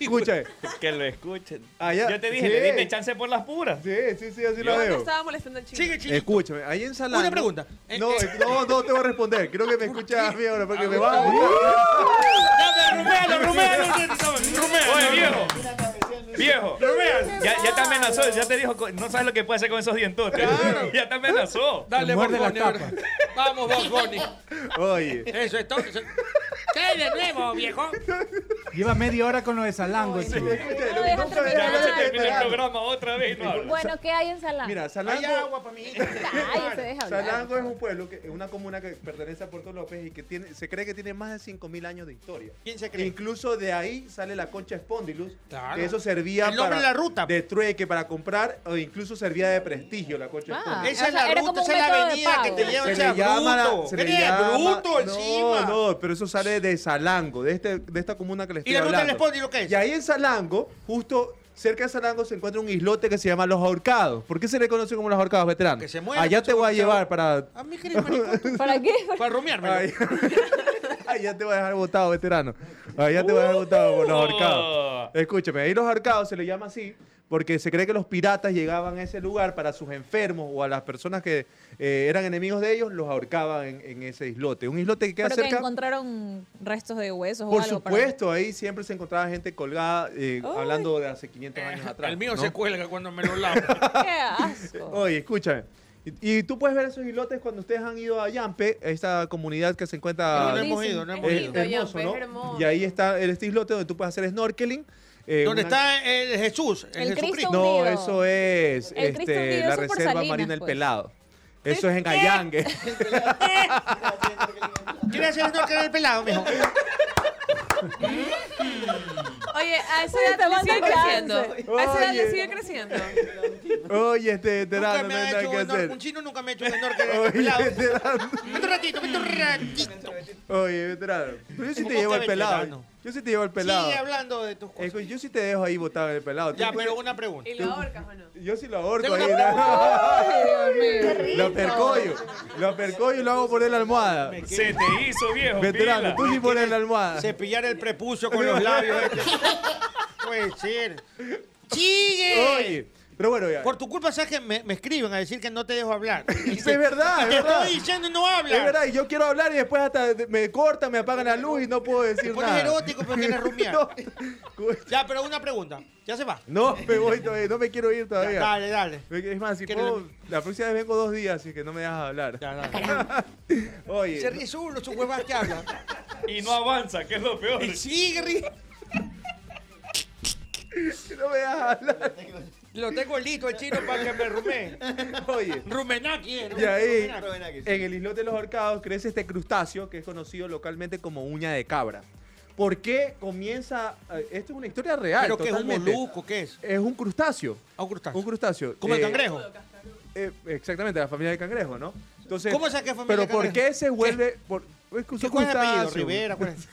Speaker 20: Escucha.
Speaker 8: Que lo escuchen.
Speaker 20: Ah, ya.
Speaker 8: Yo te dije,
Speaker 20: Sí.
Speaker 8: le diste chance por las puras.
Speaker 20: Sí, sí, sí, así lo
Speaker 5: No, no
Speaker 20: veo.
Speaker 5: estaba molestando al chino.
Speaker 9: Sigue, chiquito.
Speaker 20: Escúchame, ahí en Salango.
Speaker 9: Una pregunta. Eh,
Speaker 20: No,
Speaker 9: eh.
Speaker 20: no, no te voy a responder. Creo que me escuchas a mí ahora porque me va a
Speaker 9: Dame,
Speaker 8: ¡Eh,
Speaker 9: ruméalo,
Speaker 8: <laughs>
Speaker 9: ruméalo, ruméalo.
Speaker 8: Oye, viejo. Viejo. Ya, ya te amenazó, ya te dijo, co- no sabes lo que puede hacer con esos dientotes. <laughs> Ya te amenazó.
Speaker 9: Dale,
Speaker 7: Muerde la
Speaker 9: Bob Bunny,
Speaker 7: tapa.
Speaker 9: <laughs> Vamos, Bob Bunny.
Speaker 20: Oye,
Speaker 9: Eso es todo. ¿Qué de nuevo, viejo?
Speaker 7: Lleva media hora con lo de Salango. chico.
Speaker 20: escucha,
Speaker 6: No,
Speaker 20: lo que
Speaker 6: deja
Speaker 20: nunca
Speaker 6: terminar.
Speaker 8: Ya no se
Speaker 20: me-
Speaker 8: termina el programa otra vez y no habla.
Speaker 6: Bueno, ¿qué hay en Salam?
Speaker 20: Mira,
Speaker 9: Hay
Speaker 20: Salango
Speaker 9: agua para mi hija.
Speaker 6: Ay, se deja hablar.
Speaker 20: Salango es un pueblo, que, es una comuna que pertenece a Puerto López y que tiene, se cree que tiene más de 5.000 años de historia.
Speaker 9: ¿Quién se cree?
Speaker 20: Incluso de ahí sale la concha Spondylus,
Speaker 9: Claro.
Speaker 20: que eso servía
Speaker 9: El
Speaker 20: para,
Speaker 9: nombre de la ruta.
Speaker 20: de trueque, para comprar, o incluso servía de prestigio la concha
Speaker 6: Ah.
Speaker 20: Spondylus.
Speaker 9: Esa
Speaker 6: O
Speaker 9: es
Speaker 6: sea,
Speaker 9: la
Speaker 6: era
Speaker 9: ruta,
Speaker 6: como un
Speaker 9: esa es la
Speaker 6: método de
Speaker 9: avenida que
Speaker 6: pago.
Speaker 9: te lleva. o sea,
Speaker 20: la-
Speaker 9: bruto.
Speaker 20: se le
Speaker 9: Eres
Speaker 20: llama-
Speaker 9: bruto
Speaker 20: no,
Speaker 9: encima.
Speaker 20: no, pero eso sale de Salango, de, este, de esta comuna que les
Speaker 9: ¿Y
Speaker 20: estoy
Speaker 9: la ruta del
Speaker 20: hablando.
Speaker 9: Spondylus qué es?
Speaker 20: Y ahí en Salango, justo cerca de Salango, se encuentra un islote que se llama Los Ahorcados. ¿Por qué se le conoce como Los Ahorcados, veteranos?
Speaker 9: Que se mueran,
Speaker 20: Allá
Speaker 9: que
Speaker 20: te
Speaker 9: se
Speaker 20: voy a
Speaker 9: ahorcados.
Speaker 20: llevar para...
Speaker 9: A mí, querido
Speaker 20: <laughs>
Speaker 9: maricón,
Speaker 6: ¿Para qué?
Speaker 9: para rumiarme. <laughs>
Speaker 20: Ay, Allá te voy a dejar botado, veterano. Allá te voy a dejar botado por Los
Speaker 9: Uh.
Speaker 20: Ahorcados. Escúchame, ahí Los Ahorcados se le llama así porque se cree que los piratas llegaban a ese lugar para sus enfermos o a las personas que eh, eran enemigos de ellos, los ahorcaban en, en ese islote. Un islote que queda
Speaker 6: Pero que
Speaker 20: cerca...
Speaker 6: encontraron restos de huesos o
Speaker 20: Por
Speaker 6: algo. para-
Speaker 20: supuesto, ahí siempre se encontraba gente colgada, eh,
Speaker 6: Ay.
Speaker 20: hablando de hace 500 años atrás.
Speaker 9: Eh, El mío
Speaker 20: ¿no?
Speaker 9: se cuelga cuando me lo lavo.
Speaker 6: <laughs> Qué asco.
Speaker 20: Oye, escúchame. Y, y tú puedes ver esos islotes cuando ustedes han ido a Yampe, esta comunidad que se encuentra
Speaker 9: No hemos
Speaker 6: Dicen,
Speaker 9: ido, no
Speaker 5: Es
Speaker 9: hemos
Speaker 20: eh,
Speaker 9: ido.
Speaker 5: lindo,
Speaker 20: hermoso,
Speaker 5: Yampe,
Speaker 20: ¿no?
Speaker 5: es hermoso.
Speaker 20: Y ahí está el- este islote donde tú puedes hacer snorkeling. eh,
Speaker 9: ¿Dónde
Speaker 20: una-
Speaker 9: está el Jesús? El,
Speaker 6: El
Speaker 9: Jesucristo.
Speaker 6: Cristo.
Speaker 20: No,
Speaker 6: Hundido.
Speaker 20: eso es
Speaker 6: El Cristo
Speaker 20: este,
Speaker 6: hundido,
Speaker 20: la
Speaker 6: eso es por
Speaker 20: Reserva
Speaker 6: Salinas,
Speaker 20: Marina El
Speaker 6: pues.
Speaker 20: Pelado. Eso es en Allangue.
Speaker 6: <laughs>
Speaker 9: ¿Quieres hacer el toque del pelado, mijo?
Speaker 5: Oye, a esa
Speaker 6: Oye, te
Speaker 5: edad le sigue
Speaker 6: mando
Speaker 5: creciendo.
Speaker 6: cáncer.
Speaker 5: A esa edad le
Speaker 20: Oye.
Speaker 5: sigue creciendo.
Speaker 20: Oye, este veterano, no
Speaker 9: me
Speaker 20: hay
Speaker 9: ha
Speaker 20: nada
Speaker 9: hecho
Speaker 20: que
Speaker 9: un,
Speaker 20: hacer.
Speaker 9: un chino nunca me ha hecho un menor que
Speaker 20: Oye,
Speaker 9: pelado.
Speaker 20: veterano.
Speaker 9: Vente un ratito, vente un ratito.
Speaker 20: Oye, veterano. Pero yo sí te
Speaker 9: Como
Speaker 20: llevo
Speaker 9: usted,
Speaker 20: al pelado.
Speaker 9: veterano.
Speaker 20: Yo sí te llevo al pelado.
Speaker 9: Sigue hablando de tus cosas.
Speaker 20: Escu- yo sí te dejo ahí botado en el pelado.
Speaker 9: Ya,
Speaker 20: Tú-
Speaker 9: pero una pregunta.
Speaker 20: ¿Y lo ahorcas
Speaker 5: o no?
Speaker 20: Yo sí lo ahorco
Speaker 9: Tengo
Speaker 20: ahí.
Speaker 9: una pregunta.
Speaker 20: <laughs>
Speaker 9: Ay, Dios mío.
Speaker 20: Lo percollo. Lo percollo y lo hago poner la almohada.
Speaker 8: Se te hizo, viejo.
Speaker 20: Veterano,
Speaker 8: pila.
Speaker 20: tú sí pones la almohada.
Speaker 9: Cepillar el prepucio con
Speaker 20: <laughs>
Speaker 9: los labios. este. <laughs> Puede ser. ¡Sigue!
Speaker 20: Oye, pero bueno, ya.
Speaker 9: Por tu culpa, ¿sabes que me, me escriben a decir que no te dejo hablar?
Speaker 20: <laughs> Es verdad,
Speaker 9: Y
Speaker 20: es
Speaker 9: te
Speaker 20: verdad.
Speaker 9: estoy diciendo no hablas.
Speaker 20: Es verdad, y yo quiero hablar y después hasta me cortan, me apagan la luz y no puedo decir
Speaker 9: Te pones
Speaker 20: nada. <laughs>
Speaker 9: erótico pero quieres rumiar. ya, pero una pregunta. Ya se va.
Speaker 20: No, me voy todavía, no me quiero ir todavía.
Speaker 9: Ya, dale, dale.
Speaker 20: Es más, si
Speaker 9: Quiero-
Speaker 20: puedo, la próxima vez vengo dos días, así que no me dejas hablar. <laughs> Oye,
Speaker 9: Se ríe solo, su huevas que habla.
Speaker 8: Y no avanza, que es lo peor.
Speaker 9: Y sigue riendo.
Speaker 20: <laughs> No me dejas hablar.
Speaker 9: Lo tengo listo el chino para que me rumé.
Speaker 20: Oye.
Speaker 9: Rumenaki. ¿eh?
Speaker 20: Y ahí,
Speaker 9: Rumenaki, sí.
Speaker 20: en el islote de los ahorcados, crece este crustáceo que es conocido localmente como uña de cabra. ¿Por qué comienza? eh, Esto es una historia real.
Speaker 9: ¿Pero qué es un
Speaker 20: totalmente.
Speaker 9: molusco? ¿Qué es? Ah,
Speaker 20: Es un crustáceo.
Speaker 9: Un crustáceo.
Speaker 20: Un crustáceo.
Speaker 9: Como el
Speaker 20: Eh,
Speaker 9: cangrejo.
Speaker 20: eh, exactamente, la familia del cangrejo, ¿no? Entonces,
Speaker 9: ¿Cómo sabes qué familia
Speaker 20: Pero
Speaker 9: del
Speaker 20: ¿por
Speaker 9: cangrejo?
Speaker 20: qué se vuelve.? Por, es que son
Speaker 9: ¿Cuál es el apellido?
Speaker 20: crustáceos. <laughs>
Speaker 9: Rivera. ¿cuál es?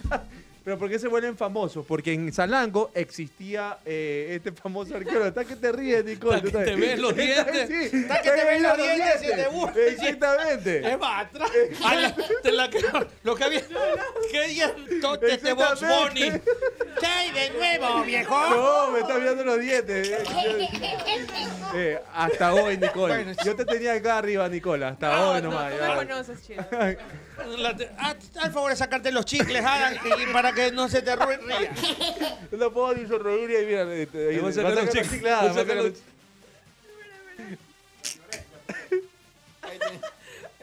Speaker 20: ¿Pero por qué se vuelven famosos? Porque en Salango existía eh, este famoso arquero. ¿Está que te ríes, Nicole?
Speaker 13: Está que
Speaker 20: ¿Tú sabes?
Speaker 13: te ves los
Speaker 20: Está que- <laughs>
Speaker 13: dientes.
Speaker 20: sí,
Speaker 13: Está que te ves los dientes, se te burla.
Speaker 20: Exactamente.
Speaker 13: Es
Speaker 9: batra.
Speaker 13: A la- te la-
Speaker 9: Lo que había. ¿Qué dientote te Box Bunny?
Speaker 20: Exactamente.
Speaker 9: ¿Qué hay de
Speaker 6: Oh,
Speaker 9: nuevo, viejo?
Speaker 20: No, me está mirando los dientes. Eh, eh, hasta hoy, Nicole.
Speaker 9: Bueno,
Speaker 20: Yo te tenía acá arriba, Nicole. Hasta hoy nomás.
Speaker 5: No, tú
Speaker 20: ya.
Speaker 5: me
Speaker 20: <laughs>
Speaker 5: conoces, chino.
Speaker 9: La te- haz, haz el favor de sacarte los chicles, Adam, y para que no se te arruine. ría.
Speaker 20: Yo no puedo ni sonreír y ahí, mira. eh, te- ahí
Speaker 13: voy a
Speaker 20: vas a
Speaker 13: sacar
Speaker 20: sacar
Speaker 13: los
Speaker 20: los
Speaker 13: chicles,
Speaker 20: chicles, ah,
Speaker 13: voy a
Speaker 20: vas a
Speaker 13: sacar
Speaker 20: sacar
Speaker 13: los-
Speaker 20: los-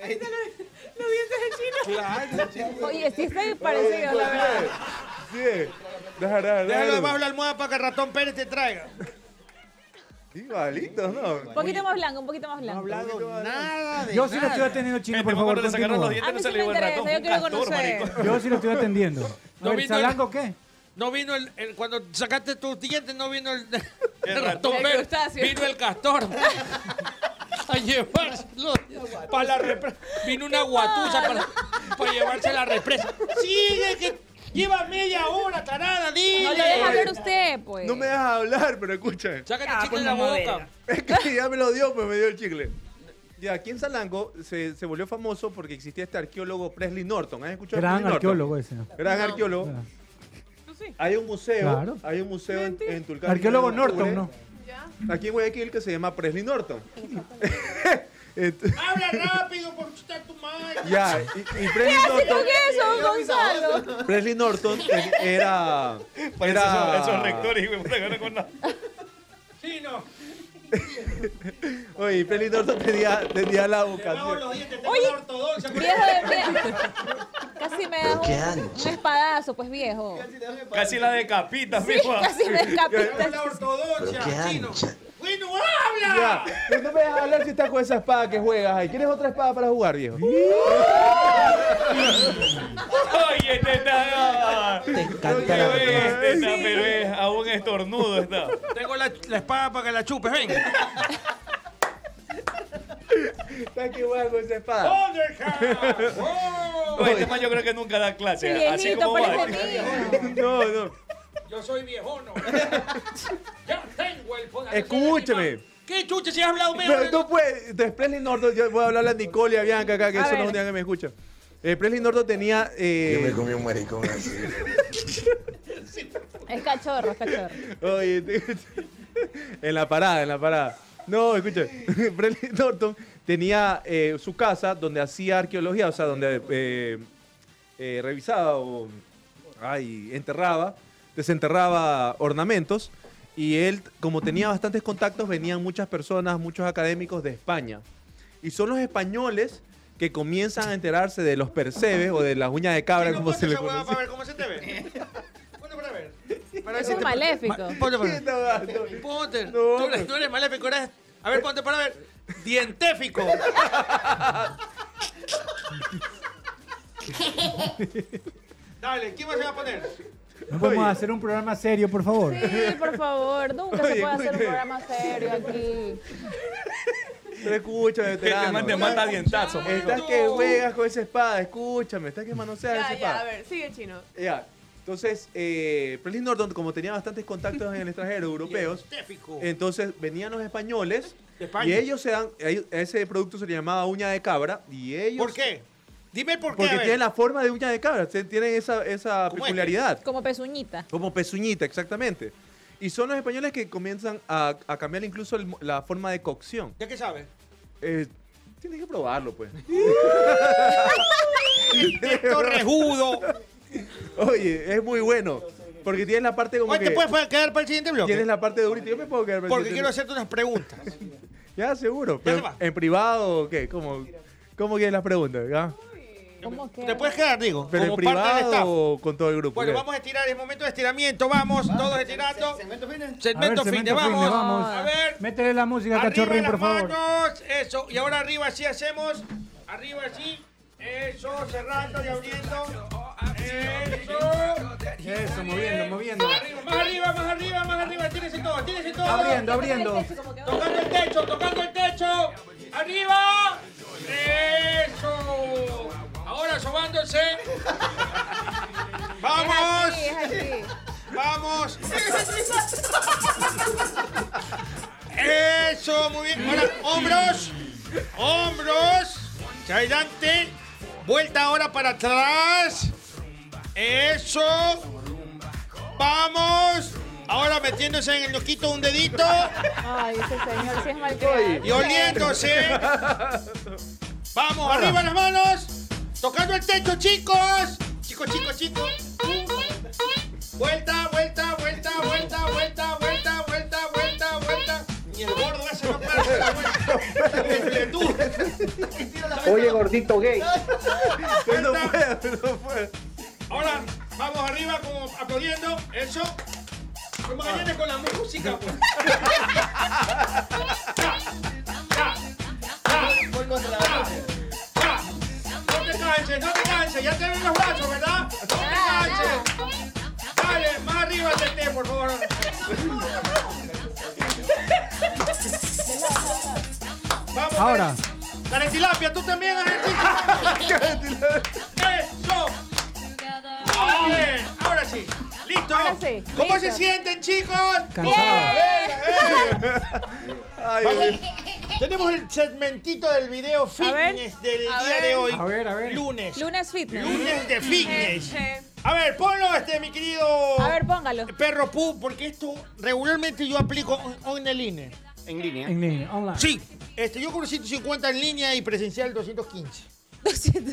Speaker 5: Ahí están los, los dientes de chino.
Speaker 6: Oye, sí estoy parecido, la verdad.
Speaker 20: Sí. Déjalo, déjalo,
Speaker 9: Déjalo
Speaker 20: déjalo.
Speaker 9: debajo de la almohada para que el ratón Pérez te traiga.
Speaker 20: Igualito,
Speaker 6: Un
Speaker 20: ¿no?
Speaker 6: poquito más blanco, un poquito más blanco.
Speaker 9: nada
Speaker 7: Yo sí lo estoy atendiendo, chino, por favor. continúa.
Speaker 6: A mí sí me interesa, yo quiero conocer.
Speaker 7: Yo sí lo estoy atendiendo. A
Speaker 9: No
Speaker 7: ver,
Speaker 9: vino el- <laughs>
Speaker 7: ¿Salango qué?
Speaker 9: No vino el, el- Cuando sacaste tus dientes, no vino el, <laughs> el
Speaker 13: El
Speaker 9: ratón
Speaker 13: ratón.
Speaker 9: Pérez.
Speaker 13: crustáceo.
Speaker 9: Vino el <laughs> castor. A llevárselo. Para la repre- Vino una guatusa para, para llevarse la represa. Sigue, que lleva media hora, tarada, dile.
Speaker 6: No lo deja hablar usted, pues.
Speaker 20: No me dejas hablar, pero escucha.
Speaker 9: Sácate el chicle de la boca.
Speaker 20: Ah, pues Es que ya me lo dio, pues me dio el chicle. <laughs> Ya, aquí en Salango se, se volvió famoso porque existía este arqueólogo Presley Norton. ¿Has escuchado? de
Speaker 7: Gran
Speaker 20: Presley Norton?
Speaker 7: arqueólogo ese.
Speaker 20: Gran arqueólogo. Hay un museo,
Speaker 7: Claro.
Speaker 20: hay un museo en, en Tulcán.
Speaker 7: Arqueólogo
Speaker 20: en octubre,
Speaker 7: Norton, ¿no?
Speaker 20: Aquí en Guayaquil que se llama Presley Norton. <laughs> Ent-
Speaker 9: Habla rápido, por chutar tu madre.
Speaker 20: ya, y, y
Speaker 9: <laughs>
Speaker 20: Presley Norton. Presley Norton eh, era.
Speaker 8: Parece
Speaker 20: era
Speaker 8: esos, esos rectores, güey, puta, que no con nada.
Speaker 9: Chino.
Speaker 20: Oye, Presley Norton tenía, tenía la
Speaker 9: Bajo
Speaker 20: vocación.
Speaker 9: los dientes, tengo
Speaker 6: Oye,
Speaker 9: una ortodoxia.
Speaker 6: viejo de viejo. Casi me das un, un espadazo, pues viejo.
Speaker 8: Casi la decapita,
Speaker 6: Sí,
Speaker 8: mijo.
Speaker 6: casi
Speaker 3: <laughs>
Speaker 6: me
Speaker 9: Tengo
Speaker 6: escapé.
Speaker 9: la ortodoxia, chino. ¡Bueno, habla!
Speaker 20: Ya, pero no me dejas hablar si estás con esa espada que juegas ahí. ¿Quieres otra espada para jugar, viejo?
Speaker 8: Oye, este está. Te encanta
Speaker 20: la
Speaker 8: Este está, pero es aún estornudo está.
Speaker 9: Tengo la, la espada para que la chupes, ven.
Speaker 20: ¿Estás que juegas con esa espada?
Speaker 9: ¡Thundercat! ¡Oh!
Speaker 8: Oye, este man yo creo que nunca da clase.
Speaker 6: Ese
Speaker 8: así
Speaker 6: viejito
Speaker 8: como va.
Speaker 6: parece
Speaker 20: No, no.
Speaker 9: Yo soy <laughs> viejono. ya tengo el poder.
Speaker 20: Escúchame.
Speaker 9: ¿Qué chucha si has hablado medio?
Speaker 20: Pero tú puedes. De Presley Norton, yo voy a hablarle a Nicole y a Bianca acá, que
Speaker 9: A
Speaker 20: eso no
Speaker 9: ver.
Speaker 20: es un día que me escucha. Eh, Presley Norton tenía. eh,
Speaker 21: Yo me comí un maricón así.
Speaker 6: Es cachorro, es cachorro.
Speaker 20: Oye, te- en la parada, en la parada. No, escucha, <laughs> Presley Norton tenía eh, su casa donde hacía arqueología, o sea, donde eh, eh, revisaba o ay, enterraba, desenterraba ornamentos. Y él, como tenía bastantes contactos, venían muchas personas, muchos académicos de España. Y son los españoles que comienzan a enterarse de los percebes o de las uñas de cabra, como se le
Speaker 9: Esa huevada
Speaker 20: conoce.
Speaker 9: para ver cómo se te ve. Bueno, para ver. Para ver
Speaker 6: Es
Speaker 9: si
Speaker 6: un
Speaker 9: te-
Speaker 6: maléfico.
Speaker 9: Ma- Ponte, para ver.
Speaker 20: No,
Speaker 9: Ponte. tú, eres, tú eres maléfico, eres... A ver, ponte para ver.
Speaker 20: <laughs>
Speaker 9: Dientéfico. Dale, ¿quién más se va a poner?
Speaker 7: ¿No podemos hacer un programa serio, por favor?
Speaker 6: Sí, por favor, nunca se
Speaker 7: Oye,
Speaker 6: puede hacer un
Speaker 7: oye.
Speaker 6: programa serio aquí.
Speaker 20: Pero escúchame,
Speaker 9: Este
Speaker 20: veterano.
Speaker 8: man te mata a dientazo, marico.
Speaker 20: Estás que juegas con esa espada, escúchame. Estás que manoseas esa
Speaker 5: Ya,
Speaker 20: espada.
Speaker 5: ya, a ver, sigue chino.
Speaker 20: Ya. Entonces, eh, Presley Norton, como tenía bastantes contactos en el extranjero,
Speaker 5: <laughs>
Speaker 20: europeos,
Speaker 9: Científico.
Speaker 20: entonces venían los españoles
Speaker 9: De España.
Speaker 20: y ellos se dan, ellos- ese producto se le llamaba uña de cabra y ellos...
Speaker 9: ¿Por qué? Dime el por qué.
Speaker 20: Porque
Speaker 9: a ver.
Speaker 20: tienen la forma de uña de cabra, se- tienen esa, esa peculiaridad,
Speaker 6: Como pezuñita.
Speaker 20: como pezuñita, exactamente. Y son los españoles que comienzan a, a cambiar incluso el mo- la forma de cocción.
Speaker 9: ¿Ya qué sabes?
Speaker 20: Eh, tienes que probarlo, pues.
Speaker 9: Torrejudo.
Speaker 20: Oye, es muy bueno. Porque tienes la parte como
Speaker 9: Oye,
Speaker 20: que...
Speaker 9: ¿te puedes quedar para el siguiente bloque?
Speaker 20: Tienes la parte durita. Yo me puedo quedar para el
Speaker 9: Porque
Speaker 20: siguiente
Speaker 9: quiero
Speaker 20: bloque.
Speaker 9: hacerte unas preguntas.
Speaker 20: Ya, seguro. Pero ¿En privado o qué? ¿Cómo, cómo quieres las preguntas? ya?
Speaker 6: ¿Cómo que?
Speaker 9: ¿Te puedes quedar, digo?
Speaker 20: ¿Pero en
Speaker 9: como parte del staff.
Speaker 20: privado o con todo el grupo?
Speaker 9: Bueno,
Speaker 20: ¿Qué? <laughs>
Speaker 9: vamos a estirar, es momento de estiramiento, vamos, todos estirando. Segmento fitness. Segmento
Speaker 7: A ver,
Speaker 9: fitness,
Speaker 7: segmento
Speaker 9: vamos.
Speaker 7: fitness, vamos.
Speaker 9: A ver,
Speaker 7: <laughs> Métele la música,
Speaker 9: arriba
Speaker 7: cachorrín,
Speaker 9: las
Speaker 7: por favor.
Speaker 9: manos, eso. Y ahora arriba así hacemos, arriba así, eso, cerrando y abriendo. Eso.
Speaker 7: Eso, moviendo, moviendo.
Speaker 9: Arriba, más arriba, más arriba, más arriba, tírese todo, tírese todo.
Speaker 7: Abriendo, abriendo.
Speaker 9: Tocando el techo, tocando el techo. Arriba. Eso. Ahora sobándose. Vamos.
Speaker 6: Es así, es
Speaker 9: Vamos.
Speaker 6: así.
Speaker 9: Eso, muy bien. Ahora, hombros. Hombros. Hacia adelante. Vuelta ahora para atrás. Eso. Vamos. Ahora metiéndose en el loquito un dedito
Speaker 6: Ay, ese señor sí es malcriado.
Speaker 9: y oliéndose. Vamos, arriba las manos. Tocando el techo, chicos. Chicos, chicos, chicos. Vuelta, vuelta, vuelta, vuelta, vuelta, vuelta, vuelta, vuelta, vuelta. Y el gordo ese no para de dar vuelta. El fletú.
Speaker 21: Oye, gordito gay.
Speaker 9: Vuelta. Ahora, vamos arriba como aplaudiendo. Eso. Como que viene con la música, pues. No te canses, no te canses, ya te ven los brazos, ¿verdad? No te canses. Dale, más arriba del té, por favor. Vamos,
Speaker 7: Ahora,
Speaker 9: Dale tilapia, tú también eres ¡Eso! Muy bien, ahora sí. ¿Listo? ¿Cómo
Speaker 6: listo.
Speaker 9: se sienten, chicos?
Speaker 7: Cansado.
Speaker 9: ¡Eh, eh! Vale. Tenemos el segmentito del video fitness del
Speaker 6: a
Speaker 9: día
Speaker 6: ver.
Speaker 9: de hoy.
Speaker 6: A ver, a ver.
Speaker 9: Lunes.
Speaker 6: Lunes fitness.
Speaker 9: Lunes de fitness.
Speaker 6: Eh, eh.
Speaker 9: A ver, ponlo este, mi querido.
Speaker 6: A ver, póngalo.
Speaker 9: Perro Pu, porque esto regularmente yo aplico on- on the line. En línea.
Speaker 7: en línea, online.
Speaker 9: E. Sí, este, yo con 150 en línea y presencial
Speaker 6: <laughs>
Speaker 9: 215.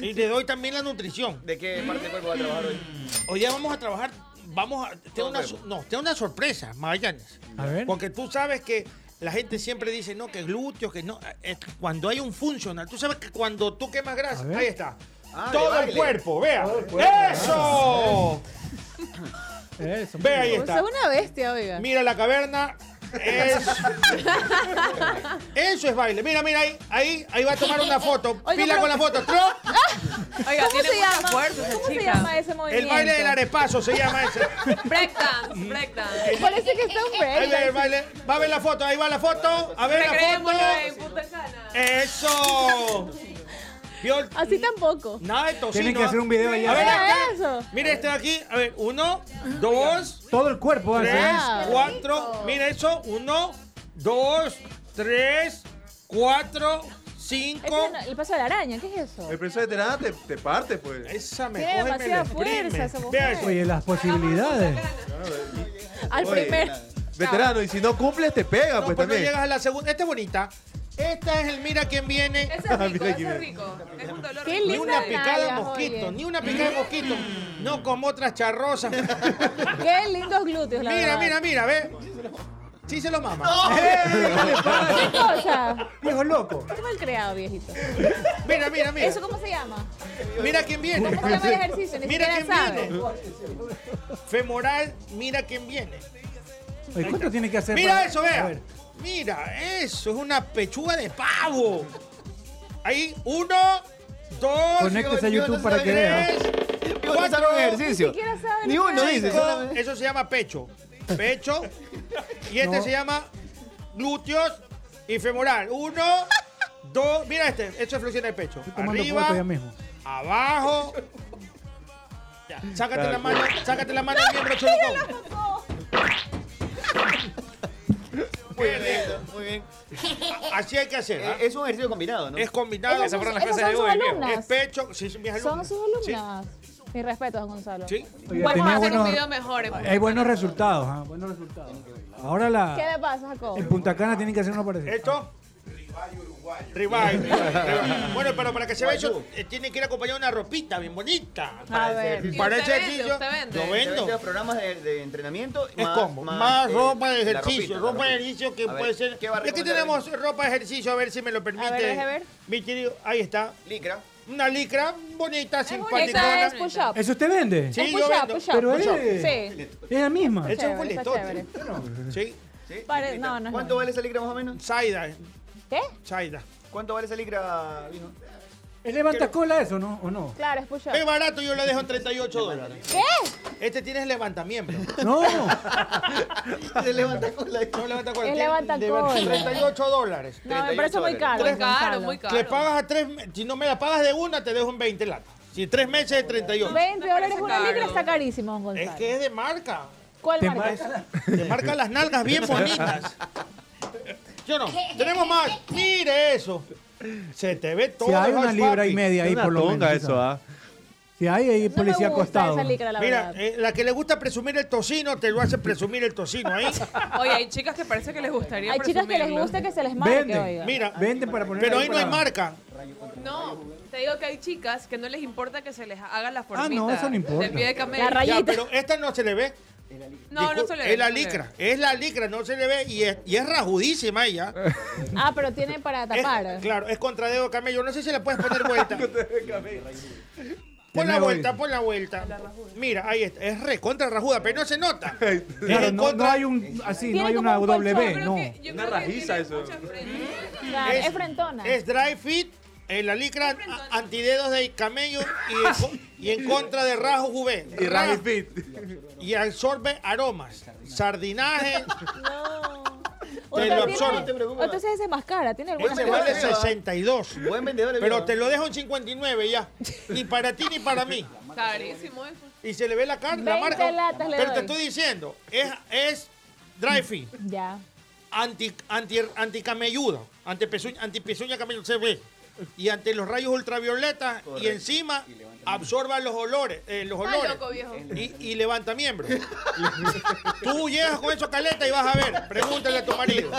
Speaker 9: y te doy también la nutrición.
Speaker 3: ¿De qué parte del cuerpo va a trabajar hoy?
Speaker 9: Hoy día vamos a trabajar, vamos a... Tengo una, so- no, tengo una sorpresa, Magallanes.
Speaker 7: A ver.
Speaker 9: Porque tú sabes que la gente siempre dice, no, que glúteos, que no... Es que cuando hay un funcional, tú sabes que cuando tú quemas grasa,
Speaker 7: ver.
Speaker 9: ahí está.
Speaker 3: Ah, de
Speaker 9: todo el
Speaker 3: baile.
Speaker 9: cuerpo, vea.
Speaker 3: Todo el cuerpo.
Speaker 9: ¡Eso!
Speaker 7: Eso.
Speaker 9: Ve ahí
Speaker 6: O sea,
Speaker 9: está.
Speaker 6: una bestia, oiga.
Speaker 9: Mira la caverna.
Speaker 6: <laughs>
Speaker 9: Eso. Eso es baile. Mira, mira, ahí, ahí, ahí va a tomar una foto.
Speaker 6: Oiga,
Speaker 9: Pila
Speaker 6: pero- Ah.
Speaker 9: con la
Speaker 6: <laughs>
Speaker 9: foto. ¡Trop!
Speaker 5: Oiga,
Speaker 6: ¿Cómo
Speaker 5: tiene
Speaker 6: se
Speaker 5: mucha
Speaker 6: llama?
Speaker 5: fuerza esa
Speaker 6: ¿Cómo se
Speaker 5: chica.
Speaker 6: llama ese movimiento?
Speaker 9: El baile del arepazo se llama ese.
Speaker 5: Breakdance,
Speaker 6: Mm.
Speaker 5: breakdance.
Speaker 6: Parece que está un
Speaker 9: Ahí va el
Speaker 6: break.
Speaker 9: baile. Va a ver la foto, ahí va la foto. A ver la
Speaker 5: Recreémoslo en
Speaker 9: foto.
Speaker 5: Punta Cana.
Speaker 9: Eso. Vio el-
Speaker 6: Así tampoco.
Speaker 9: Nada de tocino. ¿eh?
Speaker 7: Tienen que hacer un video ahí.
Speaker 9: A ver
Speaker 6: Mira
Speaker 9: acá.
Speaker 6: eso.
Speaker 9: Mira este de aquí. A ver, uno, dos,
Speaker 7: Todo el cuerpo ¿eh? va a
Speaker 9: tres,
Speaker 7: ser.
Speaker 9: cuatro. Mira eso. Uno, dos, tres, cuatro, cinco.
Speaker 6: Ese no- Este el paso de la araña, ¿qué es eso?
Speaker 20: El preso de terada te, te parte, pues.
Speaker 9: Esa me
Speaker 6: Tiene
Speaker 9: coge, me
Speaker 6: demasiada
Speaker 9: la exprime.
Speaker 6: fuerza esa mujer.
Speaker 9: Vea eso.
Speaker 7: Oye, las posibilidades.
Speaker 6: Al
Speaker 20: Oye,
Speaker 6: primer.
Speaker 20: Veterano, y si no cumples, te pega,
Speaker 9: No,
Speaker 20: pues
Speaker 9: pues no
Speaker 20: también.
Speaker 9: llegas a la segunda. Esta es bonita. Esta es el mira quién viene. <laughs>
Speaker 5: Ese es rico,
Speaker 20: Mira aquí,
Speaker 5: ese es
Speaker 20: mira.
Speaker 5: rico. Es un dolor.
Speaker 6: Qué
Speaker 5: rico.
Speaker 9: Ni una
Speaker 6: linda
Speaker 9: picada de
Speaker 6: nalgas,
Speaker 9: mosquito,
Speaker 6: oye.
Speaker 9: ni una picada de mosquito. No como otras <laughs> charrosas.
Speaker 6: Qué lindos glúteos, la
Speaker 9: mira,
Speaker 6: verdad. ¡Oh!
Speaker 9: mira, mira, ve. Sí se lo mama. <laughs>
Speaker 6: ¿Qué cosa?
Speaker 7: Viejo loco.
Speaker 6: Qué mal creado, viejito.
Speaker 9: Mira, mira, mira.
Speaker 6: ¿Eso cómo se llama?
Speaker 9: Mira quién viene.
Speaker 6: ¿Cómo se llama el ejercicio? Ni
Speaker 9: Mira
Speaker 6: siquiera
Speaker 9: quién
Speaker 6: sabe.
Speaker 9: viene. Femoral, mira quién viene.
Speaker 7: Oye, ¿cuánto tiene que hacer?
Speaker 9: Mira
Speaker 7: para-
Speaker 9: eso,
Speaker 7: A
Speaker 9: vea.
Speaker 7: ver,
Speaker 9: Mira, eso es una pechuga de pavo. Ahí, uno, dos,
Speaker 7: Conéctese a YouTube para que
Speaker 9: tres,
Speaker 7: vea.
Speaker 9: cuatro.
Speaker 3: no sabe un ejercicio. Ni uno dice.
Speaker 9: Cinco,
Speaker 3: solamente-
Speaker 9: Eso se llama pecho. Pecho. Y este
Speaker 3: No.
Speaker 9: se llama glúteos y femoral. Uno, dos. Mira este. Esto es flexión del pecho.
Speaker 7: tomando
Speaker 9: Arriba,
Speaker 7: foto ya mismo.
Speaker 9: abajo. Ya, Sácate
Speaker 7: Tal
Speaker 9: la mano.
Speaker 7: cual.
Speaker 9: Sácate la mano al
Speaker 3: <laughs>
Speaker 9: miembro, Cholucón.
Speaker 3: Muy bien, muy bien.
Speaker 9: Así hay que hacer. ¿ah?
Speaker 3: Eh, es un ejercicio combinado, ¿no?
Speaker 9: Es combinado.
Speaker 3: Esas fueron las
Speaker 6: esas
Speaker 3: clases
Speaker 6: son
Speaker 3: de
Speaker 6: sus
Speaker 3: hoy,
Speaker 6: alumnas.
Speaker 9: Es pecho. Sí, son mis
Speaker 6: Son
Speaker 9: alumnos.
Speaker 6: sus alumnas. Mis respetos, Gonzalo.
Speaker 9: Sí.
Speaker 7: Oye,
Speaker 6: Vamos
Speaker 7: tenía
Speaker 6: a hacer
Speaker 7: buenos-
Speaker 6: un video mejor. en
Speaker 7: Hay buenos resultados, ah, buenos resultados. Ahora
Speaker 6: ¿Qué
Speaker 7: la
Speaker 6: le pasa, Jacob?
Speaker 7: en Punta Cana tienen que hacer una parecida.
Speaker 9: ¿Esto?
Speaker 3: <laughs>
Speaker 9: Ribeye, ribeye, ribeye. Bueno, pero para que se vea eso, eh, tiene que ir acompañado de una ropita bien bonita.
Speaker 3: A ver. ¿Y usted
Speaker 9: Para ese
Speaker 3: vende?
Speaker 9: ejercicio,
Speaker 3: ¿Usted vende?
Speaker 9: yo
Speaker 3: Usted vende
Speaker 9: vendo.
Speaker 3: los programas de, de entrenamiento
Speaker 9: Es
Speaker 3: más,
Speaker 9: como, más
Speaker 3: eh,
Speaker 9: ropa de
Speaker 3: la
Speaker 9: ejercicio,
Speaker 3: ropita, la
Speaker 9: ropa de
Speaker 3: ropita.
Speaker 9: ejercicio que
Speaker 3: A ver,
Speaker 9: puede ser.
Speaker 3: ¿qué va a
Speaker 9: Y aquí
Speaker 3: recomendar?
Speaker 9: tenemos ropa de ejercicio, a ver si me lo permite.
Speaker 6: ver, deje ver.
Speaker 9: Mi querido, ahí está.
Speaker 3: Licra.
Speaker 9: Una licra bonita,
Speaker 6: Esa
Speaker 9: simpaticona.
Speaker 6: es push-up.
Speaker 7: ¿Eso usted vende?
Speaker 9: Sí,
Speaker 6: Es
Speaker 9: yo
Speaker 6: push-up,
Speaker 9: vendo.
Speaker 6: push-up.
Speaker 7: Pero
Speaker 6: push-up.
Speaker 7: es-
Speaker 6: Sí.
Speaker 7: Es la misma.
Speaker 9: Ese es un
Speaker 6: Está
Speaker 9: boletote. Sí.
Speaker 3: Sí,
Speaker 6: Pare-
Speaker 3: licra.
Speaker 6: no, no es
Speaker 3: ¿Cuánto vale esa licra más o menos?
Speaker 9: Saida.
Speaker 6: ¿Qué?
Speaker 9: Saida.
Speaker 3: ¿Cuánto vale esa licra, viejo?
Speaker 7: ¿Es levanta cola eso no o no?
Speaker 6: Claro, es push-up.
Speaker 9: Es barato, yo lo dejo en 38 dólares.
Speaker 6: ¿Qué?
Speaker 9: Este tienes levantamiento.
Speaker 7: <laughs> No.
Speaker 3: <laughs> Se levanta con la
Speaker 9: No levanta cola.
Speaker 6: Es
Speaker 9: tiene-
Speaker 6: levanta
Speaker 9: levanta-
Speaker 6: cola.
Speaker 9: 38 dólares.
Speaker 6: No, me parece muy caro.
Speaker 9: Tres-
Speaker 6: Gonzalo.
Speaker 9: Le pagas a tres, me- si no me la pagas de una, te dejo en 20 latas. Si tres meses, 38.
Speaker 6: 20 dólares una
Speaker 9: caro.
Speaker 6: libra está carísimo, don Gonzalo.
Speaker 9: Es que es de marca.
Speaker 6: ¿Cuál
Speaker 9: Te
Speaker 6: marca?
Speaker 9: marca Te marca las nalgas bien bonitas. Yo no. Tenemos más. Mire eso. Se te ve todo.
Speaker 7: Si hay
Speaker 9: el
Speaker 7: una ¿ah?
Speaker 9: hot
Speaker 7: libra
Speaker 9: papi.
Speaker 7: y media ahí por lo menos. quizá. Si hay ahí policía acostado.
Speaker 9: Mira, eh, la que le gusta presumir el tocino, te lo hace presumir el tocino ¿eh?
Speaker 5: <laughs>
Speaker 9: ahí.
Speaker 5: Oye, hay chicas que parece que les gustaría
Speaker 6: Hay chicas que les
Speaker 5: presumirlo.
Speaker 6: gusta que se les marque,
Speaker 7: Vende.
Speaker 6: oiga.
Speaker 9: Mira,
Speaker 7: vende para poner
Speaker 9: Pero
Speaker 7: ahí
Speaker 9: ahí no hay
Speaker 7: para-
Speaker 9: marca.
Speaker 5: No, te digo que hay chicas que no les importa que se les haga
Speaker 9: Ah,
Speaker 5: la formita.
Speaker 7: eso Ah, no importa.
Speaker 5: Del pie de camello.
Speaker 9: Ya, pero esta no se le ve.
Speaker 5: No, no se le ve.
Speaker 9: Es la
Speaker 5: no se le
Speaker 9: licra, es la licra, no se le ve y es, y es rajudísima ella.
Speaker 6: Ah, pero tiene para
Speaker 9: Es-
Speaker 6: tapar.
Speaker 9: claro, es contra dedo de camello. No sé si le puedes poner
Speaker 7: <laughs>
Speaker 9: vuelta. Pon la
Speaker 7: nuevo,
Speaker 9: vuelta, pon la vuelta. Mira, ahí está. Es re contra rajuda, pero no se nota.
Speaker 7: Claro, no, no hay un así, no hay una W, no.
Speaker 20: Una rajiza eso.
Speaker 6: Claro, es frentona.
Speaker 9: Es dry fit, en la licra, a- antidedos de camello y en, co- y en contra de rajo juve.
Speaker 20: Y
Speaker 9: Ra-
Speaker 20: Raji Fit.
Speaker 9: Y absorbe aromas. Sardinaje. Te
Speaker 6: Usted
Speaker 9: lo
Speaker 6: tiene-
Speaker 9: absorbe.
Speaker 6: Ah, Entonces ese es más cara, tiene alguna
Speaker 9: Ese
Speaker 6: marca
Speaker 9: vale
Speaker 6: nueva?
Speaker 9: 62.
Speaker 3: Buen vendedor. el
Speaker 9: Pero
Speaker 3: viejo.
Speaker 9: te lo dejo en 59 ya. Ni para ti ni para mí.
Speaker 5: Carísimo ¿eh? eso.
Speaker 9: Y se le ve la carta, la
Speaker 6: 20
Speaker 9: marca.
Speaker 6: latas le
Speaker 9: Pero te
Speaker 6: doy. Mm,
Speaker 9: estoy diciendo, es, es dry fit.
Speaker 6: Ya.
Speaker 9: Anti, anti, anticamelludo. Anti pezuña, anti pezuña camelludo se ve. Y ante los rayos ultravioletas y
Speaker 3: Correcto.
Speaker 9: encima absorba los olores, eh, los
Speaker 5: Está
Speaker 9: olores
Speaker 5: loco, viejo.
Speaker 9: y, y levanta miembros. Tú llegas con eso caleta y vas a ver, pregúntale a tu marido.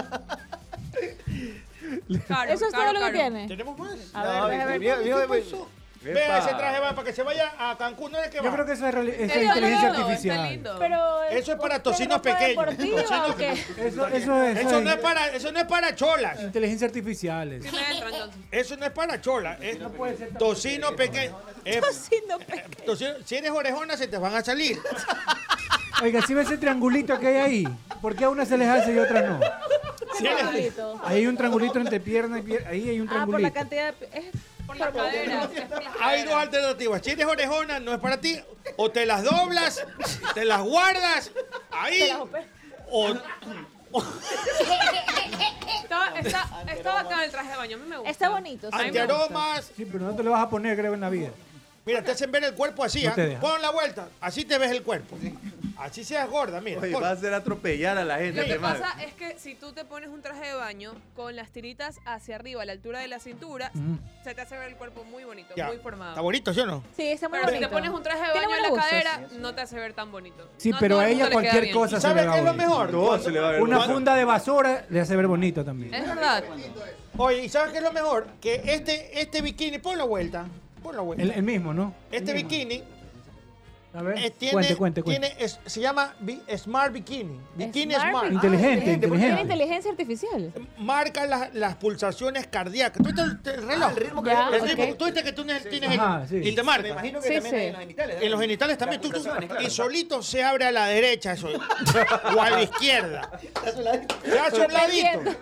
Speaker 5: Caro,
Speaker 6: Eso es todo
Speaker 5: caro,
Speaker 6: lo que
Speaker 5: caro.
Speaker 6: tiene.
Speaker 9: ¿Tenemos más?
Speaker 6: A
Speaker 3: No,
Speaker 6: ver, déjame
Speaker 3: viejo,
Speaker 6: ver.
Speaker 3: viejo, viejo.
Speaker 9: Vea ese traje va para que se vaya a Cancún, no es que
Speaker 7: Yo
Speaker 9: va.
Speaker 7: creo que eso es, reali- es
Speaker 6: Está
Speaker 7: inteligencia
Speaker 6: lindo,
Speaker 7: artificial.
Speaker 6: Pero eh,
Speaker 9: Eso es para
Speaker 6: ¿usted
Speaker 9: tocinos
Speaker 6: ropa
Speaker 9: pequeños.
Speaker 6: deportiva
Speaker 9: Tocinos
Speaker 6: o qué?
Speaker 7: Eso, eso es,
Speaker 9: Eso no es para, eso no es para cholas.
Speaker 7: inteligencia artificial. eso.
Speaker 5: Sí me entran, entonces.
Speaker 9: Eso no es para cholas. Es tocino pequeño. Es-
Speaker 6: Tocino pequeño.
Speaker 9: tocino- si eres orejona se te van a salir.
Speaker 7: Oiga, si ve ese triangulito que hay ahí, ¿por qué a unas se les hace y a otras no?
Speaker 9: Si eres-
Speaker 7: Ahí hay un triangulito entre pierna y pierna. Ahí hay un
Speaker 6: Ah, por la
Speaker 7: triangulito.
Speaker 6: cantidad de... Es
Speaker 5: Por la cadera. es por la
Speaker 9: hay
Speaker 5: cadera.
Speaker 9: dos alternativas. Si eres orejona no es para ti. O te las doblas, te las guardas ahí. O
Speaker 5: Está, está, está bacán el traje de baño, a mí me gusta.
Speaker 6: Está bonito, sí.
Speaker 5: A mí me gusta.
Speaker 9: antiaromas.
Speaker 7: Sí, pero no te lo vas a poner, creo, en la vida.
Speaker 9: Mira, te hacen ver el cuerpo así.
Speaker 7: No
Speaker 9: ¿ah?
Speaker 7: te deja.
Speaker 9: Pon la vuelta. Así te ves el cuerpo. Así seas gorda, mira.
Speaker 20: Oye,
Speaker 9: pon.
Speaker 20: va a hacer atropellar a la gente,
Speaker 5: Lo que
Speaker 20: este man.
Speaker 5: pasa es que si tú te pones un traje de baño con las tiritas hacia arriba, a la altura de la cintura, se te hace ver el cuerpo muy bonito,
Speaker 9: Mm. Ya.
Speaker 5: muy formado.
Speaker 9: Está bonito, ¿sí o no?
Speaker 6: Sí, está muy
Speaker 5: Pero si
Speaker 6: bonito.
Speaker 5: te pones un traje de
Speaker 6: Tiene
Speaker 5: baño en la
Speaker 6: buenos gustos.
Speaker 5: cadera, no te hace ver tan bonito.
Speaker 7: Sí,
Speaker 5: No a
Speaker 7: pero
Speaker 5: todo
Speaker 7: a
Speaker 5: el
Speaker 7: ella
Speaker 5: mundo le queda
Speaker 7: cualquier
Speaker 5: bien.
Speaker 7: cosa se
Speaker 9: ¿Sabes
Speaker 7: le
Speaker 9: qué
Speaker 7: va
Speaker 9: es lo mejor?
Speaker 20: Todo se le va a ver.
Speaker 7: Una
Speaker 20: mal.
Speaker 7: funda de basura le hace ver bonito también.
Speaker 5: Es verdad.
Speaker 9: Oye, ¿y sabes qué es lo mejor? Que este, este bikini, ponlo vuelta. Ponlo vuelta.
Speaker 7: El, el mismo, ¿no?
Speaker 9: este
Speaker 7: El mismo.
Speaker 9: bikini
Speaker 7: A ver,
Speaker 9: Eh, tiene-
Speaker 7: cuente, cuente, cuente.
Speaker 9: tiene- es- se llama Bi- Smart Bikini. Bikini Smart.
Speaker 7: Inteligente,
Speaker 9: porque
Speaker 7: inteligente.
Speaker 9: tiene
Speaker 6: inteligencia artificial.
Speaker 9: Marca las, las pulsaciones cardíacas. Tú viste
Speaker 7: Ah,
Speaker 9: el, el reloj. el ritmo
Speaker 6: que- Ya,
Speaker 9: el ritmo.
Speaker 6: ok.
Speaker 9: Tú viste que tú ne- tienes
Speaker 7: Ajá,
Speaker 9: el,
Speaker 7: sí.
Speaker 9: y te marca.
Speaker 7: Me imagino que Sí, también sí. en los genitales, ¿no?
Speaker 9: En los genitales también.
Speaker 7: Las
Speaker 9: Tú- tú-
Speaker 7: pulsaciones, claro.
Speaker 9: y solito se abre a la derecha eso, o a la
Speaker 7: <laughs>
Speaker 9: izquierda. Se hace un ladito.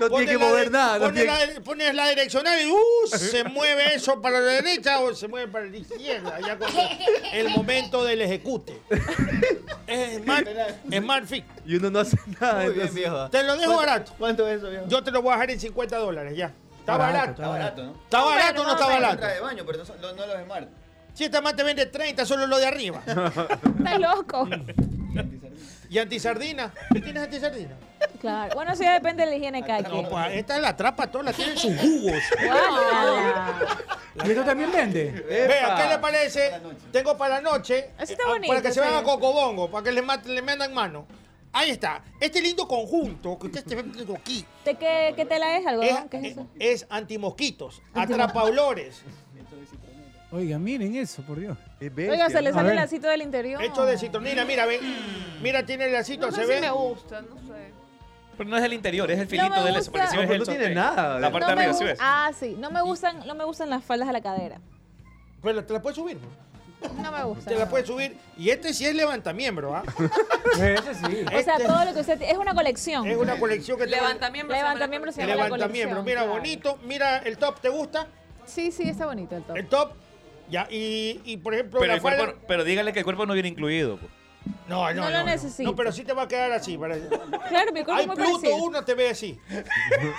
Speaker 13: No tiene que mover nada. no
Speaker 9: Pones
Speaker 13: tiene-
Speaker 9: la, pones la direccional y uh, se <laughs> mueve eso para la derecha o se mueve para la izquierda. Ya cuando el momento del ejecute. Es Smart, smart Fit.
Speaker 20: Y uno no hace nada.
Speaker 9: Muy bien,
Speaker 20: entonces-
Speaker 9: viejo. Te lo dejo
Speaker 20: ¿Cuánto-
Speaker 9: barato. ¿Cuánto es eso, viejo? Yo te lo voy a dejar en 50 dólares ya. Está
Speaker 20: Barato,
Speaker 9: barato.
Speaker 20: está barato,
Speaker 9: ¿no? ¿Está barato o no está barato?
Speaker 3: Trae de baño, pero no, son- no- no los Smart.
Speaker 9: Si esta más te vende 30, solo lo de arriba.
Speaker 6: Estás loco.
Speaker 9: ¿Y antisardina? ¿Tú ¿Tienes antisardina?
Speaker 6: Claro. Bueno, eso ya depende de la higiene de cada quien.
Speaker 9: No, pues esta la trapa toda, la tienen sus jugos.
Speaker 7: ¿Y esto también vende?
Speaker 9: Vea, ¿qué le parece? Tengo para la noche.
Speaker 6: Eso está
Speaker 9: eh,
Speaker 6: bonito,
Speaker 9: Para que se
Speaker 6: sí.
Speaker 9: vayan a Cocobongo, para que le, mat- le mandan mano. Ahí está. Este lindo conjunto que usted está viendo aquí.
Speaker 6: ¿De qué, qué tela es? ¿Algodón? ¿Qué es
Speaker 9: Es,
Speaker 6: eso?
Speaker 9: eh, es antimosquitos, atrapa olores.
Speaker 7: Oiga, miren eso, por Dios.
Speaker 6: Oiga, se le
Speaker 7: A
Speaker 6: sale
Speaker 7: ver.
Speaker 6: el lacito del interior.
Speaker 9: Hecho de citronina, mira, ve. Mira, tiene el lacito,
Speaker 5: No
Speaker 9: se
Speaker 5: sé
Speaker 9: ve.
Speaker 5: si me gusta, no sé.
Speaker 8: Pero no es el interior, es el filito
Speaker 6: me
Speaker 8: del
Speaker 6: gusta.
Speaker 8: eso. Porque si
Speaker 20: No,
Speaker 8: ves
Speaker 20: pues
Speaker 8: el
Speaker 20: no tiene
Speaker 8: sope,
Speaker 20: nada.
Speaker 8: La parte
Speaker 6: No
Speaker 8: de
Speaker 6: me
Speaker 8: arriba, si
Speaker 6: gus-
Speaker 8: ves.
Speaker 6: Ah, sí. No me gustan, no me gustan las faldas a la cadera.
Speaker 9: Pero te la puedes subir.
Speaker 6: No me gusta.
Speaker 9: Te la puedes subir. Y este sí es levantamiembro,
Speaker 6: <laughs>
Speaker 9: ¿ah?
Speaker 7: Ese sí.
Speaker 6: O sea, todo lo que usted tiene es una colección.
Speaker 9: Es una colección que te
Speaker 5: Levantamiembros.
Speaker 6: Levantamiembros se llama la
Speaker 9: Levantamiembro.
Speaker 6: colección,
Speaker 9: Mira,
Speaker 6: claro.
Speaker 9: bonito. Mira, el top, ¿te gusta?
Speaker 6: Sí, sí, está bonito el top.
Speaker 9: El top. Ya, y, y por ejemplo,
Speaker 8: Pero,
Speaker 9: la
Speaker 8: el cuerpo-
Speaker 9: falda-
Speaker 8: pero dígale que el cuerpo no viene incluido. pues. po.
Speaker 9: No, no,
Speaker 6: Ah, No lo necesito.
Speaker 9: No, pero sí te va a quedar así. para-
Speaker 6: <laughs> Claro, mi
Speaker 9: Hay
Speaker 6: cuerpo es muy
Speaker 9: Pluto
Speaker 6: parecido.
Speaker 9: uno te ve
Speaker 6: <laughs>
Speaker 9: así.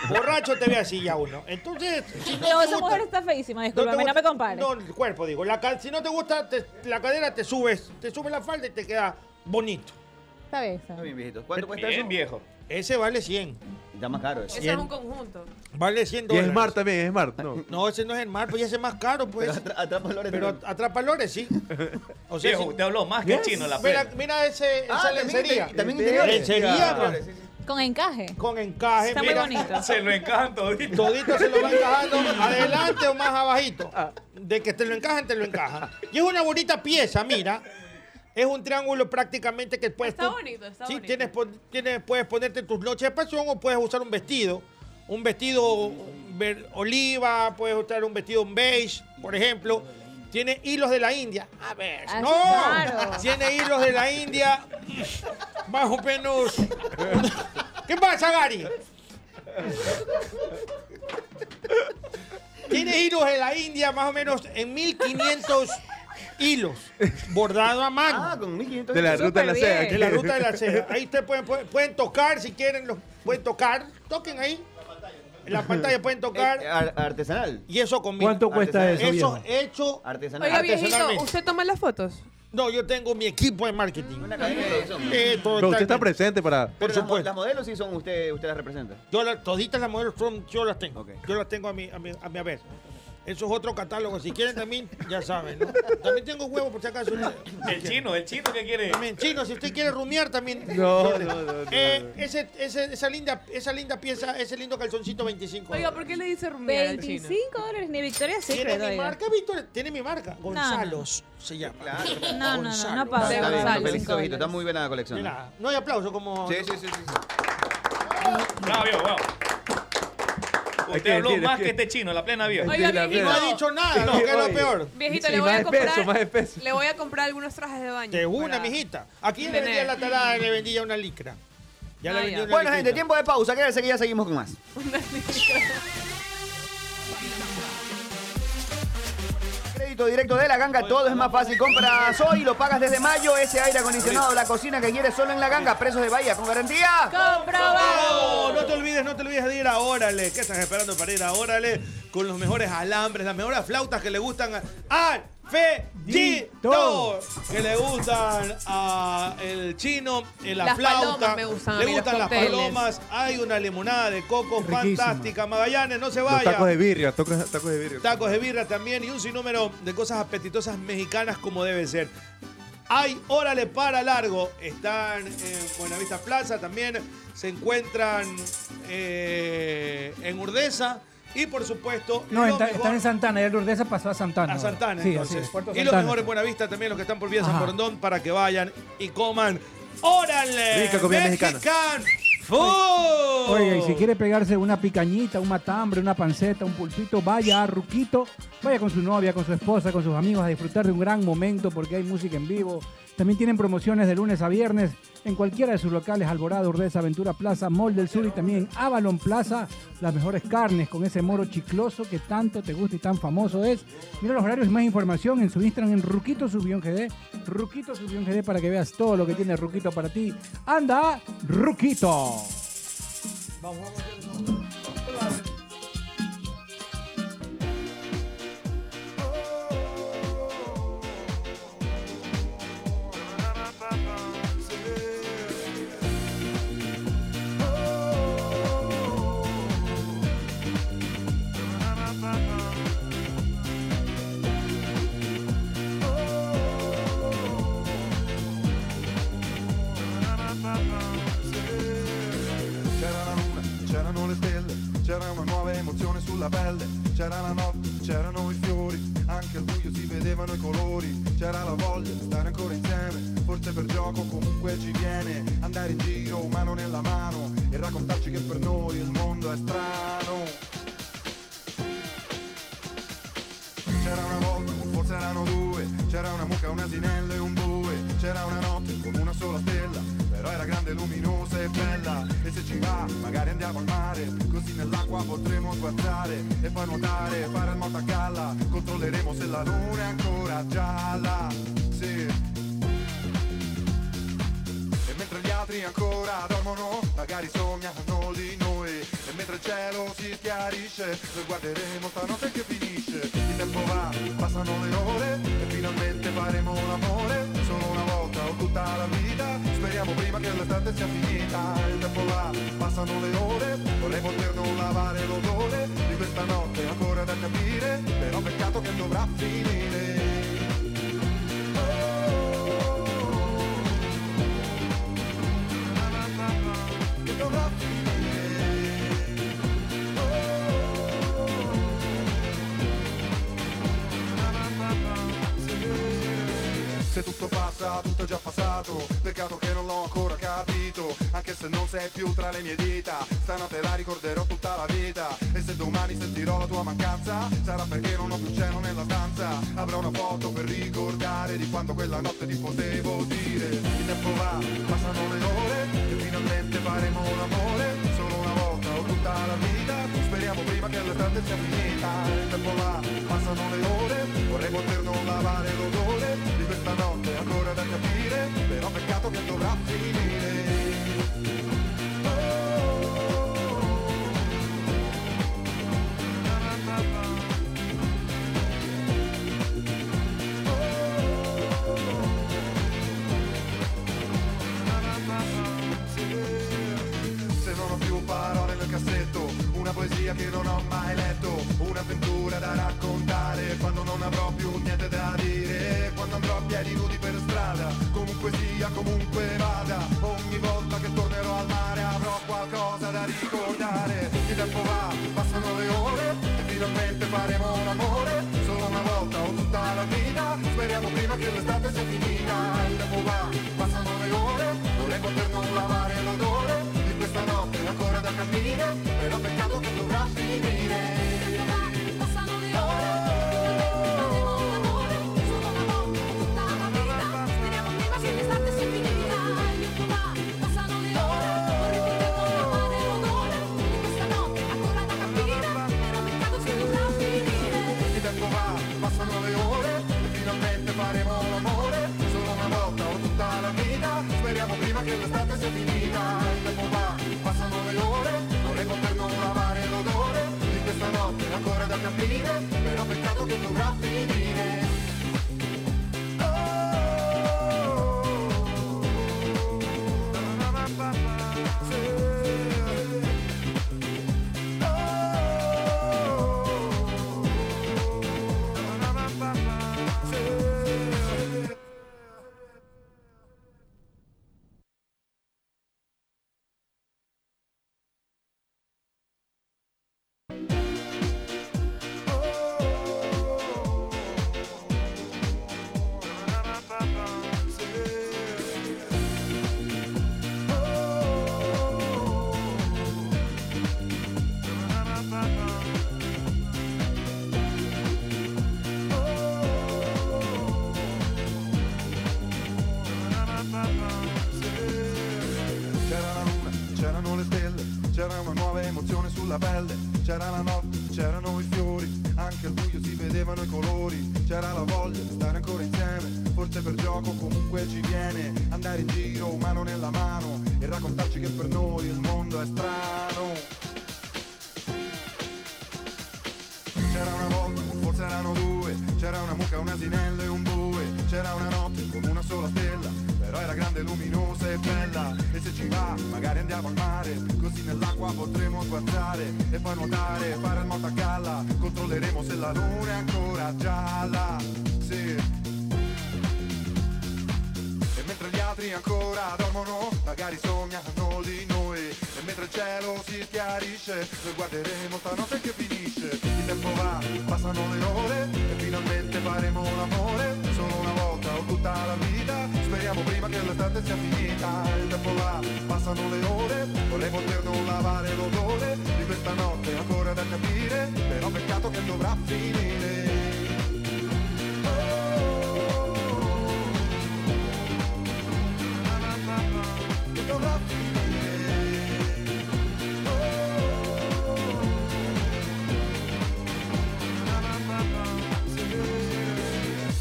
Speaker 9: Borracho te ve así ya uno. Entonces, si no te
Speaker 6: No, esa
Speaker 9: gusta-
Speaker 6: mujer está feísima,
Speaker 9: no te
Speaker 6: discúlpame, no
Speaker 9: gusta-
Speaker 6: me compare.
Speaker 9: No, el cuerpo, digo. La, ca- si no te gusta te- la cadera, te subes. Te sube la falda y te queda bonito.
Speaker 6: Está bien, está bien.
Speaker 3: viejito. ¿Cuánto cuesta eso?
Speaker 8: viejo.
Speaker 9: Ese vale 100.
Speaker 3: Y Está más caro eso.
Speaker 5: Eso es un conjunto.
Speaker 9: Vale 100
Speaker 20: Y
Speaker 9: dólares.
Speaker 20: es Smart también, es Smart. No.
Speaker 9: No, ese no es el mar, pues ya ese es más caro, pues.
Speaker 3: Pero atra- atrapa olores
Speaker 9: Pero
Speaker 3: también.
Speaker 9: atrapa olores, sí. O sea,
Speaker 8: Viejo,
Speaker 9: sí.
Speaker 8: usted habló más que chino la
Speaker 9: Mira,
Speaker 8: plena.
Speaker 9: mira ese,
Speaker 3: Ah,
Speaker 9: esa
Speaker 3: también
Speaker 9: lencería.
Speaker 3: inte- también interiores.
Speaker 9: Lencería,
Speaker 3: Ah.
Speaker 9: pues,
Speaker 6: Con encaje.
Speaker 9: con encaje.
Speaker 6: Está muy
Speaker 9: mira,
Speaker 6: bonito.
Speaker 8: Se lo encajan todito.
Speaker 9: Ah, Todito se lo van
Speaker 8: <laughs>
Speaker 9: encajando adelante o más abajito. De que te lo encajan, te lo encajan. Y es una bonita pieza, mira. Es un triángulo prácticamente que puedes...
Speaker 5: Está
Speaker 9: pues tú-
Speaker 5: bonito, está
Speaker 9: sí,
Speaker 5: bonito.
Speaker 9: Tienes, pon- tienes- puedes ponerte tus noches de pasión o puedes usar un vestido. Un vestido ver- oliva, puedes usar un vestido beige, por ejemplo. Tiene hilos de la India. A ver,
Speaker 6: Ah,
Speaker 9: no.
Speaker 6: claro.
Speaker 9: Tiene hilos de la India. Más o menos. ¿Qué pasa, Gary? Tiene hilos de la India, más o menos en 1500 hilos, bordado a mano.
Speaker 3: Ah, con 1500
Speaker 20: De
Speaker 9: <laughs>
Speaker 20: la
Speaker 3: euros.
Speaker 20: ruta de la
Speaker 9: Súper
Speaker 20: seda.
Speaker 9: bien.
Speaker 20: ¿qué?
Speaker 9: De la ruta de la seda. Ahí ustedes pueden, pueden, pueden tocar si quieren, los, pueden tocar. Toquen ahí. En la pantalla
Speaker 3: <laughs>
Speaker 9: pueden
Speaker 3: Eh,
Speaker 9: tocar.
Speaker 3: ar- artesanal.
Speaker 9: Y eso conmigo.
Speaker 7: ¿Cuánto cuesta eso,
Speaker 9: Eso
Speaker 7: viejo?
Speaker 9: hecho.
Speaker 3: Artesanal.
Speaker 5: Oiga, viejito,
Speaker 9: Artesanalmente.
Speaker 5: ¿usted toma las fotos?
Speaker 9: No, yo tengo mi equipo de marketing.
Speaker 3: Una cadena de producción.
Speaker 9: Eh,
Speaker 20: Pero usted está
Speaker 9: totalmente.
Speaker 20: presente para.
Speaker 3: Pero las mo-
Speaker 9: supuesto.
Speaker 3: Las modelos sí son usted, usted las representa.
Speaker 9: Yo la- toditas las modelos son, yo las tengo.
Speaker 3: Ok.
Speaker 9: Yo las tengo a mi, a mi, a mi haber. Eso es otro catálogo. Si quieren también, ya saben. ¿no? También tengo huevo por si acaso.
Speaker 8: El chino, el chino que quiere.
Speaker 9: También, chino, si usted quiere rumiar también.
Speaker 20: No, no, no. no.
Speaker 9: Eh, ese, ese- esa, linda, esa linda pieza, ese lindo calzoncito 25.
Speaker 5: Oiga, ¿por qué le dice rumiar al chino?
Speaker 6: 25 dólares ni Victoria
Speaker 9: ¿Tiene
Speaker 6: Secret,
Speaker 9: mi
Speaker 6: oiga.
Speaker 9: marca, Víctor? ¿Tiene mi marca? Gonzalos se llama.
Speaker 6: No, no, no, no
Speaker 3: Está
Speaker 6: pago.
Speaker 3: bien,
Speaker 5: Gonzalo,
Speaker 3: feliz,
Speaker 5: cinco
Speaker 3: viejito. Está muy buena la colección.
Speaker 9: Mira, no hay aplauso como...
Speaker 3: Sí, sí, sí, sí. sí.
Speaker 8: Bravo, viejo, bravo. Usted
Speaker 20: que
Speaker 8: habló
Speaker 20: decir,
Speaker 8: más
Speaker 20: es que-
Speaker 8: que este chino, Este, la plena viejo.
Speaker 5: Oiga,
Speaker 20: Sí, la
Speaker 9: Y
Speaker 5: viejito,
Speaker 9: no ha dicho nada, ¿no? que es lo peor.
Speaker 5: viejito,
Speaker 20: Sí,
Speaker 5: le voy
Speaker 20: más
Speaker 5: a comprar.
Speaker 20: espeso, más espeso.
Speaker 5: Le voy a comprar algunos trajes de baño.
Speaker 9: De una,
Speaker 5: para-
Speaker 9: mijita. Aquí le
Speaker 5: Tener.
Speaker 9: vendía la talada, le vendía una licra. Ya le
Speaker 5: Ah,
Speaker 9: vendía
Speaker 5: ya.
Speaker 9: una
Speaker 3: Bueno,
Speaker 9: licrita.
Speaker 3: gente, tiempo de pausa. Quédense que ya seguimos con más. Crédito directo de la ganga, todo es más fácil. Compras hoy, lo pagas desde mayo. Ese aire acondicionado, la cocina que quieres solo en la ganga. Precios de Bahía con garantía.
Speaker 9: ¡Oh!
Speaker 5: ¡Comprobado!
Speaker 9: No te olvides, no te olvides de ir a Órale. ¿Qué estás esperando para ir a Órale? Con los mejores alambres, las mejores flautas que le gustan a- al Fedito.
Speaker 20: Que le gustan a el chino,
Speaker 9: Eh, La
Speaker 5: Las
Speaker 9: flauta,
Speaker 5: palomas me gustan a
Speaker 9: le
Speaker 5: mí, los
Speaker 9: gustan las
Speaker 5: cócteles.
Speaker 9: palomas, hay una limonada de coco
Speaker 7: Riquísima.
Speaker 9: fantástica. Magallanes, no se
Speaker 20: Los
Speaker 9: vaya.
Speaker 20: tacos de birria, tacos, tacos de birria.
Speaker 9: Tacos de birra también y un sinnúmero de cosas apetitosas mexicanas como debe ser. Hay Órale para largo. Están en Buenavista Plaza también. Se encuentran eh, en Urdesa.
Speaker 13: Y por supuesto,
Speaker 7: No,
Speaker 13: lo
Speaker 7: está,
Speaker 13: mejor-
Speaker 7: está en Santana, ya Lourdesa pasó a Santana.
Speaker 13: a
Speaker 7: ahora.
Speaker 13: Santana,
Speaker 7: sí, así
Speaker 13: entonces.
Speaker 7: es, Puerto
Speaker 13: y los
Speaker 7: Santana.
Speaker 13: mejores Buena Vista también, los que están por vía de San
Speaker 7: Ajá.
Speaker 13: Borondón, para que vayan y coman. ¡Órale!
Speaker 7: Rica comida mexicana.
Speaker 13: Mexican food.
Speaker 7: Oiga, y si quiere pegarse una picañita, un matambre, una panceta, un pulpito, vaya a Ruquito, vaya con su novia, con su esposa, con sus amigos a disfrutar de un gran momento porque hay música en vivo. También tienen promociones de lunes a viernes en cualquiera de sus locales, Alborada, Urdesa, Aventura Plaza, Mall del Sur y también en Avalon Plaza, las mejores carnes con ese moro chicloso que tanto te gusta y tan famoso es. Mira los horarios y más información en su Instagram en Ruquito Subión GD, Ruquito Subión GD para que veas todo lo que tiene Ruquito para ti. ¡Anda, Ruquito!
Speaker 2: C'era la luna, c'erano le stelle, c'era una nuova emozione sulla pelle, c'era la notte, c'erano i fiori, anche al buio si vedevano i colori, c'era la voglia di stare ancora insieme, forse per gioco comunque ci viene, andare in giro mano nella mano e raccontarci che per noi il mondo è strano. C'era una volta, o forse erano due, c'era una mucca, un asinello e un bue, c'era una notte con una sola stella, però era grande, luminosa e bella, e se ci va magari andiamo al mare, così nell'acqua potremo guardare e poi nuotare, fare il moto a galla, controlleremo se la luna è ancora gialla. Sì. E mentre gli altri ancora dormono, magari sognano di noi. E mentre il cielo si chiarisce, noi guarderemo stanotte che finisce. Il tempo va, passano le ore, e finalmente faremo l'amore. Solo una volta o tutta la vita, speriamo prima che l'estate sia finita. Il tempo va, passano le ore, vorrei poter non lavare l'odore di questa notte ancora da capire, però peccato che dovrà finire. Oh, Che dovrà Se tutto passa, tutto è già passato Peccato che non l'ho ancora capito Anche se non sei più tra le mie dita Stanotte la ricorderò tutta la vita E se domani sentirò la tua mancanza Sarà perché non ho più cielo nella stanza Avrò una foto per ricordare Di quando quella notte ti potevo dire Il tempo va, passano le ore E finalmente faremo l'amore Solo una volta o tutta la vita Speriamo prima che l'estate sia finita Il tempo va, passano le ore Vorrei poter non lavare l'odore Di questa notte ancora da capire Però peccato che dovrà finire Oh. Oh. Se non ho più parole nel cassetto, una poesia che non ho mai letto, un'avventura da raccontare, quando non avrò più niente da dire, quando andrò a piedi nudi per strada, comunque sia, comunque vada, ogni volta che tornerò al mare avrò qualcosa da ricordare, il tempo va, passano le ore, e finalmente faremo un amore, solo una volta o tutta la vita, speriamo prima che l'estate sia finita, il tempo va, passano le ore, vorrei poter non lavare l'odore di questa notte ancora da capire, però peccato che dovrà finire. Passano le Il tempo va, passano le ore, e finalmente faremo l'amore, solo una volta o tutta la vita, speriamo prima che l'estate sia finita. Il tempo va, passano le ore, vorrei poter non lavare l'odore, di questa notte ancora da capire, però peccato che dovrà finire. sulla pelle, c'era la notte, c'erano i fiori, anche al buio si vedevano i colori, c'era la voglia di stare ancora insieme, forse per gioco comunque ci viene, andare in giro mano nella mano e raccontarci che per noi il mondo è strano. C'era una volta, forse erano due, c'era una mucca, un asinello e un bue, c'era una notte con una sola stella, però era grande, luminosa e bella, e se ci va magari andiamo al mare, così nell'acqua potremo guardare e poi nuotare, fare il moto a galla, controlleremo se la luna è ancora gialla. Sì. E mentre gli altri ancora dormono, magari sognano di noi. E mentre il cielo si schiarisce, noi guarderemo stanotte che finisce. Il tempo va, passano le ore, e finalmente faremo l'amore. Solo una volta o tutta la vita, speriamo prima che l'estate sia finita. Il tempo va, passano le ore, vorrei poter non lavare l'odore di questa notte ancora da capire, però peccato che dovrà finire.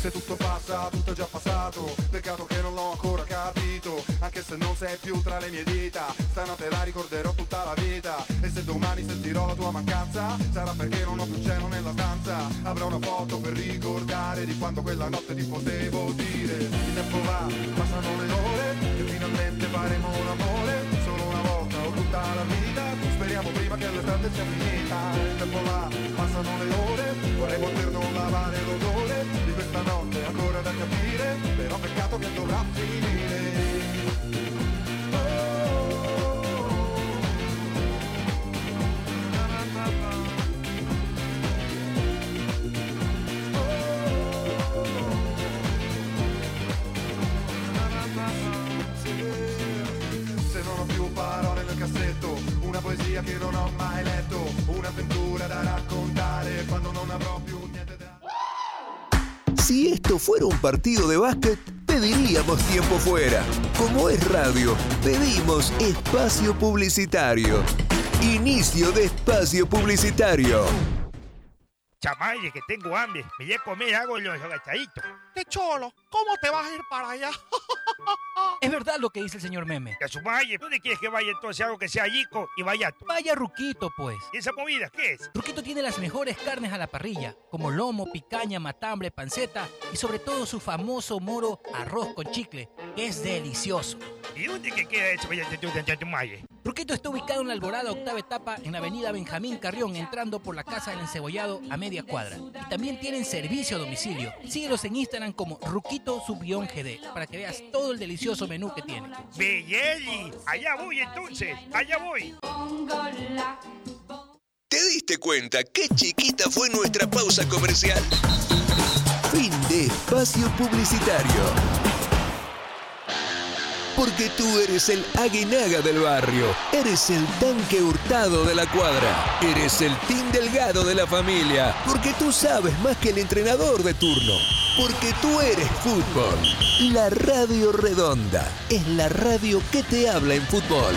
Speaker 2: Se tutto passa, tutto è già passato Peccato che non l'ho ancora capito Anche se non sei più tra le mie dita Stanotte la ricorderò tutta la vita E se domani sentirò la tua mancanza Sarà perché non ho più cielo nella stanza Avrò una foto per ricordare Di quando quella notte ti potevo dire Il tempo va, passano le ore E finalmente faremo l'amore Solo una volta o tutta la vita Speriamo prima che l'estate sia finita Il tempo va, passano le ore Vorrei poter non lavare l'odore Di questa notte ancora da capire Però peccato che dovrà finire Se non ho più parole nel cassetto, una poesia che non ho mai letto, un'avventura da raccontare quando non avrò più niente da...
Speaker 17: Si esto fuera un partido de básquet, pediríamos tiempo fuera. Como es radio, pedimos espacio publicitario. Inicio de espacio publicitario.
Speaker 18: Chamaye, que tengo hambre. Me voy a comer algo y los agachaditos.
Speaker 19: ¡Qué cholo! ¿Cómo te vas a ir para allá? <laughs>
Speaker 10: Es verdad lo que dice el señor Meme.
Speaker 18: Que a su valle. ¿Dónde quieres que vaya entonces algo que sea yico y vaya tú?
Speaker 10: Vaya Ruquito, pues.
Speaker 18: ¿Y esa movida qué es?
Speaker 10: Ruquito tiene las mejores carnes a la parrilla, como lomo, picaña, matambre, panceta y sobre todo su famoso moro arroz con chicle, que es delicioso.
Speaker 18: ¿Y dónde que queda eso vaya tú en Chamaye?
Speaker 10: Ruquito está ubicado en la Alborada Octava Etapa en la avenida Benjamín Carrión, entrando por la Casa del Encebollado a media cuadra. Y también tienen servicio a domicilio. Síguelos en Instagram como Ruquito-GD para que veas todo el delicioso menú que tiene.
Speaker 18: Belleli, allá voy entonces, allá voy.
Speaker 17: ¿Te diste cuenta qué chiquita fue nuestra pausa comercial? Fin de espacio publicitario. Porque tú eres el aguinaga del barrio, eres el tanque hurtado de la cuadra, eres el team delgado de la familia, porque tú sabes más que el entrenador de turno, porque tú eres fútbol. La Radio Redonda es la radio que te habla en fútbol.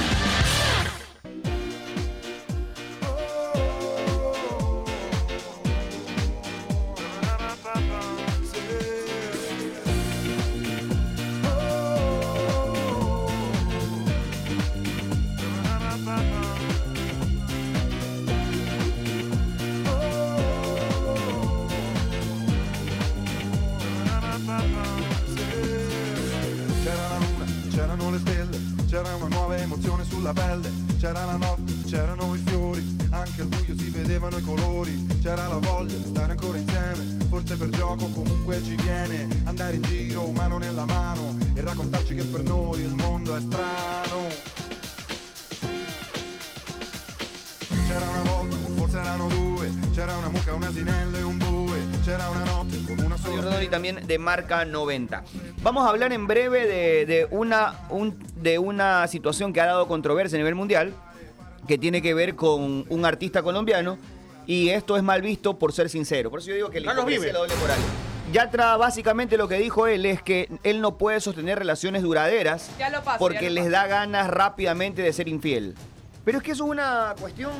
Speaker 2: C'era la luna, c'erano le stelle, c'era una nuova emozione sulla pelle, c'era la notte, c'erano i fiori, anche al buio si vedevano i colori, c'era la voglia di stare ancora insieme, forse per gioco comunque ci viene, andare in giro mano nella mano e raccontarci che per noi il mondo è strano. C'era una volta, forse erano due, c'era una mucca, un asinello e un bue, c'era una notte con una sola...
Speaker 3: Jordan y también de marca 90. Vamos a hablar en breve de, de una, un- de una situación que ha dado controversia a nivel mundial, que tiene que ver con un artista colombiano, y esto es mal visto por ser sincero. Por eso yo digo que la
Speaker 16: Carlos
Speaker 3: hipocresía
Speaker 16: Vives.
Speaker 3: la doble moral. Yatra básicamente lo que dijo él es que él no puede sostener relaciones duraderas
Speaker 5: Ya lo paso, ya
Speaker 3: porque
Speaker 5: lo
Speaker 3: les
Speaker 5: paso.
Speaker 3: da ganas rápidamente de ser infiel. Pero es que eso es una cuestión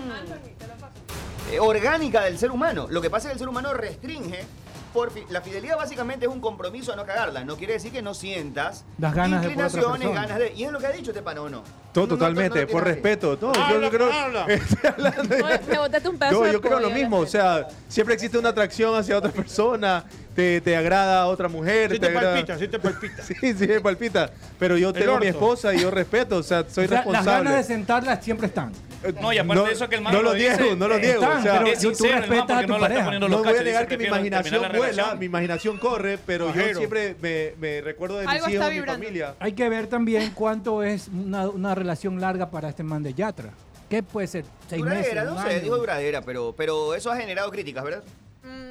Speaker 3: eh, orgánica del ser humano. Lo que pasa es que el ser humano restringe. Por fi- la fidelidad básicamente es un compromiso a no cagarla. No quiere decir que no sientas
Speaker 13: Las ganas de por otra
Speaker 3: inclinaciones,
Speaker 13: persona.
Speaker 3: ganas de. Y es lo que ha dicho este pana, ¿o no?
Speaker 20: Todo totalmente, por respeto. Todo. <laughs> yo no creo, Estoy hablando de-
Speaker 6: Me botaste un pedazo
Speaker 20: No,
Speaker 6: de
Speaker 20: yo creo lo
Speaker 6: pollo.
Speaker 20: mismo. O sea, siempre existe una atracción hacia otra persona. Te, te agrada otra mujer.
Speaker 9: Sí te
Speaker 20: agrada-
Speaker 9: palpita, sí te
Speaker 20: <laughs>
Speaker 9: palpita.
Speaker 20: Sí, sí, me palpita. Pero yo
Speaker 9: El
Speaker 20: tengo a mi
Speaker 9: orto.
Speaker 20: esposa y yo respeto. O sea, soy
Speaker 7: O sea, las
Speaker 20: responsable.
Speaker 7: ganas de sentarlas siempre están.
Speaker 8: Eh, No, y aparte de eso que el man
Speaker 20: no lo
Speaker 8: dice,
Speaker 20: niego, no lo
Speaker 8: eh,
Speaker 20: niego.
Speaker 8: están,
Speaker 20: o sea,
Speaker 8: pero es tú sincero, el man, respetas a porque tu no le está pareja. poniendo los
Speaker 20: No voy a
Speaker 8: cachos,
Speaker 20: negar
Speaker 8: dice,
Speaker 20: que mi
Speaker 8: prefiero terminar
Speaker 20: imaginación
Speaker 8: la
Speaker 20: vuela,
Speaker 8: relación.
Speaker 20: mi imaginación corre, pero yo
Speaker 8: Pajero.
Speaker 20: siempre me, me recuerdo de mis
Speaker 7: Algo
Speaker 20: hijos,
Speaker 7: está
Speaker 20: de mi
Speaker 7: vibrando.
Speaker 20: familia.
Speaker 7: Hay que ver también cuánto es una, una relación larga para este man de Yatra. ¿Qué puede ser? ¿Seis meses?
Speaker 3: Duradera,
Speaker 7: un
Speaker 3: no sé,
Speaker 7: año?
Speaker 3: dijo duradera, pero, pero eso ha generado críticas, ¿verdad?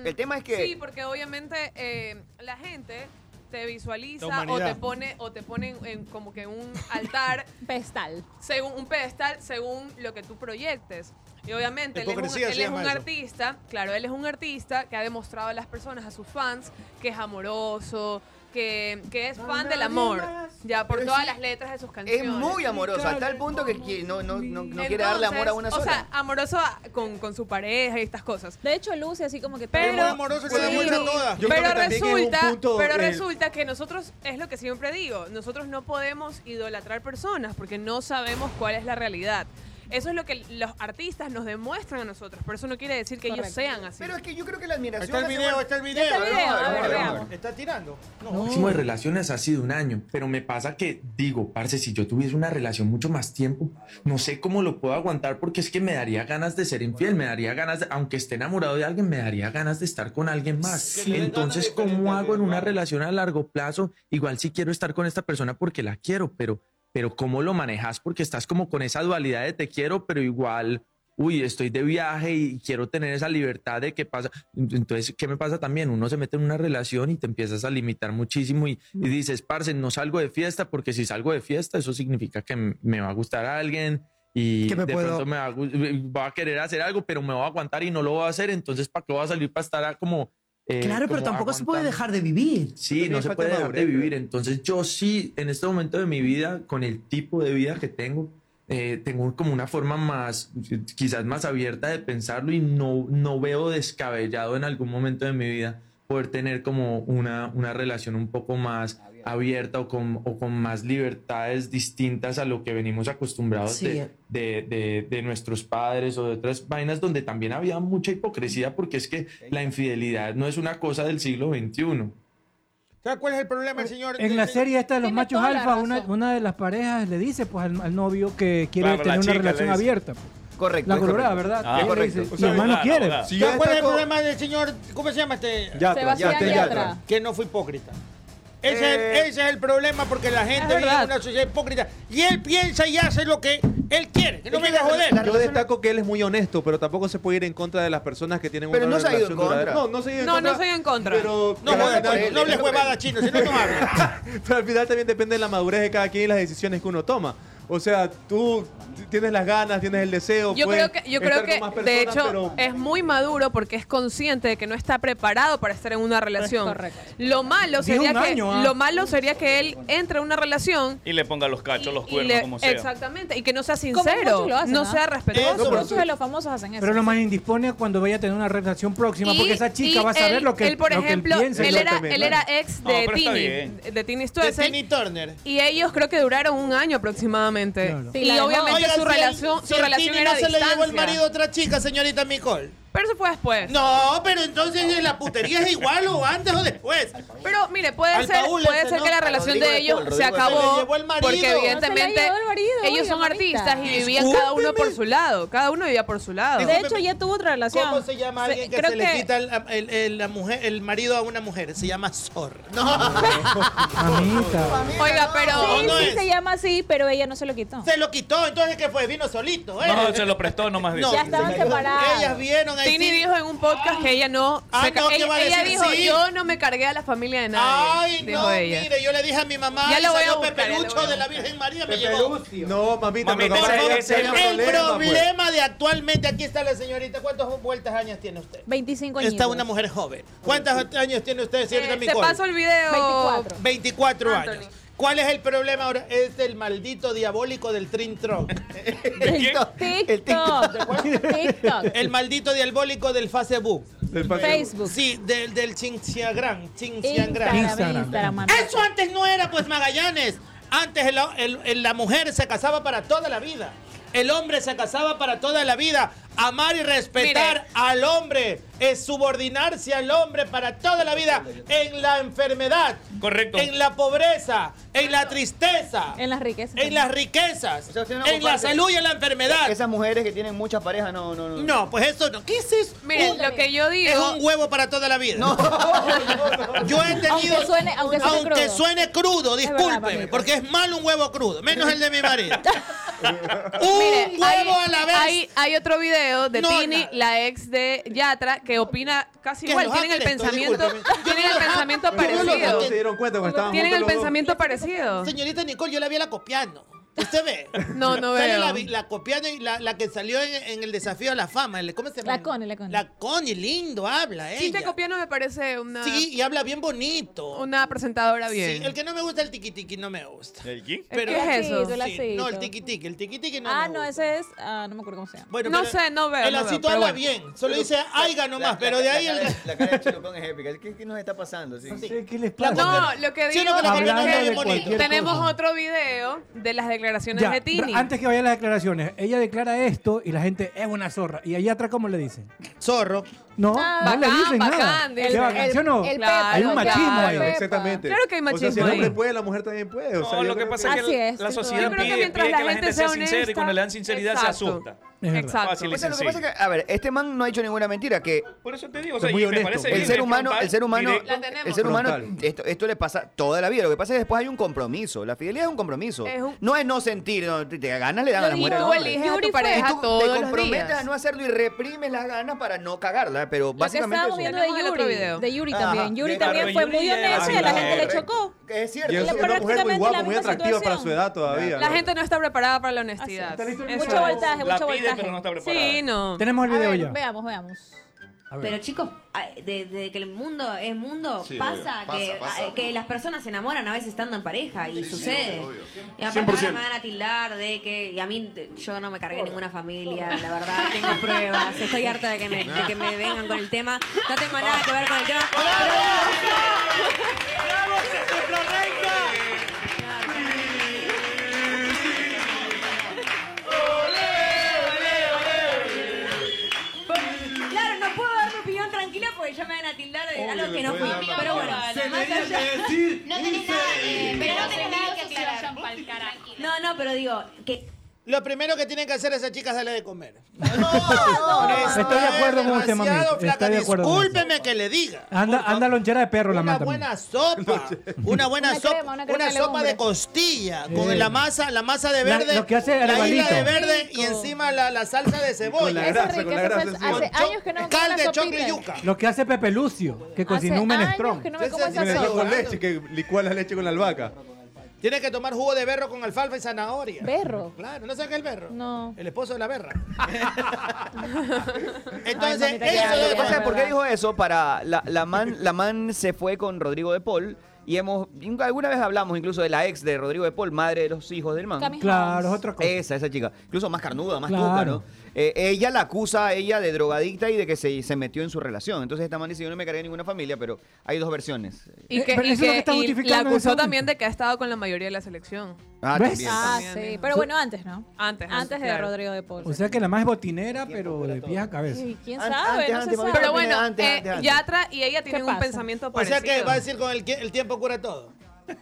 Speaker 3: El tema es que.
Speaker 5: Mm, Sí, porque obviamente eh, la gente te
Speaker 3: La
Speaker 5: visualiza o
Speaker 3: humanidad.
Speaker 5: te pone o te ponen en como que un altar
Speaker 6: pedestal
Speaker 5: según un pedestal según lo que tú proyectes y obviamente él es, un,
Speaker 9: Hipocresía se
Speaker 5: él es
Speaker 9: llama
Speaker 5: un
Speaker 9: eso.
Speaker 5: artista claro él es un artista que ha demostrado a las personas a sus fans que es amoroso que, que es fan del amor ya por
Speaker 3: Pero
Speaker 5: todas
Speaker 3: sí,
Speaker 5: las letras de sus canciones
Speaker 3: Es muy amoroso, hasta el punto que qui- no, no, no, no quiere darle amor a una sola.
Speaker 5: Entonces, O sea, amoroso a- con, con su pareja y estas cosas.
Speaker 6: De hecho, luce así como que
Speaker 5: pero,
Speaker 6: Es muy amoroso y se demuestra toda. Yo creo
Speaker 5: Pero
Speaker 6: que también es un
Speaker 5: resulta,
Speaker 6: punto,
Speaker 5: pero
Speaker 6: eh,
Speaker 5: resulta que nosotros, es lo que siempre digo, nosotros no podemos idolatrar personas porque no sabemos cuál es la realidad. Eso es lo que los artistas nos demuestran a nosotros, pero eso no quiere decir que ellos
Speaker 3: Correcto.
Speaker 5: sean así. Pero
Speaker 3: es que yo creo que la admiración...
Speaker 9: Está el video, está el video. ¿Está tirando? No.
Speaker 22: máximo de relaciones ha sido un año, pero me pasa que digo, parce, si yo tuviese una relación mucho más tiempo, no sé cómo lo puedo aguantar porque es que me daría ganas de ser infiel, me daría ganas, de- aunque esté enamorado de alguien, me daría ganas de estar con alguien más. Entonces, ¿cómo hago en una relación a largo plazo? Igual si quiero estar con esta persona porque la quiero, pero, pero ¿cómo lo manejas? Porque estás como con esa dualidad de te quiero, pero igual... Uy, estoy de viaje y quiero tener esa libertad de qué pasa. Entonces, ¿qué me pasa también? Uno se mete en una relación y te empiezas a limitar muchísimo y,
Speaker 23: Mm.
Speaker 22: y dices, parce, no salgo de fiesta porque si salgo de fiesta, eso significa que m- me va a gustar a alguien y
Speaker 23: Que me
Speaker 22: de
Speaker 23: puedo-
Speaker 22: pronto me va, a gu- va a querer hacer algo, pero me voy a aguantar y no lo voy a hacer. Entonces, ¿para qué voy a salir para estar a como... eh,
Speaker 23: Claro, pero
Speaker 22: como
Speaker 23: tampoco se puede dejar
Speaker 22: aguantando?
Speaker 23: de vivir.
Speaker 22: Sí, no se
Speaker 23: falta
Speaker 22: puede dejar de
Speaker 23: madurez,
Speaker 22: vivir. Entonces yo sí, en este momento de mi vida, con el tipo de vida que tengo, eh, tengo como una forma más, quizás más abierta de pensarlo y no, no veo descabellado en algún momento de mi vida poder tener como una, una relación un poco más abierta o con, o con más libertades distintas a lo que venimos acostumbrados
Speaker 23: Sí.
Speaker 22: de, de, de- de nuestros padres o de otras vainas donde también había mucha hipocresía porque es que la infidelidad no es una cosa del siglo XXI.
Speaker 9: ¿Sabes cuál es el problema, señor?
Speaker 7: En la serie esta de los machos
Speaker 9: toda la
Speaker 7: alfa, una, una de las parejas le dice pues al, al novio que quiere
Speaker 9: Claro, la
Speaker 7: tener una
Speaker 9: chica le
Speaker 7: relación
Speaker 9: dice.
Speaker 7: abierta. pues.
Speaker 3: Correcto.
Speaker 7: La
Speaker 3: es
Speaker 7: colorada,
Speaker 3: correcto.
Speaker 7: ¿verdad?
Speaker 3: Ah,
Speaker 7: Ella le
Speaker 3: correcto.
Speaker 7: dice,
Speaker 3: O
Speaker 7: "Mi
Speaker 3: sea,
Speaker 7: hermano
Speaker 3: claro,
Speaker 7: quiere".
Speaker 3: claro. Si
Speaker 9: ¿Sabes cuál es el problema del señor? ¿Cómo se llama este?
Speaker 7: Yatra, Sebastián Yatra, Yatra.
Speaker 9: Yatra. Que no fue hipócrita. Ese, es, ese es el problema porque la gente vive en una sociedad hipócrita y él piensa y hace lo que él quiere. Que no me venga a joder.
Speaker 20: Yo destaco que él es muy honesto, pero tampoco se puede ir en contra de las personas que tienen
Speaker 9: Pero
Speaker 20: una
Speaker 9: no se ha ido
Speaker 20: relación
Speaker 9: en contra.
Speaker 20: duradera. No, no se ha ido en
Speaker 5: No,
Speaker 20: contra.
Speaker 5: no soy en contra.
Speaker 20: Pero
Speaker 5: No,
Speaker 20: Pero al
Speaker 5: joder,
Speaker 20: final-
Speaker 5: no, no hables
Speaker 9: huevadas, chino, si no, no
Speaker 20: Pero al final también depende de la madurez de cada quien y las decisiones que uno toma. O sea, tú t- tienes las ganas, tienes el deseo.
Speaker 5: Yo
Speaker 20: puedes
Speaker 5: creo que, yo
Speaker 20: estar
Speaker 5: creo
Speaker 20: con
Speaker 5: que
Speaker 20: más
Speaker 5: de
Speaker 20: personas,
Speaker 5: hecho,
Speaker 20: pero-
Speaker 5: es muy maduro porque es consciente de que no está preparado para estar en una relación. Lo malo
Speaker 8: Dijo
Speaker 5: sería
Speaker 8: un
Speaker 5: que
Speaker 8: año, ¿ah?
Speaker 5: lo malo sería que él entre a una relación
Speaker 8: Y le ponga los cachos, los
Speaker 5: y
Speaker 8: cuernos,
Speaker 5: le-
Speaker 8: como sea.
Speaker 5: exactamente y que no sea
Speaker 6: Como
Speaker 5: sincero,
Speaker 6: muchos lo hacen,
Speaker 5: no
Speaker 6: ¿ah?
Speaker 5: sea respetuoso.
Speaker 6: Eso, Muchos de los famosos hacen eso.
Speaker 7: Pero lo más indispone cuando vaya a tener una relación próxima,
Speaker 5: Y-
Speaker 7: porque esa chica
Speaker 5: y
Speaker 7: va a saber
Speaker 5: él-
Speaker 7: lo que
Speaker 5: él, por
Speaker 7: lo que
Speaker 5: ejemplo,
Speaker 7: piensa.
Speaker 5: él, era, él era ex
Speaker 7: No,
Speaker 5: de
Speaker 7: pero está bien.
Speaker 5: Tini, de Tini Stoessel.
Speaker 9: Tini Turner.
Speaker 5: Y ellos creo que duraron un año aproximadamente.
Speaker 9: Sí,
Speaker 5: Y
Speaker 9: la dejó.
Speaker 5: obviamente
Speaker 9: Oiga,
Speaker 5: su
Speaker 9: si
Speaker 5: relación,
Speaker 9: el-
Speaker 5: su
Speaker 9: si el
Speaker 5: relación
Speaker 9: Tini
Speaker 5: era
Speaker 9: no se le llevó el
Speaker 5: distancia.
Speaker 9: marido a otra chica, señorita Nicole.
Speaker 5: Pero eso fue después.
Speaker 9: No, pero entonces la putería es igual o antes o después.
Speaker 5: Pero mire, puede
Speaker 9: Al
Speaker 5: ser,
Speaker 9: Paul
Speaker 5: puede
Speaker 9: ese,
Speaker 5: ser
Speaker 9: ¿no?
Speaker 5: que la
Speaker 9: A
Speaker 5: relación
Speaker 9: Rodrigo
Speaker 5: de
Speaker 9: de
Speaker 5: ellos
Speaker 9: Paul,
Speaker 5: se
Speaker 9: Rodrigo de Paul. Se le
Speaker 5: acabó
Speaker 9: llevó el marido.
Speaker 5: porque
Speaker 9: No, se le
Speaker 5: evidentemente
Speaker 6: llevó el marido,
Speaker 5: ellos
Speaker 6: oye,
Speaker 5: son
Speaker 6: mamita.
Speaker 5: artistas y vivían cada uno por su lado, cada uno vivía por su lado.
Speaker 6: De hecho, ya tuvo otra relación.
Speaker 9: ¿Cómo se llama alguien que
Speaker 6: creo
Speaker 9: se le quita el, el- el- la mujer, el marido a una mujer? Se llama zorra.
Speaker 7: Mamita.
Speaker 5: <laughs> Oiga, pero.
Speaker 6: Sí,
Speaker 9: No, no
Speaker 6: sí,
Speaker 9: es.
Speaker 6: se llama así, pero ella no se lo quitó.
Speaker 9: Se lo quitó, entonces ¿qué fue? Vino solito. ¿eh?
Speaker 8: No, se lo prestó nomás.
Speaker 9: No,
Speaker 8: dice.
Speaker 9: Ya estaban separadas. Ellas vieron ahí
Speaker 5: Tini
Speaker 9: sí.
Speaker 5: dijo en un podcast que ella no.
Speaker 9: Ah,
Speaker 5: se ca-
Speaker 9: no, ¿qué
Speaker 5: ella
Speaker 9: va a
Speaker 5: ella
Speaker 9: decir?
Speaker 5: dijo:
Speaker 9: Sí.
Speaker 5: Yo no me cargué a la familia de nadie.
Speaker 9: Ay,
Speaker 5: dijo
Speaker 9: no,
Speaker 5: ella.
Speaker 9: mire, yo le dije a mi mamá,
Speaker 5: Ya
Speaker 9: ya
Speaker 5: lo voy a
Speaker 9: salió
Speaker 5: buscar, ya lo
Speaker 9: Pepelucho
Speaker 5: voy a
Speaker 9: de la Virgen María, me llegó.
Speaker 20: No, mamita,
Speaker 9: Mamita,
Speaker 20: pero no,
Speaker 9: ese-
Speaker 20: no,
Speaker 9: ese es
Speaker 20: no,
Speaker 9: el
Speaker 20: problema, pues.
Speaker 9: problema de actualmente, aquí está la señorita, ¿cuántas vueltas años tiene usted?
Speaker 6: 25 años.
Speaker 9: Está una mujer joven. ¿Cuántos años tiene usted, señorita
Speaker 5: Eh, te
Speaker 9: Micol?
Speaker 5: paso el video.
Speaker 9: 24 años. ¿Cuál es el problema ahora? Es el maldito diabólico del <laughs> Trintron.
Speaker 6: El TikTok. <laughs> TikTok.
Speaker 9: El maldito diabólico del Facebook.
Speaker 6: Del Facebook. Facebook.
Speaker 9: Sí, del, del Chinxiagrán.
Speaker 6: Instagram,
Speaker 9: Chinxiagrán.
Speaker 6: Instagram. Instagram, mamá.
Speaker 9: Eso antes no era, pues, Magallanes. Antes el- el- el- la mujer se casaba para toda la vida. El hombre se casaba para toda la vida. Amar y respetar al hombre es subordinarse al hombre para toda la vida. En la enfermedad.
Speaker 8: Correcto.
Speaker 9: En la pobreza. En la tristeza.
Speaker 6: En las riquezas.
Speaker 9: En las riquezas. en la salud y en la enfermedad.
Speaker 3: Esas mujeres que tienen muchas parejas, no, no, no.
Speaker 9: No, pues eso no. ¿Qué es eso?
Speaker 5: Miren,
Speaker 9: Un-
Speaker 5: lo que yo digo-
Speaker 9: Es un huevo para toda la vida. Yo he tenido.
Speaker 6: Aunque suene- aunque suene crudo.
Speaker 9: suene crudo,
Speaker 6: Es verdad,
Speaker 9: discúlpeme,
Speaker 6: papito.
Speaker 9: porque es mal un huevo crudo, menos el de mi marido. un
Speaker 5: Mire,
Speaker 9: huevo
Speaker 5: hay,
Speaker 9: a la vez.
Speaker 5: Hay, hay otro video de
Speaker 9: No,
Speaker 5: Tini, la ex de Yatra, que opina casi
Speaker 9: Que
Speaker 5: igual.
Speaker 9: los
Speaker 5: Tienen el
Speaker 9: atletas,
Speaker 5: pensamiento,
Speaker 9: discúlpeme. Yo no
Speaker 5: tienen el
Speaker 9: los-
Speaker 5: pensamiento
Speaker 9: yo no los
Speaker 5: parecido.
Speaker 9: atletas.
Speaker 20: se dieron cuenta cuando estaban
Speaker 5: Tienen
Speaker 20: juntos
Speaker 5: el
Speaker 20: los dos.
Speaker 5: pensamiento parecido.
Speaker 9: Señorita Nicole, yo la vi a la copiando. ¿Usted ve?
Speaker 5: No, no
Speaker 9: Sale
Speaker 5: veo.
Speaker 9: La, vi- la copiando y la, la que salió en, en el desafío a la fama. el- ¿Cómo se llama? La Connie, la Connie. La Connie, lindo, habla, ¿eh?
Speaker 5: Sí, te copiano me parece una.
Speaker 9: Sí, y habla bien bonito.
Speaker 5: Una presentadora bien.
Speaker 9: Sí, el que no me gusta el tiki tiki no me gusta.
Speaker 8: ¿El qué?
Speaker 9: Pero
Speaker 6: ¿Qué es eso?
Speaker 9: Sí,
Speaker 6: El lacito.
Speaker 9: no, el tiki tiki, el tiki tiki no.
Speaker 6: Ah,
Speaker 9: me
Speaker 6: no,
Speaker 9: gusta.
Speaker 6: ese es. ah, no me acuerdo cómo se llama.
Speaker 9: Bueno,
Speaker 5: No
Speaker 9: pero
Speaker 5: sé, no veo,
Speaker 9: El
Speaker 5: no veo,
Speaker 9: acito
Speaker 5: pero
Speaker 9: habla
Speaker 5: bueno.
Speaker 9: bien, solo dice aiga nomás,
Speaker 3: La-
Speaker 9: pero
Speaker 3: la-
Speaker 9: de ahí
Speaker 3: la,
Speaker 9: el.
Speaker 3: cara- la cara de Chilupón es épica. ¿Qué, qué nos está pasando? Sí.
Speaker 7: ¿Qué les
Speaker 9: pasa?
Speaker 5: No, lo que
Speaker 9: Sí,
Speaker 5: digo
Speaker 9: no, pero
Speaker 5: es
Speaker 7: hablando
Speaker 5: que
Speaker 7: de cualquier
Speaker 5: tenemos
Speaker 7: cosa.
Speaker 5: otro video de las declaraciones
Speaker 7: Ya,
Speaker 5: de Tini.
Speaker 7: pero antes que vayan las declaraciones, ella declara esto y la gente es una zorra. ¿Y allá atrás cómo le dicen?
Speaker 9: Zorro.
Speaker 7: No,
Speaker 5: Ah, bacán,
Speaker 7: no le dicen nada.
Speaker 5: bacán,
Speaker 7: ¿Qué
Speaker 5: el-
Speaker 7: bacán, ¿sí o no?
Speaker 5: el- el Claro,
Speaker 7: hay un machismo
Speaker 5: claro.
Speaker 7: ahí.
Speaker 5: Pepa.
Speaker 20: Exactamente.
Speaker 5: Claro que hay
Speaker 20: O sea, si
Speaker 5: machismo
Speaker 20: el hombre
Speaker 5: ahí.
Speaker 20: puede, la mujer también puede. O
Speaker 8: No,
Speaker 20: sea, yo
Speaker 8: lo que
Speaker 20: creo
Speaker 8: pasa es
Speaker 6: Así
Speaker 8: que la-
Speaker 6: es,
Speaker 8: la
Speaker 6: sí,
Speaker 8: sociedad
Speaker 6: claro. Yo creo que
Speaker 8: pide,
Speaker 6: mientras
Speaker 8: pide
Speaker 6: la
Speaker 8: que la
Speaker 6: gente
Speaker 8: gente
Speaker 6: sea
Speaker 8: sea sincera y cuando le dan
Speaker 6: honesta,
Speaker 8: sinceridad se
Speaker 6: exacto.
Speaker 8: asusta. Fácil y
Speaker 3: O sea, lo que
Speaker 8: sencillo.
Speaker 3: pasa es que, a ver, este man no ha hecho ninguna mentira, que
Speaker 8: Por eso te digo, o sea,
Speaker 3: Muy
Speaker 8: y me
Speaker 3: honesto.
Speaker 8: parece
Speaker 3: el
Speaker 8: bien,
Speaker 3: ser
Speaker 8: es
Speaker 3: humano,
Speaker 8: frontal,
Speaker 3: el ser humano,
Speaker 8: directo.
Speaker 5: La tenemos.
Speaker 3: el ser humano,
Speaker 5: Frontal.
Speaker 3: esto, esto le pasa toda la vida. Lo que pasa es que después hay un compromiso. La fidelidad es un compromiso.
Speaker 5: Es un-
Speaker 3: No es no sentir, no, te, te- ganas le dan a
Speaker 5: Lo
Speaker 3: las
Speaker 5: digo,
Speaker 3: mujeres.
Speaker 5: tú
Speaker 3: al hombre.
Speaker 5: eliges a tu
Speaker 3: Y tú
Speaker 5: pareja todos los
Speaker 3: te comprometes
Speaker 5: días.
Speaker 3: a no hacerlo y reprimes las ganas para no cagarla, pero
Speaker 6: Lo que
Speaker 3: básicamente
Speaker 6: estábamos
Speaker 3: eso.
Speaker 6: viendo
Speaker 5: Tenemos el otro
Speaker 6: de
Speaker 5: video.
Speaker 6: Yuri. De Yuri
Speaker 3: Ajá.
Speaker 6: también. Yuri
Speaker 3: De-
Speaker 6: también
Speaker 3: Pero
Speaker 6: fue
Speaker 3: Yuri
Speaker 6: muy
Speaker 3: ya-
Speaker 6: honesta y a la
Speaker 20: Claro.
Speaker 6: gente le chocó.
Speaker 3: Es cierto.
Speaker 20: Y es
Speaker 6: La-
Speaker 20: una mujer muy
Speaker 6: prácticamente
Speaker 20: guapa,
Speaker 6: la
Speaker 20: muy
Speaker 6: misma
Speaker 20: atractiva para su
Speaker 6: situación.
Speaker 20: edad todavía.
Speaker 5: La gente no está preparada para la honestidad. Eso
Speaker 6: Mucho
Speaker 5: es.
Speaker 6: voltaje,
Speaker 8: La
Speaker 6: mucho
Speaker 8: pide,
Speaker 6: voltaje.
Speaker 8: pero no está preparada.
Speaker 5: Sí, no.
Speaker 7: Tenemos el
Speaker 6: A
Speaker 7: video
Speaker 6: ver,
Speaker 7: ya.
Speaker 6: Veamos, veamos.
Speaker 23: Pero chicos, a- desde que el mundo es mundo,
Speaker 13: Sí,
Speaker 23: pasa,
Speaker 13: obvio. Pasa,
Speaker 23: que,
Speaker 13: pasa.
Speaker 23: a- que las personas se enamoran a veces estando en pareja y
Speaker 13: Sí,
Speaker 23: sucede.
Speaker 13: obvio.
Speaker 23: y aparte ahora
Speaker 13: 100%.
Speaker 3: <laughs>
Speaker 23: me van a tildar de que, y a mí te- yo no me cargué ninguna familia, la verdad, tengo pruebas, estoy harta de que, me, de que me vengan con el tema, no tengo nada que ver con el tema. Claro, no puedo dar mi opinión tranquila porque ya me van a tildar de algo que no fui. Pero bueno, más allá-
Speaker 24: No tenés nada
Speaker 23: eh,
Speaker 24: que. Pero no tenés nada que
Speaker 23: aclarar.
Speaker 24: aclarar.
Speaker 23: No, no, pero digo, que
Speaker 9: Lo primero que tienen que hacer esas chicas es darle de comer.
Speaker 7: Estoy de acuerdo con usted, mami.
Speaker 9: Demasiado flaca.
Speaker 7: Estoy de acuerdo con usted.
Speaker 9: Discúlpeme que le diga.
Speaker 7: Anda, anda lonchera de perro la
Speaker 9: Una
Speaker 7: mata.
Speaker 9: buena sopa,
Speaker 7: <laughs>
Speaker 9: una buena
Speaker 23: Una
Speaker 9: sopa,
Speaker 23: crema, una
Speaker 9: una,
Speaker 23: crema de
Speaker 9: sopa
Speaker 23: legumbre.
Speaker 9: de costilla
Speaker 7: Sí.
Speaker 9: con la masa, la masa de
Speaker 7: La-
Speaker 9: verde,
Speaker 7: lo que hace
Speaker 9: la isla
Speaker 7: Arevalito.
Speaker 9: de verde y encima la, la salsa de cebolla,
Speaker 20: Con la grasa, Esa rica, con la esa grasa salsa. encima.
Speaker 9: Con
Speaker 6: Hace años que no me como
Speaker 9: caldo
Speaker 6: una
Speaker 9: de choclo y
Speaker 6: sopita.
Speaker 9: yuca.
Speaker 7: Lo que hace Pepe Lucio, que cocinó un menestrón.
Speaker 6: que no me como
Speaker 20: que-
Speaker 6: esa
Speaker 20: Me dejó con
Speaker 6: sopa.
Speaker 20: leche, que licuó la leche con la albahaca.
Speaker 9: Tienes que tomar jugo de berro con alfalfa y zanahoria.
Speaker 6: ¿Berro?
Speaker 9: Claro, ¿no sabes qué es el berro?
Speaker 6: No.
Speaker 9: El esposo de la
Speaker 6: <laughs>
Speaker 9: berra. Entonces,
Speaker 3: Entonces, eso
Speaker 9: eso
Speaker 3: lo
Speaker 9: es
Speaker 3: que pasa es por qué dijo eso para la, la man la man se fue con Rodrigo de Paul y hemos alguna vez hablamos incluso de la ex de Rodrigo de Paul, madre de los hijos del man.
Speaker 6: Cami Claro, Holmes.
Speaker 3: es otra cosa. Esa, esa chica, incluso más carnuda, más
Speaker 7: Claro.
Speaker 3: tuca, ¿no? Eh, ella la acusa a ella de drogadicta y de que se, se metió en su relación. Entonces esta man dice, yo no me cargué ninguna familia, pero hay dos versiones.
Speaker 5: Y
Speaker 7: Eh,
Speaker 5: que,
Speaker 7: pero
Speaker 5: y
Speaker 7: eso es lo
Speaker 5: que-
Speaker 7: que está
Speaker 5: y la
Speaker 7: justificando en ese
Speaker 5: acusó
Speaker 7: momento.
Speaker 5: también de que ha estado con la mayoría de la selección.
Speaker 3: Ah,
Speaker 7: ¿Ves?
Speaker 3: también.
Speaker 6: Ah,
Speaker 5: también.
Speaker 6: sí. Pero bueno, antes, ¿no?
Speaker 5: Antes,
Speaker 6: Antes de
Speaker 5: claro.
Speaker 6: Rodrigo de Paul.
Speaker 7: O sea que la más es botinera, pero de pies a cabeza.
Speaker 6: Sí, ¿Quién
Speaker 3: An-
Speaker 6: sabe?
Speaker 3: antes,
Speaker 6: No se
Speaker 3: antes,
Speaker 6: sabe.
Speaker 3: Pero
Speaker 5: Pero bueno,
Speaker 3: antes,
Speaker 5: eh,
Speaker 3: antes, antes.
Speaker 5: Yatra y ella tienen un
Speaker 6: pasa?
Speaker 5: pensamiento
Speaker 9: O
Speaker 5: parecido.
Speaker 9: sea que va a decir con el, que- el tiempo cura todo.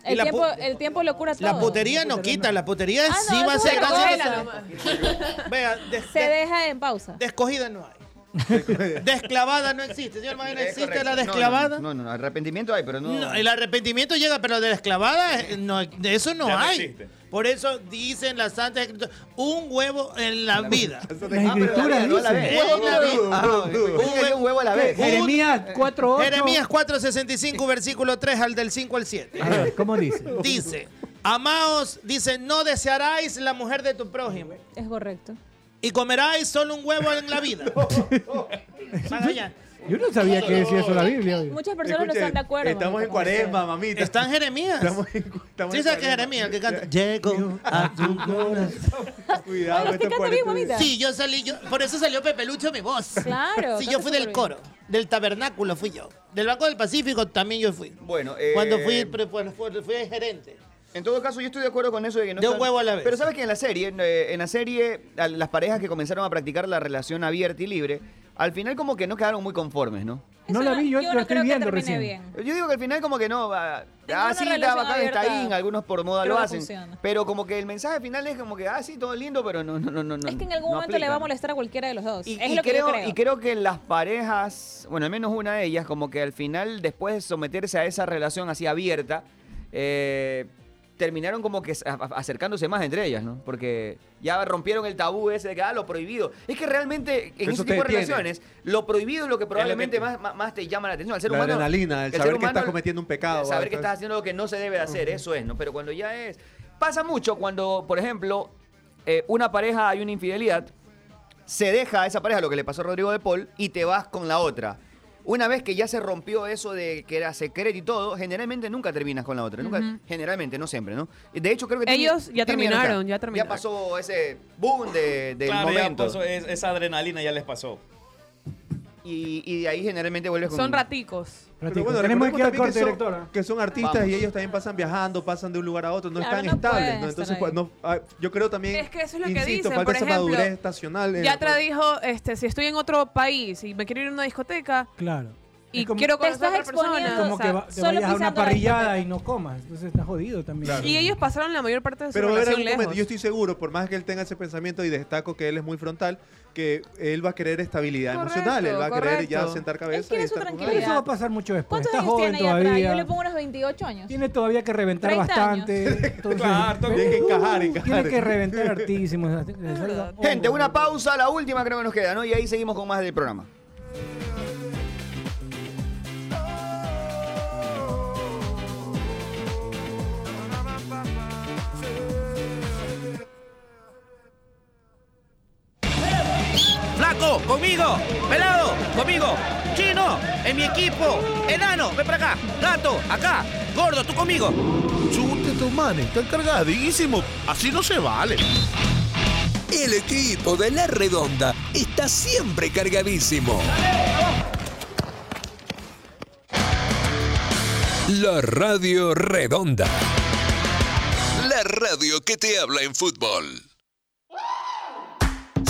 Speaker 9: Y
Speaker 6: El
Speaker 9: la pu-
Speaker 6: tiempo, el tiempo lo cura todo.
Speaker 9: La putería no quita, la putería
Speaker 6: Ah, no,
Speaker 9: sí va a
Speaker 6: eso
Speaker 9: ser
Speaker 6: es otra
Speaker 9: graciosa.
Speaker 6: cosa.
Speaker 9: Vea, des-
Speaker 6: Se
Speaker 9: des-
Speaker 6: deja en pausa.
Speaker 9: descogida no hay. Desclavada no existe. Señor Magno,
Speaker 3: Es
Speaker 9: existe
Speaker 3: correcto.
Speaker 9: la
Speaker 3: No, no,
Speaker 9: desclavada.
Speaker 3: No, no, no, arrepentimiento hay, pero no.
Speaker 9: No, el arrepentimiento llega, pero de desclavada eh, no, de eso no
Speaker 3: Ya no
Speaker 9: hay.
Speaker 3: existe.
Speaker 9: Por eso dicen las santas escrituras, un huevo en la vida.
Speaker 7: Las escrituras
Speaker 3: no a la
Speaker 7: dicen.
Speaker 3: vez.
Speaker 9: Eh, la vi-
Speaker 3: Ah, pensé que había un huevo a la vez.
Speaker 7: Jeremías 4.8.
Speaker 9: Jeremías 4:65, versículo 3 al del 5 al 7.
Speaker 7: A
Speaker 20: Ah.
Speaker 7: ver, ¿cómo dice?
Speaker 9: <laughs> Dice, amaos, dice, no desearáis la mujer de tu prójimo.
Speaker 6: Es correcto.
Speaker 20: <laughs>
Speaker 9: Y comeráis solo un huevo en la vida. Magallanes.
Speaker 7: Yo no sabía que decía eso la Biblia. oye.
Speaker 6: Muchas personas no
Speaker 20: Escuche,
Speaker 6: están de acuerdo.
Speaker 20: Estamos en cuaresma, mamita.
Speaker 25: Está en Jeremías.
Speaker 20: Estamos en, estamos
Speaker 25: ¿Sí
Speaker 20: en
Speaker 25: sabes que
Speaker 20: cuaresma.
Speaker 25: Jeremías el que canta? Llego a tu corazón.
Speaker 20: Cuidado, este esto es cuaresma.
Speaker 25: Sí, yo salí, yo, por eso salió Pepe Lucho mi voz.
Speaker 6: Claro,
Speaker 25: Sí,
Speaker 6: canta
Speaker 25: yo fui
Speaker 6: súper
Speaker 25: del
Speaker 6: bien.
Speaker 25: coro, del tabernáculo fui yo. Del Banco del Pacífico también yo fui.
Speaker 3: Bueno, eh,
Speaker 25: Cuando fui, pre- cuando fui, fui gerente.
Speaker 3: En todo caso, yo estoy de acuerdo con eso de que no
Speaker 25: De un
Speaker 3: están-
Speaker 25: huevo a la vez.
Speaker 3: Pero sabes que en la serie, en, eh, en la serie, a las parejas que comenzaron a practicar la relación abierta y libre, al final como que no quedaron muy conformes, ¿no?
Speaker 7: No la vi, yo, lo estoy viendo recién.
Speaker 3: Yo digo que al final como que no, va, ah,
Speaker 6: una
Speaker 3: sí,
Speaker 6: relación
Speaker 3: está bacán, está
Speaker 6: abierta.
Speaker 3: ahí, algunos por moda
Speaker 6: Creo
Speaker 3: lo
Speaker 6: que
Speaker 3: hacen.
Speaker 6: funciona.
Speaker 3: Pero como que el mensaje final es como que, ah, sí, todo lindo, pero no, no, no, no.
Speaker 6: Es que en algún momento le va a molestar a cualquiera de los dos.
Speaker 3: Y,
Speaker 6: es
Speaker 3: y
Speaker 6: lo
Speaker 3: creo,
Speaker 6: que yo creo.
Speaker 3: y creo que las parejas, bueno, al menos una de ellas, como que al final, después de someterse a esa relación así abierta, eh, terminaron como que a- a- acercándose más entre ellas, ¿no? Porque ya rompieron el tabú ese de que, ah, lo prohibido. Es que realmente en
Speaker 20: Eso
Speaker 3: ese
Speaker 20: te
Speaker 3: tipo de
Speaker 20: detiene.
Speaker 3: relaciones, lo prohibido es lo que probablemente más, más, más te llama la atención. Al ser
Speaker 20: La
Speaker 3: humano,
Speaker 20: adrenalina, el
Speaker 3: al ser
Speaker 20: saber que
Speaker 3: humano-
Speaker 20: estás cometiendo un pecado.
Speaker 3: Saber
Speaker 20: ¿va?
Speaker 3: que estás haciendo lo que no se debe de hacer, eso es, ¿no? Pero cuando ya es... Pasa mucho cuando, por ejemplo, eh, una pareja hay una infidelidad, se deja a esa pareja, lo que le pasó a Rodrigo de Paul, y te vas con la otra. Una vez que ya se rompió eso de que era secreto y todo, generalmente nunca terminas con la otra. nunca-
Speaker 5: Ujú.
Speaker 3: Generalmente, no siempre, ¿no? De hecho, creo que... Timmy-
Speaker 5: Ellos ya
Speaker 3: Timmy no está.
Speaker 5: terminaron, ya terminaron.
Speaker 3: Ya pasó ese boom de, eh, del
Speaker 8: Claro, ya
Speaker 3: momento.
Speaker 8: pasó, es- esa adrenalina ya les pasó.
Speaker 3: Y, y de ahí generalmente vuelves con...
Speaker 5: Son raticos.
Speaker 20: Pero bueno,
Speaker 7: Tenemos
Speaker 20: recordemos
Speaker 7: que ir al
Speaker 20: también
Speaker 7: corte,
Speaker 20: son-
Speaker 7: directora.
Speaker 20: que son artistas
Speaker 7: Vamos.
Speaker 20: y ellos también pasan viajando, pasan de un lugar a otro, no
Speaker 5: Claro,
Speaker 20: están
Speaker 5: no
Speaker 20: estables.
Speaker 5: pueden
Speaker 20: ¿no?
Speaker 5: estar
Speaker 20: Entonces,
Speaker 5: ahí.
Speaker 20: pues, no, ah, yo creo también,
Speaker 5: Es que eso es lo que
Speaker 20: insisto,
Speaker 5: dicen,
Speaker 20: falta
Speaker 5: por
Speaker 20: esa
Speaker 5: ejemplo,
Speaker 20: madurez estacional. en la
Speaker 5: Yatra
Speaker 3: pues.
Speaker 20: cual-
Speaker 5: dijo, este, si estoy en otro país y me quiero ir a una discoteca
Speaker 7: Claro.
Speaker 5: y quiero
Speaker 6: Te
Speaker 5: conocer a otra
Speaker 6: estás exponiendo,
Speaker 7: Es
Speaker 5: persona.
Speaker 7: como que va- te
Speaker 6: solo
Speaker 7: vayas a una
Speaker 6: pisando la
Speaker 7: parrillada
Speaker 6: discoteca.
Speaker 7: y no comas. Entonces está jodido también.
Speaker 5: Y ellos pasaron la mayor parte de su
Speaker 20: Pero va a haber
Speaker 5: relación
Speaker 20: algún momento,
Speaker 5: lejos.
Speaker 20: yo estoy seguro, por más que él tenga ese pensamiento y destaco que él es muy frontal, que él va a querer estabilidad
Speaker 6: Correcto,
Speaker 20: emocional, él va a querer ya
Speaker 7: correcto.
Speaker 20: sentar cabeza.
Speaker 6: quiere
Speaker 20: y
Speaker 6: su
Speaker 20: estar con
Speaker 6: tranquilidad.
Speaker 20: alguien.
Speaker 7: Eso va a pasar mucho después.
Speaker 6: ¿Cuántos
Speaker 7: Está
Speaker 6: años
Speaker 7: joven
Speaker 6: tiene ahí atrás? Yo le
Speaker 7: todavía.
Speaker 6: pongo unos 28 años.
Speaker 7: Tiene todavía que reventar
Speaker 6: 30
Speaker 7: bastante.
Speaker 6: <laughs>
Speaker 7: Entonces, uh,
Speaker 20: tiene que encajar, encajar.
Speaker 7: Tiene que reventar hartísimo.
Speaker 3: Gente, una pausa, la última creo que nos queda, ¿no? Y ahí seguimos con más del programa.
Speaker 16: Flaco, conmigo. Pelado, conmigo. Chino, en mi equipo.
Speaker 9: ¡Oh!
Speaker 16: Enano, ven para acá. Gato, acá. Gordo, tú conmigo.
Speaker 1: Chute tu mano, está cargadísimo. Así no se vale.
Speaker 17: El equipo de La Redonda está siempre cargadísimo. La Radio Redonda. La radio que te habla en fútbol.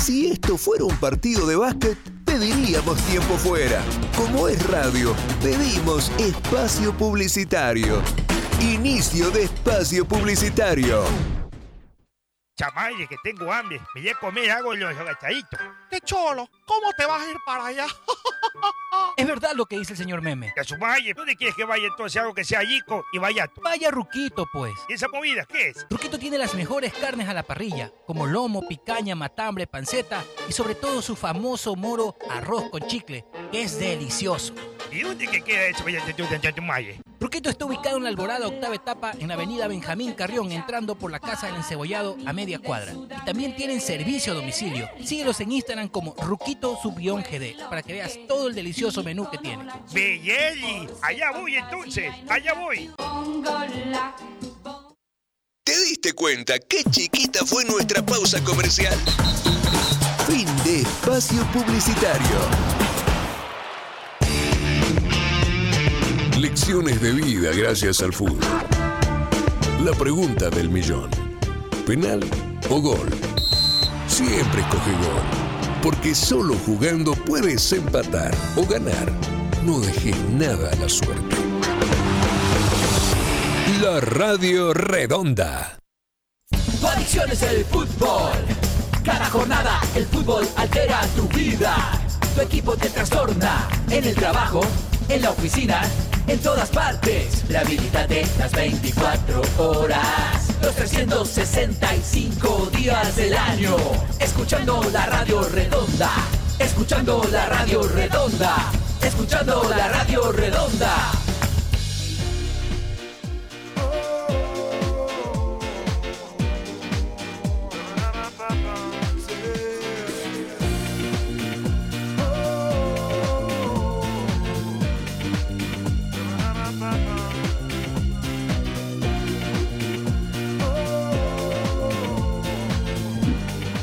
Speaker 17: Si esto fuera un partido de básquet, pediríamos tiempo fuera. Como es radio, pedimos espacio publicitario. Inicio de espacio publicitario.
Speaker 18: Chamaye, que tengo hambre. Me voy a comer algo y los agachaditos.
Speaker 19: Te cholo, ¿cómo te vas a ir para allá?
Speaker 10: <laughs> Es verdad lo que dice el señor Meme.
Speaker 18: Ya su valle. ¿Dónde quieres que vaya entonces algo que sea yico y vaya?
Speaker 10: Vaya Ruquito, pues.
Speaker 18: ¿Y esa comida qué es?
Speaker 10: Ruquito tiene las mejores carnes a la parrilla, como lomo, picaña, matambre, panceta y sobre todo su famoso moro arroz con chicle, que es delicioso.
Speaker 18: ¿Y dónde que queda eso? Vaya, ya- ya- ya- ya- Chamaye?
Speaker 10: Ruquito está ubicado en la Alborada Octava Etapa en la avenida Benjamín Carrión, entrando por la Casa del Encebollado a media cuadra. Y también tienen servicio a domicilio. Síguelos en Instagram como Ruquito-GD para que veas todo el delicioso menú que tiene.
Speaker 18: Belleli. Allá voy entonces. Allá voy.
Speaker 17: ¿Te diste cuenta qué chiquita fue nuestra pausa comercial? Fin de espacio publicitario.
Speaker 4: Lecciones de vida gracias al fútbol.
Speaker 17: La pregunta del millón. ¿Penal o gol? Siempre escoge gol. Porque solo jugando puedes empatar o ganar. No dejes nada a la suerte. La Radio Redonda.
Speaker 14: Tu adicción es el fútbol. Cada jornada el fútbol altera tu vida. Tu equipo te trastorna en el trabajo, en la oficina, en todas partes. Rehabilítate las 24 horas, los 365 días del año. Escuchando la radio redonda, escuchando la radio redonda, escuchando la radio redonda.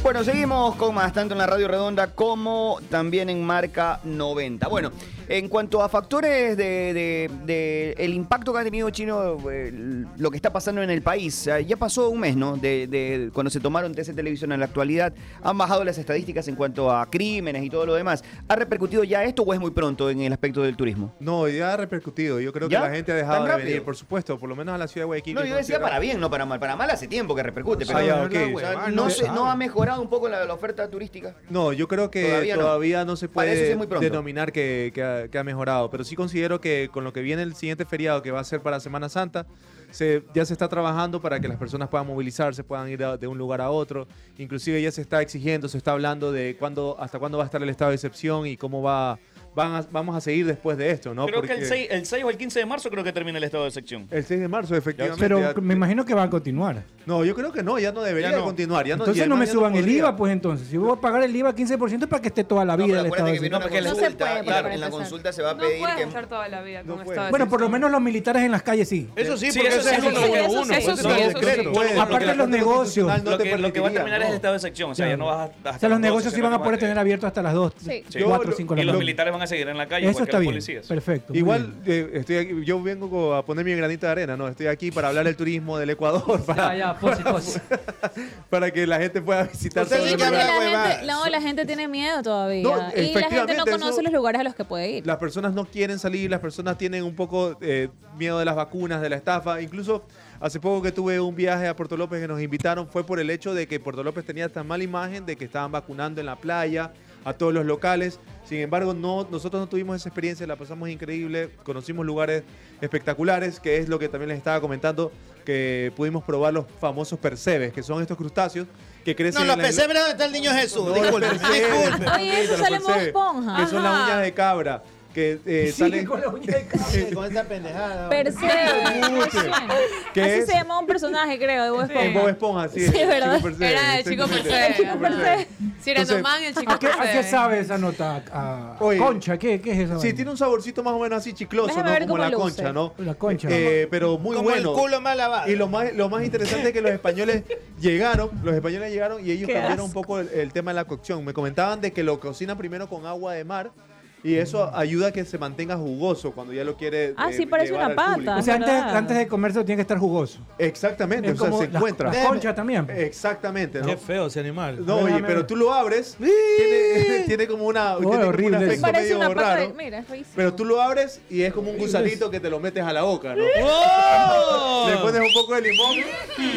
Speaker 3: Bueno, seguimos con más, tanto en la Radio Redonda como también en Marca 90. Bueno, en cuanto a factores de, de- de el impacto que ha tenido Chino, eh, lo que está pasando en el país, eh, ya pasó un mes, ¿no? De, de cuando se tomaron TC Televisión en la actualidad, han bajado las estadísticas en cuanto a crímenes y todo lo demás. ¿Ha repercutido ya esto o es muy pronto en el aspecto del turismo?
Speaker 20: No, ya ha repercutido. Yo creo
Speaker 3: ¿Ya?
Speaker 20: que la gente ha
Speaker 3: ¿Tan
Speaker 20: dejado de
Speaker 3: rápido?
Speaker 20: venir, por supuesto, por lo menos a la ciudad de Guayaquil.
Speaker 3: No, yo decía para bien, no para mal. Para mal hace tiempo que repercute, pero
Speaker 20: Ah, ya,
Speaker 3: O sea,
Speaker 20: ok.
Speaker 3: no, se-
Speaker 20: ah.
Speaker 3: no ha mejorado un poco la, la oferta turística.
Speaker 20: No, yo creo que
Speaker 3: Todavía
Speaker 20: todavía
Speaker 3: no.
Speaker 20: no, se
Speaker 3: Para eso sí
Speaker 20: puede
Speaker 3: es muy pronto.
Speaker 20: denominar que, que ha, que ha mejorado, pero sí considero que con lo que viene el siguiente feriado que va a ser para Semana Santa, se- ya se está trabajando para que las personas puedan movilizarse, puedan ir a- de un lugar a otro. Inclusive ya se está exigiendo, se está hablando de cuándo, hasta cuándo va a estar el estado de excepción y cómo va, van a- vamos a seguir después de esto, ¿no?
Speaker 8: creo que el
Speaker 20: Porque-
Speaker 8: 6, el 6 o el 15 de marzo creo que termina el estado de sección.
Speaker 20: el 6 de marzo, efectivamente.
Speaker 7: Pero
Speaker 20: ya-
Speaker 7: me imagino que va a continuar.
Speaker 20: no, yo creo que no, ya no debería
Speaker 7: Ya
Speaker 20: de
Speaker 7: no.
Speaker 20: continuar. Ya
Speaker 7: entonces
Speaker 20: ya
Speaker 7: no me
Speaker 20: ya
Speaker 7: suban el
Speaker 20: podría.
Speaker 7: IVA, pues entonces. Si voy a pagar el IVA 15% es para que esté toda la vida el Estado. de
Speaker 3: vino
Speaker 7: Sitio.
Speaker 3: porque la consulta, y la- en la consulta se va a
Speaker 5: No
Speaker 3: pedir
Speaker 5: puedes
Speaker 3: que...
Speaker 5: estar toda la vida con esto.
Speaker 7: Bueno, por lo menos los militares en las calles sí.
Speaker 5: Eso sí, Sí, porque eso eso sí, es eso contra sí, uno, eso sí, eso sí, eso sí.
Speaker 7: Aparte los negocios.
Speaker 8: Lo que, lo que va a terminar es el estado de sección. O sea,
Speaker 7: Claro.
Speaker 8: ya no vas a.
Speaker 7: O sea, los negocios sí van a poder tener abiertos hasta las 2, 4, 5 de
Speaker 8: Y
Speaker 7: la
Speaker 8: los
Speaker 7: tarde.
Speaker 8: militares van a seguir en la calle,
Speaker 7: Eso
Speaker 8: igual que
Speaker 7: está
Speaker 8: los
Speaker 7: bien.
Speaker 8: policías.
Speaker 7: Perfecto. muy
Speaker 20: Igual eh, estoy aquí- yo vengo co- a poner mi granito de arena, ¿no? Estoy aquí para hablar del turismo del Ecuador, <laughs> para, para, <laughs> para que la gente pueda visitar
Speaker 3: Usted
Speaker 20: todos
Speaker 3: sí
Speaker 20: los
Speaker 3: que habla
Speaker 20: lugares.
Speaker 6: La gente- no, la gente tiene miedo todavía.
Speaker 20: No,
Speaker 6: y la gente no
Speaker 20: efectivamente,
Speaker 6: conoce
Speaker 20: eso-
Speaker 6: los lugares a los que puede ir.
Speaker 20: Las personas no quieren salir, las personas tienen un poco eh, miedo de las vacunas, de la estafa. Incluso hace poco que tuve un viaje a Puerto López que nos invitaron fue por el hecho de que Puerto López tenía tan mala imagen de que estaban vacunando en la playa a todos los locales. Sin embargo, no, nosotros no tuvimos esa experiencia, la pasamos increíble, conocimos lugares espectaculares, que es lo que también les estaba comentando, que pudimos probar los famosos percebes, que son estos crustáceos que crecen
Speaker 25: No, los
Speaker 20: en las-
Speaker 25: pesebres donde está el niño Jesús.
Speaker 20: no,
Speaker 25: Disculpe,
Speaker 20: los percebes,
Speaker 25: disculpe.
Speaker 20: los
Speaker 6: Oye, eso
Speaker 20: percebes,
Speaker 6: sale
Speaker 20: los
Speaker 6: Bob
Speaker 20: percebes,
Speaker 6: Esponja.
Speaker 20: Que son
Speaker 6: Ajá.
Speaker 20: las uñas de cabra. Que eh, salen.
Speaker 25: Con esa pendejada.
Speaker 6: Perseo.
Speaker 20: ¿Qué
Speaker 6: Así
Speaker 20: es?
Speaker 6: se llamaba un personaje, creo, de Bob Esponja.
Speaker 20: En Bob Esponja, sí.
Speaker 6: Sí,
Speaker 20: el
Speaker 6: ¿verdad?
Speaker 20: chico Perseo,
Speaker 5: Era el chico
Speaker 20: exactamente.
Speaker 5: Perseo.
Speaker 20: El chico Perseo.
Speaker 5: Si era
Speaker 20: Entonces,
Speaker 5: Nomán, el chico
Speaker 7: ¿A qué, a qué
Speaker 5: Perseo.
Speaker 7: sabe esa nota? A-
Speaker 20: Oye.
Speaker 7: concha, ¿qué, qué es esa?
Speaker 20: Sí,
Speaker 7: vaina?
Speaker 20: tiene un saborcito más o menos así chicloso,
Speaker 7: Déjame
Speaker 20: ¿no?
Speaker 7: ver
Speaker 20: Como
Speaker 7: cómo
Speaker 20: la
Speaker 7: luce.
Speaker 20: concha, ¿no?
Speaker 7: La concha.
Speaker 20: Eh, pero muy
Speaker 25: Como el
Speaker 20: bueno.
Speaker 25: culo mal lavado.
Speaker 20: Y lo más, lo más interesante es que los españoles llegaron, los españoles llegaron y ellos
Speaker 25: Qué asco.
Speaker 20: cambiaron un poco el, el tema de la cocción. Me comentaban de que lo cocinan primero con agua de mar y eso ayuda a que se mantenga jugoso cuando ya lo quiere.
Speaker 6: Ah,
Speaker 20: eh,
Speaker 6: sí, parece
Speaker 20: llevar
Speaker 6: una
Speaker 20: al
Speaker 6: pata,
Speaker 20: público.
Speaker 7: O sea, antes, antes de comerse tiene que estar jugoso.
Speaker 20: Exactamente,
Speaker 7: Es
Speaker 20: o sea,
Speaker 7: como
Speaker 20: se
Speaker 7: las-
Speaker 20: encuentra.
Speaker 7: las conchas también.
Speaker 20: Exactamente, ¿no?
Speaker 13: Qué feo ese animal.
Speaker 20: No, oye, pero tú lo abres, tiene, <laughs> tiene como una.
Speaker 7: Oh,
Speaker 20: tiene como un
Speaker 13: Oh, horrible eso.
Speaker 20: efecto
Speaker 6: Parece
Speaker 20: medio
Speaker 6: una pata
Speaker 20: raro.
Speaker 6: de. Mira, es feísimo.
Speaker 20: Pero tú lo abres y es como un gusanito que te lo metes a la boca, ¿no?
Speaker 6: ¡Oh!
Speaker 20: <laughs> Le pones un poco de limón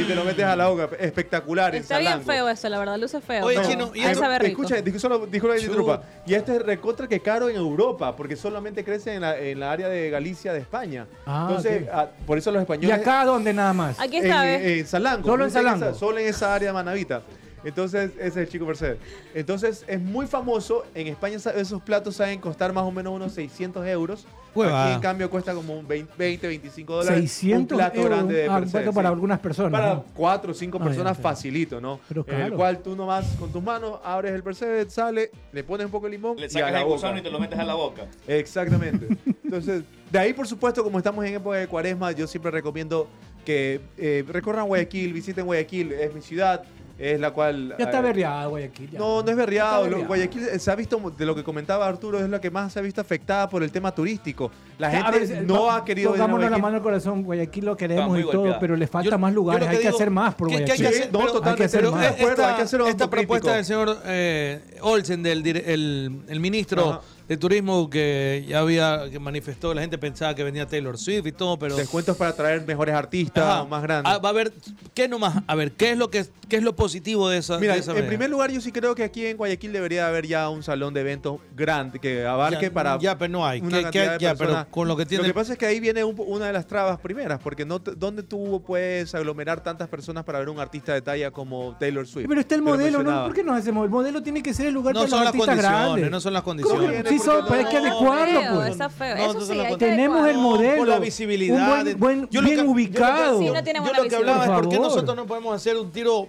Speaker 20: y te lo metes a la boca. Espectacular, en
Speaker 6: Está bien feo eso, la verdad, luce feo. pero ha de saber rico.
Speaker 20: escucha, dijo solo, dijo la Trupa, y este es recontra que caro en Europa, porque solamente crece en la, en la área de Galicia de España.
Speaker 7: Ah,
Speaker 20: Entonces,
Speaker 7: ok.
Speaker 20: ah, por eso los
Speaker 7: ¿Y
Speaker 20: españoles
Speaker 7: acá dónde nada más?
Speaker 6: Aquí
Speaker 20: en- En, Salango.
Speaker 7: Solo en
Speaker 20: justo
Speaker 7: Salango.
Speaker 20: esa- solo en esa área de Manavita. Entonces, ese es el chico Mercedes. Entonces, es muy famoso. En España sa- esos platos saben costar más o menos unos 600 euros.
Speaker 7: Huevada.
Speaker 20: Aquí, en cambio, cuesta como un 20, 20, 25 dólares.
Speaker 7: 600
Speaker 20: un plato
Speaker 7: euros,
Speaker 20: grande de
Speaker 7: ah, un
Speaker 20: Percebes,
Speaker 7: plato para
Speaker 20: sí.
Speaker 7: algunas personas,
Speaker 20: Para
Speaker 7: ¿no?
Speaker 20: cuatro o cinco
Speaker 7: Ah, ya,
Speaker 20: personas
Speaker 7: ok.
Speaker 20: facilito, ¿no?
Speaker 7: Pero
Speaker 20: En el
Speaker 7: claro.
Speaker 20: cual tú nomás con tus manos abres el Percebes, sale, le pones un poco de limón
Speaker 8: Le
Speaker 20: y a
Speaker 8: sacas
Speaker 20: la
Speaker 8: el
Speaker 20: boca.
Speaker 8: gusano y te lo metes a la boca.
Speaker 20: Exactamente. Entonces, de ahí, por supuesto, como estamos en época de cuaresma, yo siempre recomiendo que eh, recorran Guayaquil, visiten Guayaquil, es mi ciudad, es la cual...
Speaker 7: Ya está
Speaker 20: eh,
Speaker 7: berreada Guayaquil. ya.
Speaker 20: No, no es
Speaker 7: Está
Speaker 20: berreado. lo-
Speaker 7: berreado.
Speaker 20: Guayaquil eh, se ha visto, de lo que comentaba Arturo, es la que más se ha visto afectada por el tema turístico. La
Speaker 7: Ya, a
Speaker 20: gente
Speaker 7: ver,
Speaker 20: no
Speaker 7: va-
Speaker 20: ha querido ir a
Speaker 7: Pongámonos la
Speaker 20: Guayaquil.
Speaker 7: mano al corazón. Guayaquil lo
Speaker 20: Está
Speaker 7: queremos
Speaker 20: muy
Speaker 7: y todo,
Speaker 20: golpeada.
Speaker 7: pero le falta
Speaker 20: Yo-
Speaker 7: más lugares.
Speaker 20: yo lo
Speaker 7: hay
Speaker 20: que
Speaker 7: que
Speaker 20: digo-
Speaker 7: hacer más por
Speaker 20: ¿Qué- qué hay
Speaker 7: Guayaquil.
Speaker 20: que hacer? Pero-
Speaker 7: Hay que
Speaker 20: totalmente,
Speaker 7: hacer
Speaker 20: pero
Speaker 7: más.
Speaker 20: es- acuerdo, hay que hacer
Speaker 13: esta,
Speaker 20: un
Speaker 13: esta
Speaker 20: autocrítico.
Speaker 13: propuesta del señor eh, Olsen, del dir- el, el ministro
Speaker 20: Ajá.
Speaker 13: de Turismo que ya había que manifestó, la gente pensaba que venía Taylor Swift y todo, pero...
Speaker 20: Descuentos para traer mejores artistas,
Speaker 13: Ajá.
Speaker 20: más grandes.
Speaker 13: Ah, va a ver, ¿qué nomás? A ver, ¿qué es lo que qué es lo positivo de
Speaker 9: Ah,
Speaker 13: esa
Speaker 20: Mira,
Speaker 13: de esa
Speaker 20: en
Speaker 13: medida?
Speaker 20: primer lugar, yo sí creo que aquí en Guayaquil debería haber ya un salón de eventos grande que abarque
Speaker 13: Ya,
Speaker 20: para.
Speaker 13: ya, pero no hay.
Speaker 20: una
Speaker 13: ¿Qué-
Speaker 20: cantidad
Speaker 13: qué-
Speaker 20: de
Speaker 13: ya,
Speaker 20: personas.
Speaker 13: pero con lo que tiene-
Speaker 20: Lo que pasa es que ahí viene un po- una de las trabas primeras, porque no t- ¿dónde tú puedes aglomerar tantas personas para ver un artista de talla como Taylor Swift?
Speaker 7: Pero está el
Speaker 20: Que lo
Speaker 7: modelo, ¿no?
Speaker 20: mencionaba.
Speaker 7: ¿Por qué nos hacemos? El modelo tiene que ser el lugar
Speaker 13: No
Speaker 7: para
Speaker 13: son
Speaker 7: los
Speaker 13: las
Speaker 7: artistas
Speaker 13: condiciones,
Speaker 7: grandes.
Speaker 13: no son las
Speaker 7: ¿Cómo que
Speaker 13: condiciones.
Speaker 7: Sí, son, pero hay que
Speaker 13: No,
Speaker 7: adecuarlo,
Speaker 6: feo,
Speaker 7: pues.
Speaker 6: está feo.
Speaker 13: No,
Speaker 6: Eso
Speaker 13: no
Speaker 6: sí,
Speaker 13: se lo
Speaker 6: hay que
Speaker 7: Tenemos el
Speaker 6: adecuarlo.
Speaker 7: modelo.
Speaker 13: Por la visibilidad.
Speaker 7: Un buen, buen-
Speaker 13: Yo lo
Speaker 7: bien
Speaker 13: que-
Speaker 7: ubicado.
Speaker 6: Sí, no tiene
Speaker 13: Yo
Speaker 6: buena
Speaker 13: lo que
Speaker 6: visibilidad.
Speaker 13: hablaba es por qué
Speaker 7: Por favor.
Speaker 13: nosotros no podemos hacer un tiro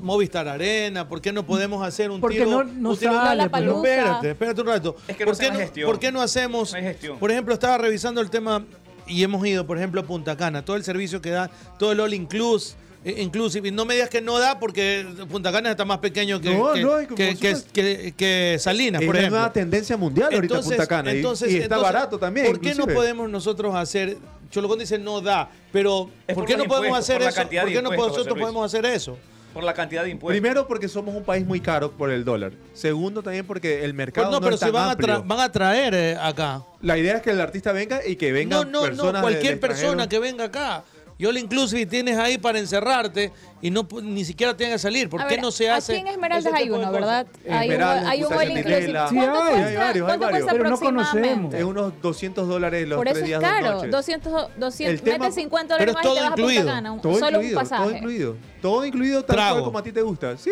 Speaker 13: Movistar Arena, por qué no podemos hacer un
Speaker 7: Porque
Speaker 13: tiro.
Speaker 7: no- no
Speaker 13: un tiro-
Speaker 7: sale,
Speaker 13: Pero
Speaker 7: pues.
Speaker 13: Espérate, espérate un rato.
Speaker 8: que no
Speaker 13: ¿Por,
Speaker 8: se
Speaker 13: qué
Speaker 8: hace
Speaker 13: no,
Speaker 8: gestión.
Speaker 13: por qué no hacemos?
Speaker 8: No hay gestión.
Speaker 13: Por ejemplo, estaba revisando el tema y hemos ido, por ejemplo, a Punta Cana, todo el servicio que da, todo el All Inclus.
Speaker 9: i- inclusive. Y no me digas que no da porque Punta Cana está más pequeño que,
Speaker 20: No,
Speaker 9: que,
Speaker 20: no, y por
Speaker 9: que- que-
Speaker 20: supuesto.
Speaker 9: que- que Salinas,
Speaker 20: Es
Speaker 9: por
Speaker 20: una
Speaker 9: ejemplo.
Speaker 20: nueva tendencia mundial ahorita Punta Cana. y-
Speaker 9: entonces-
Speaker 20: y, está
Speaker 9: entonces,
Speaker 20: barato también.
Speaker 9: ¿Por qué
Speaker 20: inclusive.
Speaker 9: no podemos nosotros hacer? Cholocón dice no da, pero ¿por,
Speaker 8: por
Speaker 9: qué
Speaker 8: los
Speaker 9: no podemos
Speaker 8: impuestos,
Speaker 9: hacer
Speaker 8: por la
Speaker 9: eso?
Speaker 8: cantidad
Speaker 9: ¿Por
Speaker 8: de
Speaker 9: qué no
Speaker 8: impuestos,
Speaker 9: nosotros
Speaker 8: José Luis?
Speaker 9: podemos hacer eso?
Speaker 8: Por la cantidad de
Speaker 9: pues?
Speaker 8: impuestos.
Speaker 20: Primero porque somos un país muy caro por el dólar. Segundo también porque el mercado
Speaker 9: Pero
Speaker 20: no,
Speaker 9: no, pero
Speaker 20: es tan
Speaker 9: si van a, tra-
Speaker 20: amplio.
Speaker 9: van a traer eh, acá.
Speaker 20: La idea es que el artista venga y que venga
Speaker 9: No, no,
Speaker 20: personas
Speaker 9: no,
Speaker 20: de-
Speaker 9: cualquier
Speaker 20: de
Speaker 9: persona
Speaker 20: extranjeros.
Speaker 9: que venga acá. Yo le inclusive tienes ahí para encerrarte y no pu- ni siquiera tienes que salir. ¿Por
Speaker 6: A
Speaker 9: qué
Speaker 6: ver,
Speaker 9: no se hace?
Speaker 6: Aquí en Esmeraldas hay uno, ¿verdad? Hay un,
Speaker 20: Esmeraldas,
Speaker 6: hay un
Speaker 20: Punta
Speaker 6: all inclusive.
Speaker 20: Candela.
Speaker 6: ¿Cuánto
Speaker 20: Sí, hay,
Speaker 6: cuesta?
Speaker 20: hay varios, hay
Speaker 6: ¿Cuánto
Speaker 20: varios.
Speaker 6: cuesta aproximadamente?
Speaker 20: Es unos 200 dólares los
Speaker 6: Por eso
Speaker 20: tres
Speaker 6: es
Speaker 20: días, dos
Speaker 6: caro.
Speaker 20: noches.
Speaker 6: 200, 200
Speaker 20: El tema-
Speaker 6: mete 50 dólares más y te vas a Punta Cana. un-
Speaker 20: Todo
Speaker 6: solo
Speaker 20: incluido,
Speaker 6: un pasaje.
Speaker 20: Todo incluido. Todo incluido tal
Speaker 9: Trago.
Speaker 20: cual como a ti te gusta. Sí.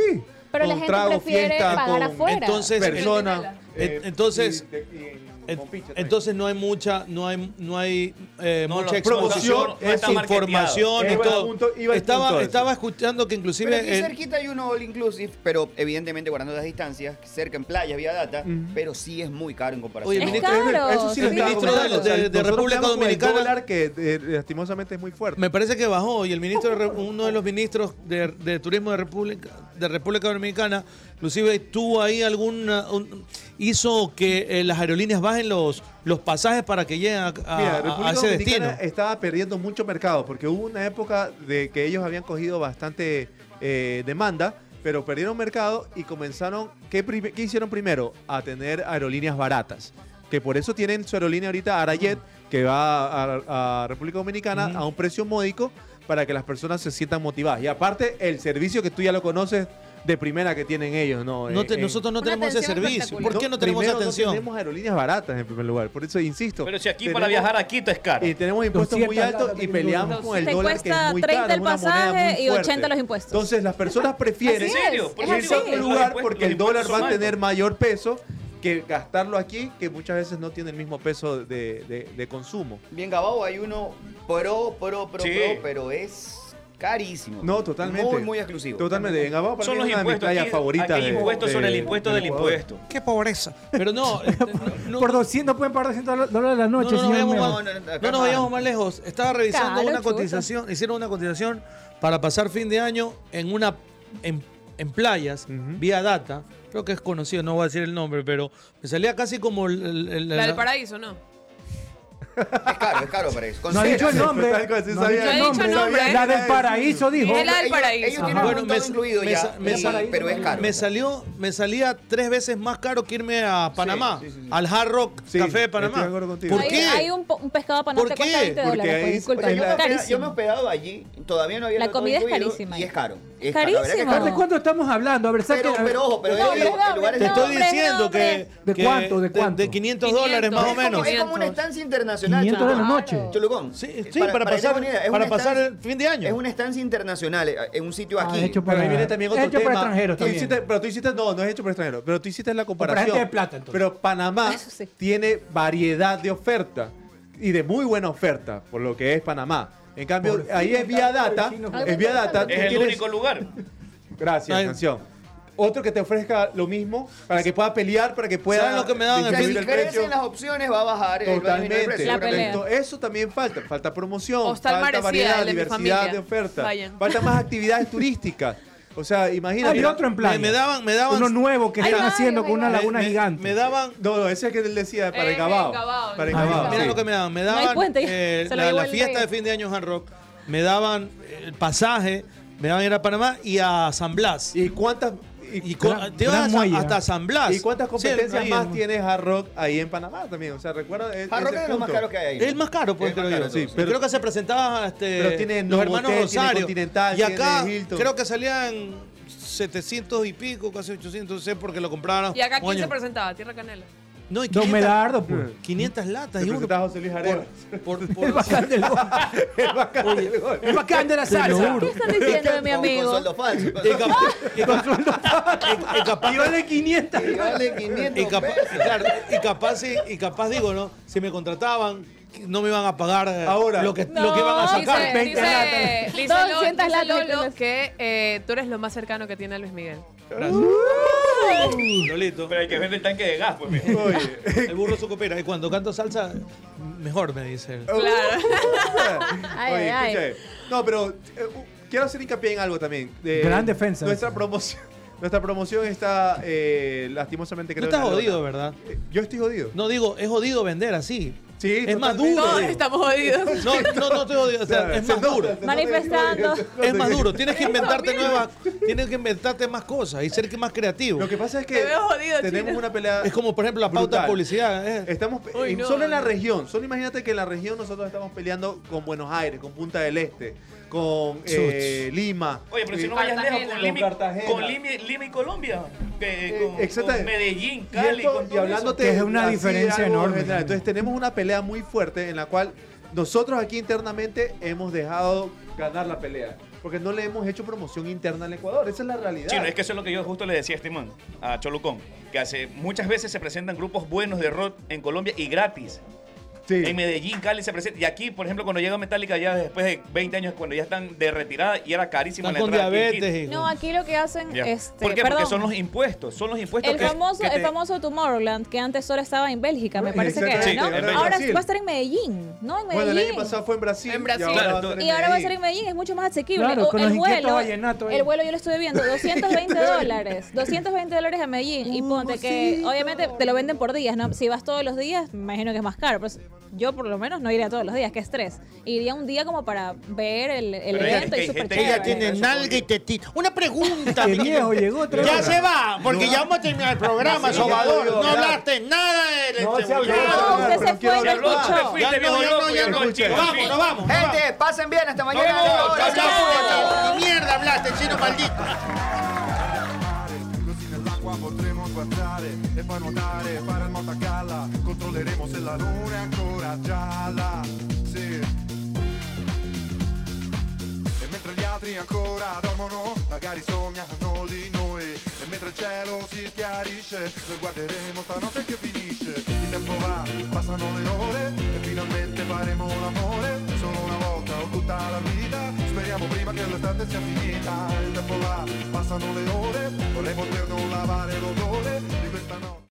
Speaker 6: Pero la
Speaker 20: Con
Speaker 6: gente
Speaker 20: trago,
Speaker 6: prefiere
Speaker 20: fiesta,
Speaker 6: pagar
Speaker 20: con
Speaker 6: afuera.
Speaker 9: Entonces,
Speaker 20: persona.
Speaker 9: en-
Speaker 20: eh,
Speaker 9: entonces,
Speaker 20: y- y- y- con pinche también.
Speaker 9: Entonces no hay mucha, no hay, no hay eh,
Speaker 20: No,
Speaker 9: mucha
Speaker 20: la
Speaker 9: exposición,
Speaker 20: promoción no está
Speaker 9: información
Speaker 20: marketeado.
Speaker 9: y
Speaker 20: Iba el
Speaker 9: todo.
Speaker 20: punto- iba el
Speaker 9: estaba,
Speaker 20: punto ese.
Speaker 9: estaba escuchando que inclusive
Speaker 3: Pero aquí
Speaker 9: el-
Speaker 3: cerquita hay uno all inclusive, pero evidentemente guardando las distancias, cerca en playas, vía data, pero sí es muy caro en
Speaker 9: eh,
Speaker 3: comparación.
Speaker 9: Oye, el Es ministro- caro, eso sí lo sí, estaba ministro de- comentando. de- de
Speaker 20: Nosotros
Speaker 9: República
Speaker 20: quedamos con el
Speaker 9: Dominicana.
Speaker 20: dólar que eh, lastimosamente es muy fuerte.
Speaker 9: me parece que bajó y el ministro, de re- uno de los ministros de, de turismo de República, de República Dominicana, inclusive tuvo ahí alguna, un- hizo que eh, las aerolíneas bajen los, los pasajes para que lleguen a, a-
Speaker 20: Mira,
Speaker 9: a
Speaker 20: República
Speaker 9: ese
Speaker 20: Dominicana
Speaker 9: destino.
Speaker 20: estaba perdiendo mucho mercado porque hubo una época de que ellos habían cogido bastante eh, demanda, pero perdieron mercado y comenzaron. ¿qué, prim- qué hicieron primero? A tener aerolíneas baratas. Que por eso tienen su aerolínea ahorita, Arajet,
Speaker 9: Mm.
Speaker 20: que va a, a República Dominicana a un precio módico para que las personas se sientan motivadas. Y aparte, el servicio que tú ya lo conoces de primera que tienen ellos. No,
Speaker 9: No te-
Speaker 20: Eh, eh,
Speaker 9: nosotros no tenemos ese servicio. ¿Por qué no tenemos
Speaker 20: primero,
Speaker 9: atención?
Speaker 20: tenemos aerolíneas baratas en primer lugar. Por eso insisto.
Speaker 8: Pero si aquí para viajar a Quito es caro.
Speaker 20: Y tenemos impuestos muy
Speaker 8: 200
Speaker 20: altos
Speaker 8: dólares,
Speaker 20: y peleamos
Speaker 8: no.
Speaker 20: con el
Speaker 6: Te
Speaker 20: dólar que
Speaker 6: cuesta
Speaker 20: es muy
Speaker 6: 30
Speaker 20: caro,
Speaker 6: el
Speaker 20: es una moneda
Speaker 6: pasaje
Speaker 20: muy
Speaker 6: y
Speaker 20: fuerte.
Speaker 6: 80 los impuestos.
Speaker 20: Entonces las personas prefieren
Speaker 6: Así es, ¿En serio? Por eso
Speaker 20: irse a
Speaker 6: digo,
Speaker 20: otro
Speaker 6: los
Speaker 20: lugar
Speaker 6: impuestos-
Speaker 20: porque el
Speaker 6: los
Speaker 20: dólar
Speaker 6: impuestos
Speaker 20: va a
Speaker 6: son
Speaker 20: tener mayor peso que gastarlo aquí, que muchas veces no tiene el mismo peso de, de- de consumo.
Speaker 3: Bien, Gabao, hay uno pro, pro, pro,
Speaker 20: Sí.
Speaker 3: pro, pero es carísimo.
Speaker 20: No, totalmente.
Speaker 3: Muy, muy exclusivo.
Speaker 20: Totalmente. En Gabao para
Speaker 3: Son
Speaker 20: mí
Speaker 3: los
Speaker 20: es una de mis
Speaker 3: impuestos,
Speaker 20: playas
Speaker 3: aquí-
Speaker 20: favoritas.
Speaker 8: aquí
Speaker 20: de-
Speaker 8: impuestos
Speaker 20: de-
Speaker 8: sobre el impuesto del
Speaker 20: Ecuador.
Speaker 8: impuesto.
Speaker 9: Qué pobreza.
Speaker 7: <laughs>
Speaker 9: Pero no,
Speaker 7: Por 200 pueden pagar 200 dólares a la noche,
Speaker 9: no,
Speaker 7: señor
Speaker 9: no, nos
Speaker 7: Memo.
Speaker 9: vayamos más- no nos vayamos más lejos. Estaba revisando
Speaker 7: Caro,
Speaker 9: una
Speaker 7: chuta.
Speaker 9: cotización, hicieron una cotización para pasar fin de año en una en, en playas, vía data. Creo que es conocido, no voy a decir el nombre, pero me salía casi como el, el- el-
Speaker 5: La del paraíso, ¿no?
Speaker 3: Es caro, es caro para eso.
Speaker 9: No ha dicho el nombre.
Speaker 3: Tal cual, sí
Speaker 9: No ha
Speaker 3: sabía.
Speaker 9: dicho el No ha dicho nombre. nombre. La del paraíso, dijo.
Speaker 3: Ellos-
Speaker 9: Es la del
Speaker 3: ellos-
Speaker 9: paraíso.
Speaker 3: Ellos tienen
Speaker 9: Ajá.
Speaker 3: bueno,
Speaker 9: Bueno, me-
Speaker 3: incluido
Speaker 9: me
Speaker 3: ya,
Speaker 9: sa- me
Speaker 3: y-
Speaker 9: sa-
Speaker 3: pero es caro.
Speaker 9: Me salió, me salía tres veces más caro que irme a Panamá, al Hard Rock Café de Panamá.
Speaker 20: estoy de acuerdo contigo.
Speaker 9: ¿Por
Speaker 6: hay,
Speaker 9: qué?
Speaker 6: hay un, po- un pescado para no
Speaker 9: ¿Por
Speaker 6: te
Speaker 9: qué?
Speaker 6: cuesta 20
Speaker 9: Porque
Speaker 6: dólares.
Speaker 9: ahí
Speaker 6: pues,
Speaker 9: es-
Speaker 6: disculpa,
Speaker 3: Yo
Speaker 6: es
Speaker 3: me, hospedaba, yo
Speaker 6: carísimo.
Speaker 3: me he hospedado allí, todavía no había
Speaker 6: La
Speaker 3: todo
Speaker 6: comida es
Speaker 3: incluido,
Speaker 6: carísima.
Speaker 3: Y es caro. Es caro, la verdad que es
Speaker 7: Carísimo. ¿De cuánto estamos hablando? A ver, saque.
Speaker 3: Pero- pero ojo, pero
Speaker 7: No,
Speaker 3: yo digo,
Speaker 7: no,
Speaker 3: en lugares-
Speaker 7: te
Speaker 3: no,
Speaker 7: estoy
Speaker 3: hombre,
Speaker 7: diciendo
Speaker 3: no,
Speaker 7: que.
Speaker 3: hombre.
Speaker 7: ¿De
Speaker 9: que-
Speaker 7: cuánto? ¿De
Speaker 9: de-
Speaker 7: cuánto?
Speaker 9: de 500 dólares, más o menos.
Speaker 3: Es como una estancia internacional.
Speaker 7: 500 de la
Speaker 3: Cholucón.
Speaker 7: noche.
Speaker 20: Eh,
Speaker 3: Cholucón.
Speaker 9: sí, para
Speaker 3: Eh, que te
Speaker 9: pasar-
Speaker 3: hagas una idea, es
Speaker 9: para
Speaker 3: una
Speaker 9: pasar
Speaker 3: estancia-
Speaker 9: el fin de año. Ah,
Speaker 3: Es una estancia internacional, eh, en un sitio
Speaker 7: Ah,
Speaker 3: aquí.
Speaker 20: pero ahí viene también otro tema. Tú
Speaker 3: Tú hiciste-
Speaker 20: hiciste- pero tú hiciste, no, no es hecho por extranjeros, pero tú hiciste la comparación.
Speaker 7: gente de plata, entonces.
Speaker 20: Pero Panamá tiene variedad de oferta y de muy buena oferta, por lo que es Panamá. En cambio,
Speaker 8: Por fin,
Speaker 20: ahí es vía
Speaker 8: está
Speaker 20: data,
Speaker 8: por fin,
Speaker 20: es vía data. tú
Speaker 8: Es el
Speaker 20: tienes-
Speaker 8: único lugar.
Speaker 20: Gracias, canción. Otro que te ofrezca lo mismo para que pueda pelear, para que pueda.
Speaker 9: ¿Saben lo que me daban?
Speaker 3: O sea,
Speaker 20: disminuir
Speaker 3: si
Speaker 20: el
Speaker 3: crecen
Speaker 20: precio?
Speaker 3: las opciones, va a bajar el- va a disminuir el
Speaker 20: Totalmente.
Speaker 3: precio. seguramente.
Speaker 20: Esto- eso también falta. Falta promoción,
Speaker 3: Hostal
Speaker 20: falta
Speaker 3: Marecía,
Speaker 20: variedad,
Speaker 3: el de mi
Speaker 20: diversidad
Speaker 3: familia.
Speaker 20: de ofertas.
Speaker 3: Vayan.
Speaker 20: Falta más actividades turísticas. O sea, imagínate.
Speaker 7: Hay otro en playa.
Speaker 20: Me, me daban, me daban.
Speaker 7: Uno nuevo que Ahí están va, haciendo ahí va, con una ahí va. laguna
Speaker 20: Me- me-
Speaker 7: gigante.
Speaker 20: Me daban. No, no, ese es que él decía para
Speaker 9: Eh,
Speaker 20: el Gabao.
Speaker 9: en Gabao,
Speaker 20: Para el
Speaker 9: en
Speaker 20: Gabao,
Speaker 9: Gabao. Mira
Speaker 20: sí.
Speaker 9: lo que me daban. Me
Speaker 20: No hay
Speaker 9: daban
Speaker 20: puente,
Speaker 9: eh,
Speaker 20: se lo
Speaker 9: la,
Speaker 20: llevó
Speaker 9: la
Speaker 20: el
Speaker 9: fiesta de
Speaker 20: rey.
Speaker 9: fin de año Hard Rock. Me daban eh, el pasaje. Me daban a ir a Panamá y a San Blas.
Speaker 20: ¿Y cuántas?
Speaker 9: Y, co- te ibas a San- hasta San Blas.
Speaker 20: ¿Y cuántas
Speaker 9: Sí,
Speaker 20: competencias
Speaker 9: ahí
Speaker 20: más
Speaker 9: en-
Speaker 20: tiene Hard Rock ahí en Panamá también? O sea, recuerda. es-
Speaker 3: Hard Rock
Speaker 20: ese
Speaker 3: es de los más
Speaker 20: punto.
Speaker 3: caros que hay ahí.
Speaker 9: El más caro, pues,
Speaker 20: El más
Speaker 9: creo
Speaker 20: caro,
Speaker 9: yo.
Speaker 20: sí, pero-
Speaker 9: creo que se presentaba este,
Speaker 20: Pero tiene
Speaker 9: los
Speaker 20: Novotel,
Speaker 9: hermanos
Speaker 20: tiene
Speaker 9: Rosario.
Speaker 20: Continental,
Speaker 9: y acá
Speaker 20: tiene Hilton.
Speaker 9: creo que <laughs> salían 700 y pico, casi 800, no sé, porque lo
Speaker 3: Ah,
Speaker 9: compraron.
Speaker 5: Y acá,
Speaker 9: un
Speaker 5: ¿quién
Speaker 9: año.
Speaker 5: se presentaba? Tierra Canela.
Speaker 9: No, y
Speaker 7: Don
Speaker 9: 500
Speaker 7: Medardo, pues.
Speaker 9: 500 latas.
Speaker 20: Te
Speaker 9: y uno-
Speaker 20: presentaba José Luis Arena.
Speaker 9: <laughs> Por,
Speaker 7: El bacán del gol.
Speaker 20: El bacán del gol.
Speaker 7: El bacán de la salsa.
Speaker 6: ¿Qué están diciendo de mi
Speaker 3: Con- con
Speaker 6: amigo?
Speaker 3: sueldo falso.
Speaker 9: Y cap- y cap- y- y capaz-
Speaker 7: Y vale 500.
Speaker 3: Y vale 500
Speaker 9: Y capaz,
Speaker 3: pesos.
Speaker 9: claro, y capaz, y, y capaz digo, ¿no? Si me contrataban, no me iban a pagar eh, lo, que, lo que iban a sacar.
Speaker 5: Dice, dice, dice Lolo-
Speaker 6: 200
Speaker 5: dice
Speaker 6: latas de
Speaker 5: Lolo
Speaker 6: pelotas.
Speaker 5: que eh, tú eres lo más cercano que tiene a Luis Miguel.
Speaker 6: Uh.
Speaker 9: Lolito.
Speaker 8: Pero hay que ver el tanque de gas, pues. mira.
Speaker 9: El burro su copera. Y cuando canto salsa, mejor me dice él.
Speaker 20: Claro.
Speaker 6: Ay, ay, ay.
Speaker 20: No, pero eh, Quiero hacer hincapié en algo también. Eh,
Speaker 3: Gran defensa.
Speaker 20: Nuestra promoción, <laughs> nuestra promoción está eh, lastimosamente
Speaker 9: Tú
Speaker 20: creo.
Speaker 9: estás
Speaker 20: en la lona.
Speaker 9: jodido, ¿verdad?
Speaker 20: Yo estoy jodido.
Speaker 9: No digo, es jodido vender así.
Speaker 20: Sí,
Speaker 9: es más
Speaker 20: totalmente.
Speaker 9: duro.
Speaker 20: Todos estamos jodidos.
Speaker 9: No, no, no estoy jodido. O sea,
Speaker 20: Claro,
Speaker 9: es
Speaker 20: se
Speaker 9: más
Speaker 20: nota,
Speaker 9: duro.
Speaker 20: se nota que estoy jodido.
Speaker 9: Es más duro.
Speaker 20: <laughs>
Speaker 9: Tienes que inventarte nuevas, tienes que inventarte más cosas y ser que más creativo. Lo
Speaker 20: que pasa es que Te veo jodido, tenemos Chino. una pelea
Speaker 9: Es como por ejemplo la pauta
Speaker 20: brutal.
Speaker 9: de publicidad. eh.
Speaker 20: Estamos pe-
Speaker 9: Uy,
Speaker 20: en-
Speaker 9: no,
Speaker 20: solo en la
Speaker 9: no.
Speaker 20: región. Solo imagínate que en la región nosotros estamos peleando con Buenos Aires, con Punta del Este, con eh, Lima.
Speaker 8: Oye, pero
Speaker 20: eh,
Speaker 8: si no vayas lejos, con Lima, y-
Speaker 20: Cartagena.
Speaker 8: con Lima, y- Lima y Colombia. que- con-
Speaker 20: Exactamente.
Speaker 8: con Medellín,
Speaker 20: Y
Speaker 8: Cali.
Speaker 20: esto-
Speaker 8: con
Speaker 20: y
Speaker 8: todo
Speaker 20: hablándote
Speaker 8: eso.
Speaker 3: Que es una
Speaker 20: así de
Speaker 3: diferencia
Speaker 20: algo
Speaker 3: enorme.
Speaker 20: general. Entonces tenemos una pelea muy fuerte en la cual nosotros aquí internamente hemos dejado ganar la pelea. Porque no le hemos hecho promoción interna al Ecuador. Esa es la realidad.
Speaker 8: Chino, es que eso es lo que yo justo le decía a este man, a Cholucón, que hace muchas veces se presentan grupos buenos de rock en Colombia y gratis. En Medellín, Cali se presenta. Y aquí, por ejemplo, cuando llega Metallica, ya después de 20 años, cuando ya están de retirada y era carísimo
Speaker 9: Están
Speaker 8: la
Speaker 9: con
Speaker 8: entrada. aquí en
Speaker 9: diabetes,
Speaker 8: Quito.
Speaker 6: No, aquí lo que hacen,
Speaker 8: Ya.
Speaker 6: este,
Speaker 8: ¿Por qué?
Speaker 6: perdón.
Speaker 8: Porque son los impuestos. Son los impuestos
Speaker 6: El
Speaker 8: que-
Speaker 6: famoso,
Speaker 8: que te-
Speaker 6: el famoso Tomorrowland, que antes solo estaba en Bélgica, me
Speaker 8: Sí,
Speaker 6: parece que era,
Speaker 8: sí,
Speaker 6: ¿no?
Speaker 8: en Bélgica.
Speaker 6: Ahora
Speaker 8: Brasil.
Speaker 6: va a estar en Medellín, ¿no? En Medellín.
Speaker 20: Bueno, el año pasado fue en Brasil. En
Speaker 8: Brasil.
Speaker 20: Y ahora,
Speaker 8: Claro,
Speaker 20: va a ser en
Speaker 6: Y ahora va a
Speaker 20: Medellín.
Speaker 6: ser en Medellín, es mucho más asequible.
Speaker 3: Claro,
Speaker 6: O
Speaker 3: con los
Speaker 6: el
Speaker 3: inquietos
Speaker 6: vuelo,
Speaker 3: vallenatos ahí.
Speaker 6: el vuelo yo lo estuve viendo, 220 dólares. 220 dólares a Medellín. Y ponte que,
Speaker 26: Hermosito.
Speaker 6: obviamente, te lo venden por días, ¿no? Si vas todos los días, me imagino que es más caro. Pero yo, por lo menos, no iría todos los días, que estrés. Iría un día como para ver el, el
Speaker 9: Pero
Speaker 6: evento
Speaker 9: ella-
Speaker 6: y súper
Speaker 9: ella
Speaker 6: chévere.
Speaker 9: tiene nalga y tetita. Una pregunta.
Speaker 3: Qué
Speaker 9: mi-
Speaker 3: viejo, llegó otra
Speaker 9: Ya
Speaker 3: vez.
Speaker 9: se va, porque
Speaker 3: No.
Speaker 9: ya vamos a terminar el programa,
Speaker 3: No, sí,
Speaker 9: Sobador.
Speaker 3: ya lo digo,
Speaker 9: No
Speaker 3: ya.
Speaker 9: hablaste nada del
Speaker 3: No,
Speaker 9: este
Speaker 3: se habló,
Speaker 9: muchacho.
Speaker 3: se habló,
Speaker 9: Ya
Speaker 3: pero no quiero hablar
Speaker 9: no,
Speaker 3: más.
Speaker 9: ya
Speaker 3: Ya
Speaker 9: no,
Speaker 3: no,
Speaker 9: ya
Speaker 3: ya
Speaker 9: no, ya no.
Speaker 3: escuché.
Speaker 9: Vamos, nos vamos.
Speaker 27: Gente, pasen bien hasta mañana.
Speaker 9: Nos vemos,
Speaker 27: Ahora
Speaker 9: chao,
Speaker 27: sí.
Speaker 9: chao, chao. Ni mierda hablaste, chino maldito.
Speaker 2: L'acqua potremo guardare e poi nuotare, fare il motacalla, controlleremo se la luna è ancora gialla. Sì. E mentre gli altri ancora dormono, magari sognano di noi. E mentre il cielo si schiarisce, noi guarderemo stanotte che finisce. Il tempo va, passano le ore e finalmente faremo l'amore. Solo una volta o tutta la vita, speriamo prima che l'estate sia finita. Il tempo va, passano le ore, vorrei poter non lavare l'odore di questa notte.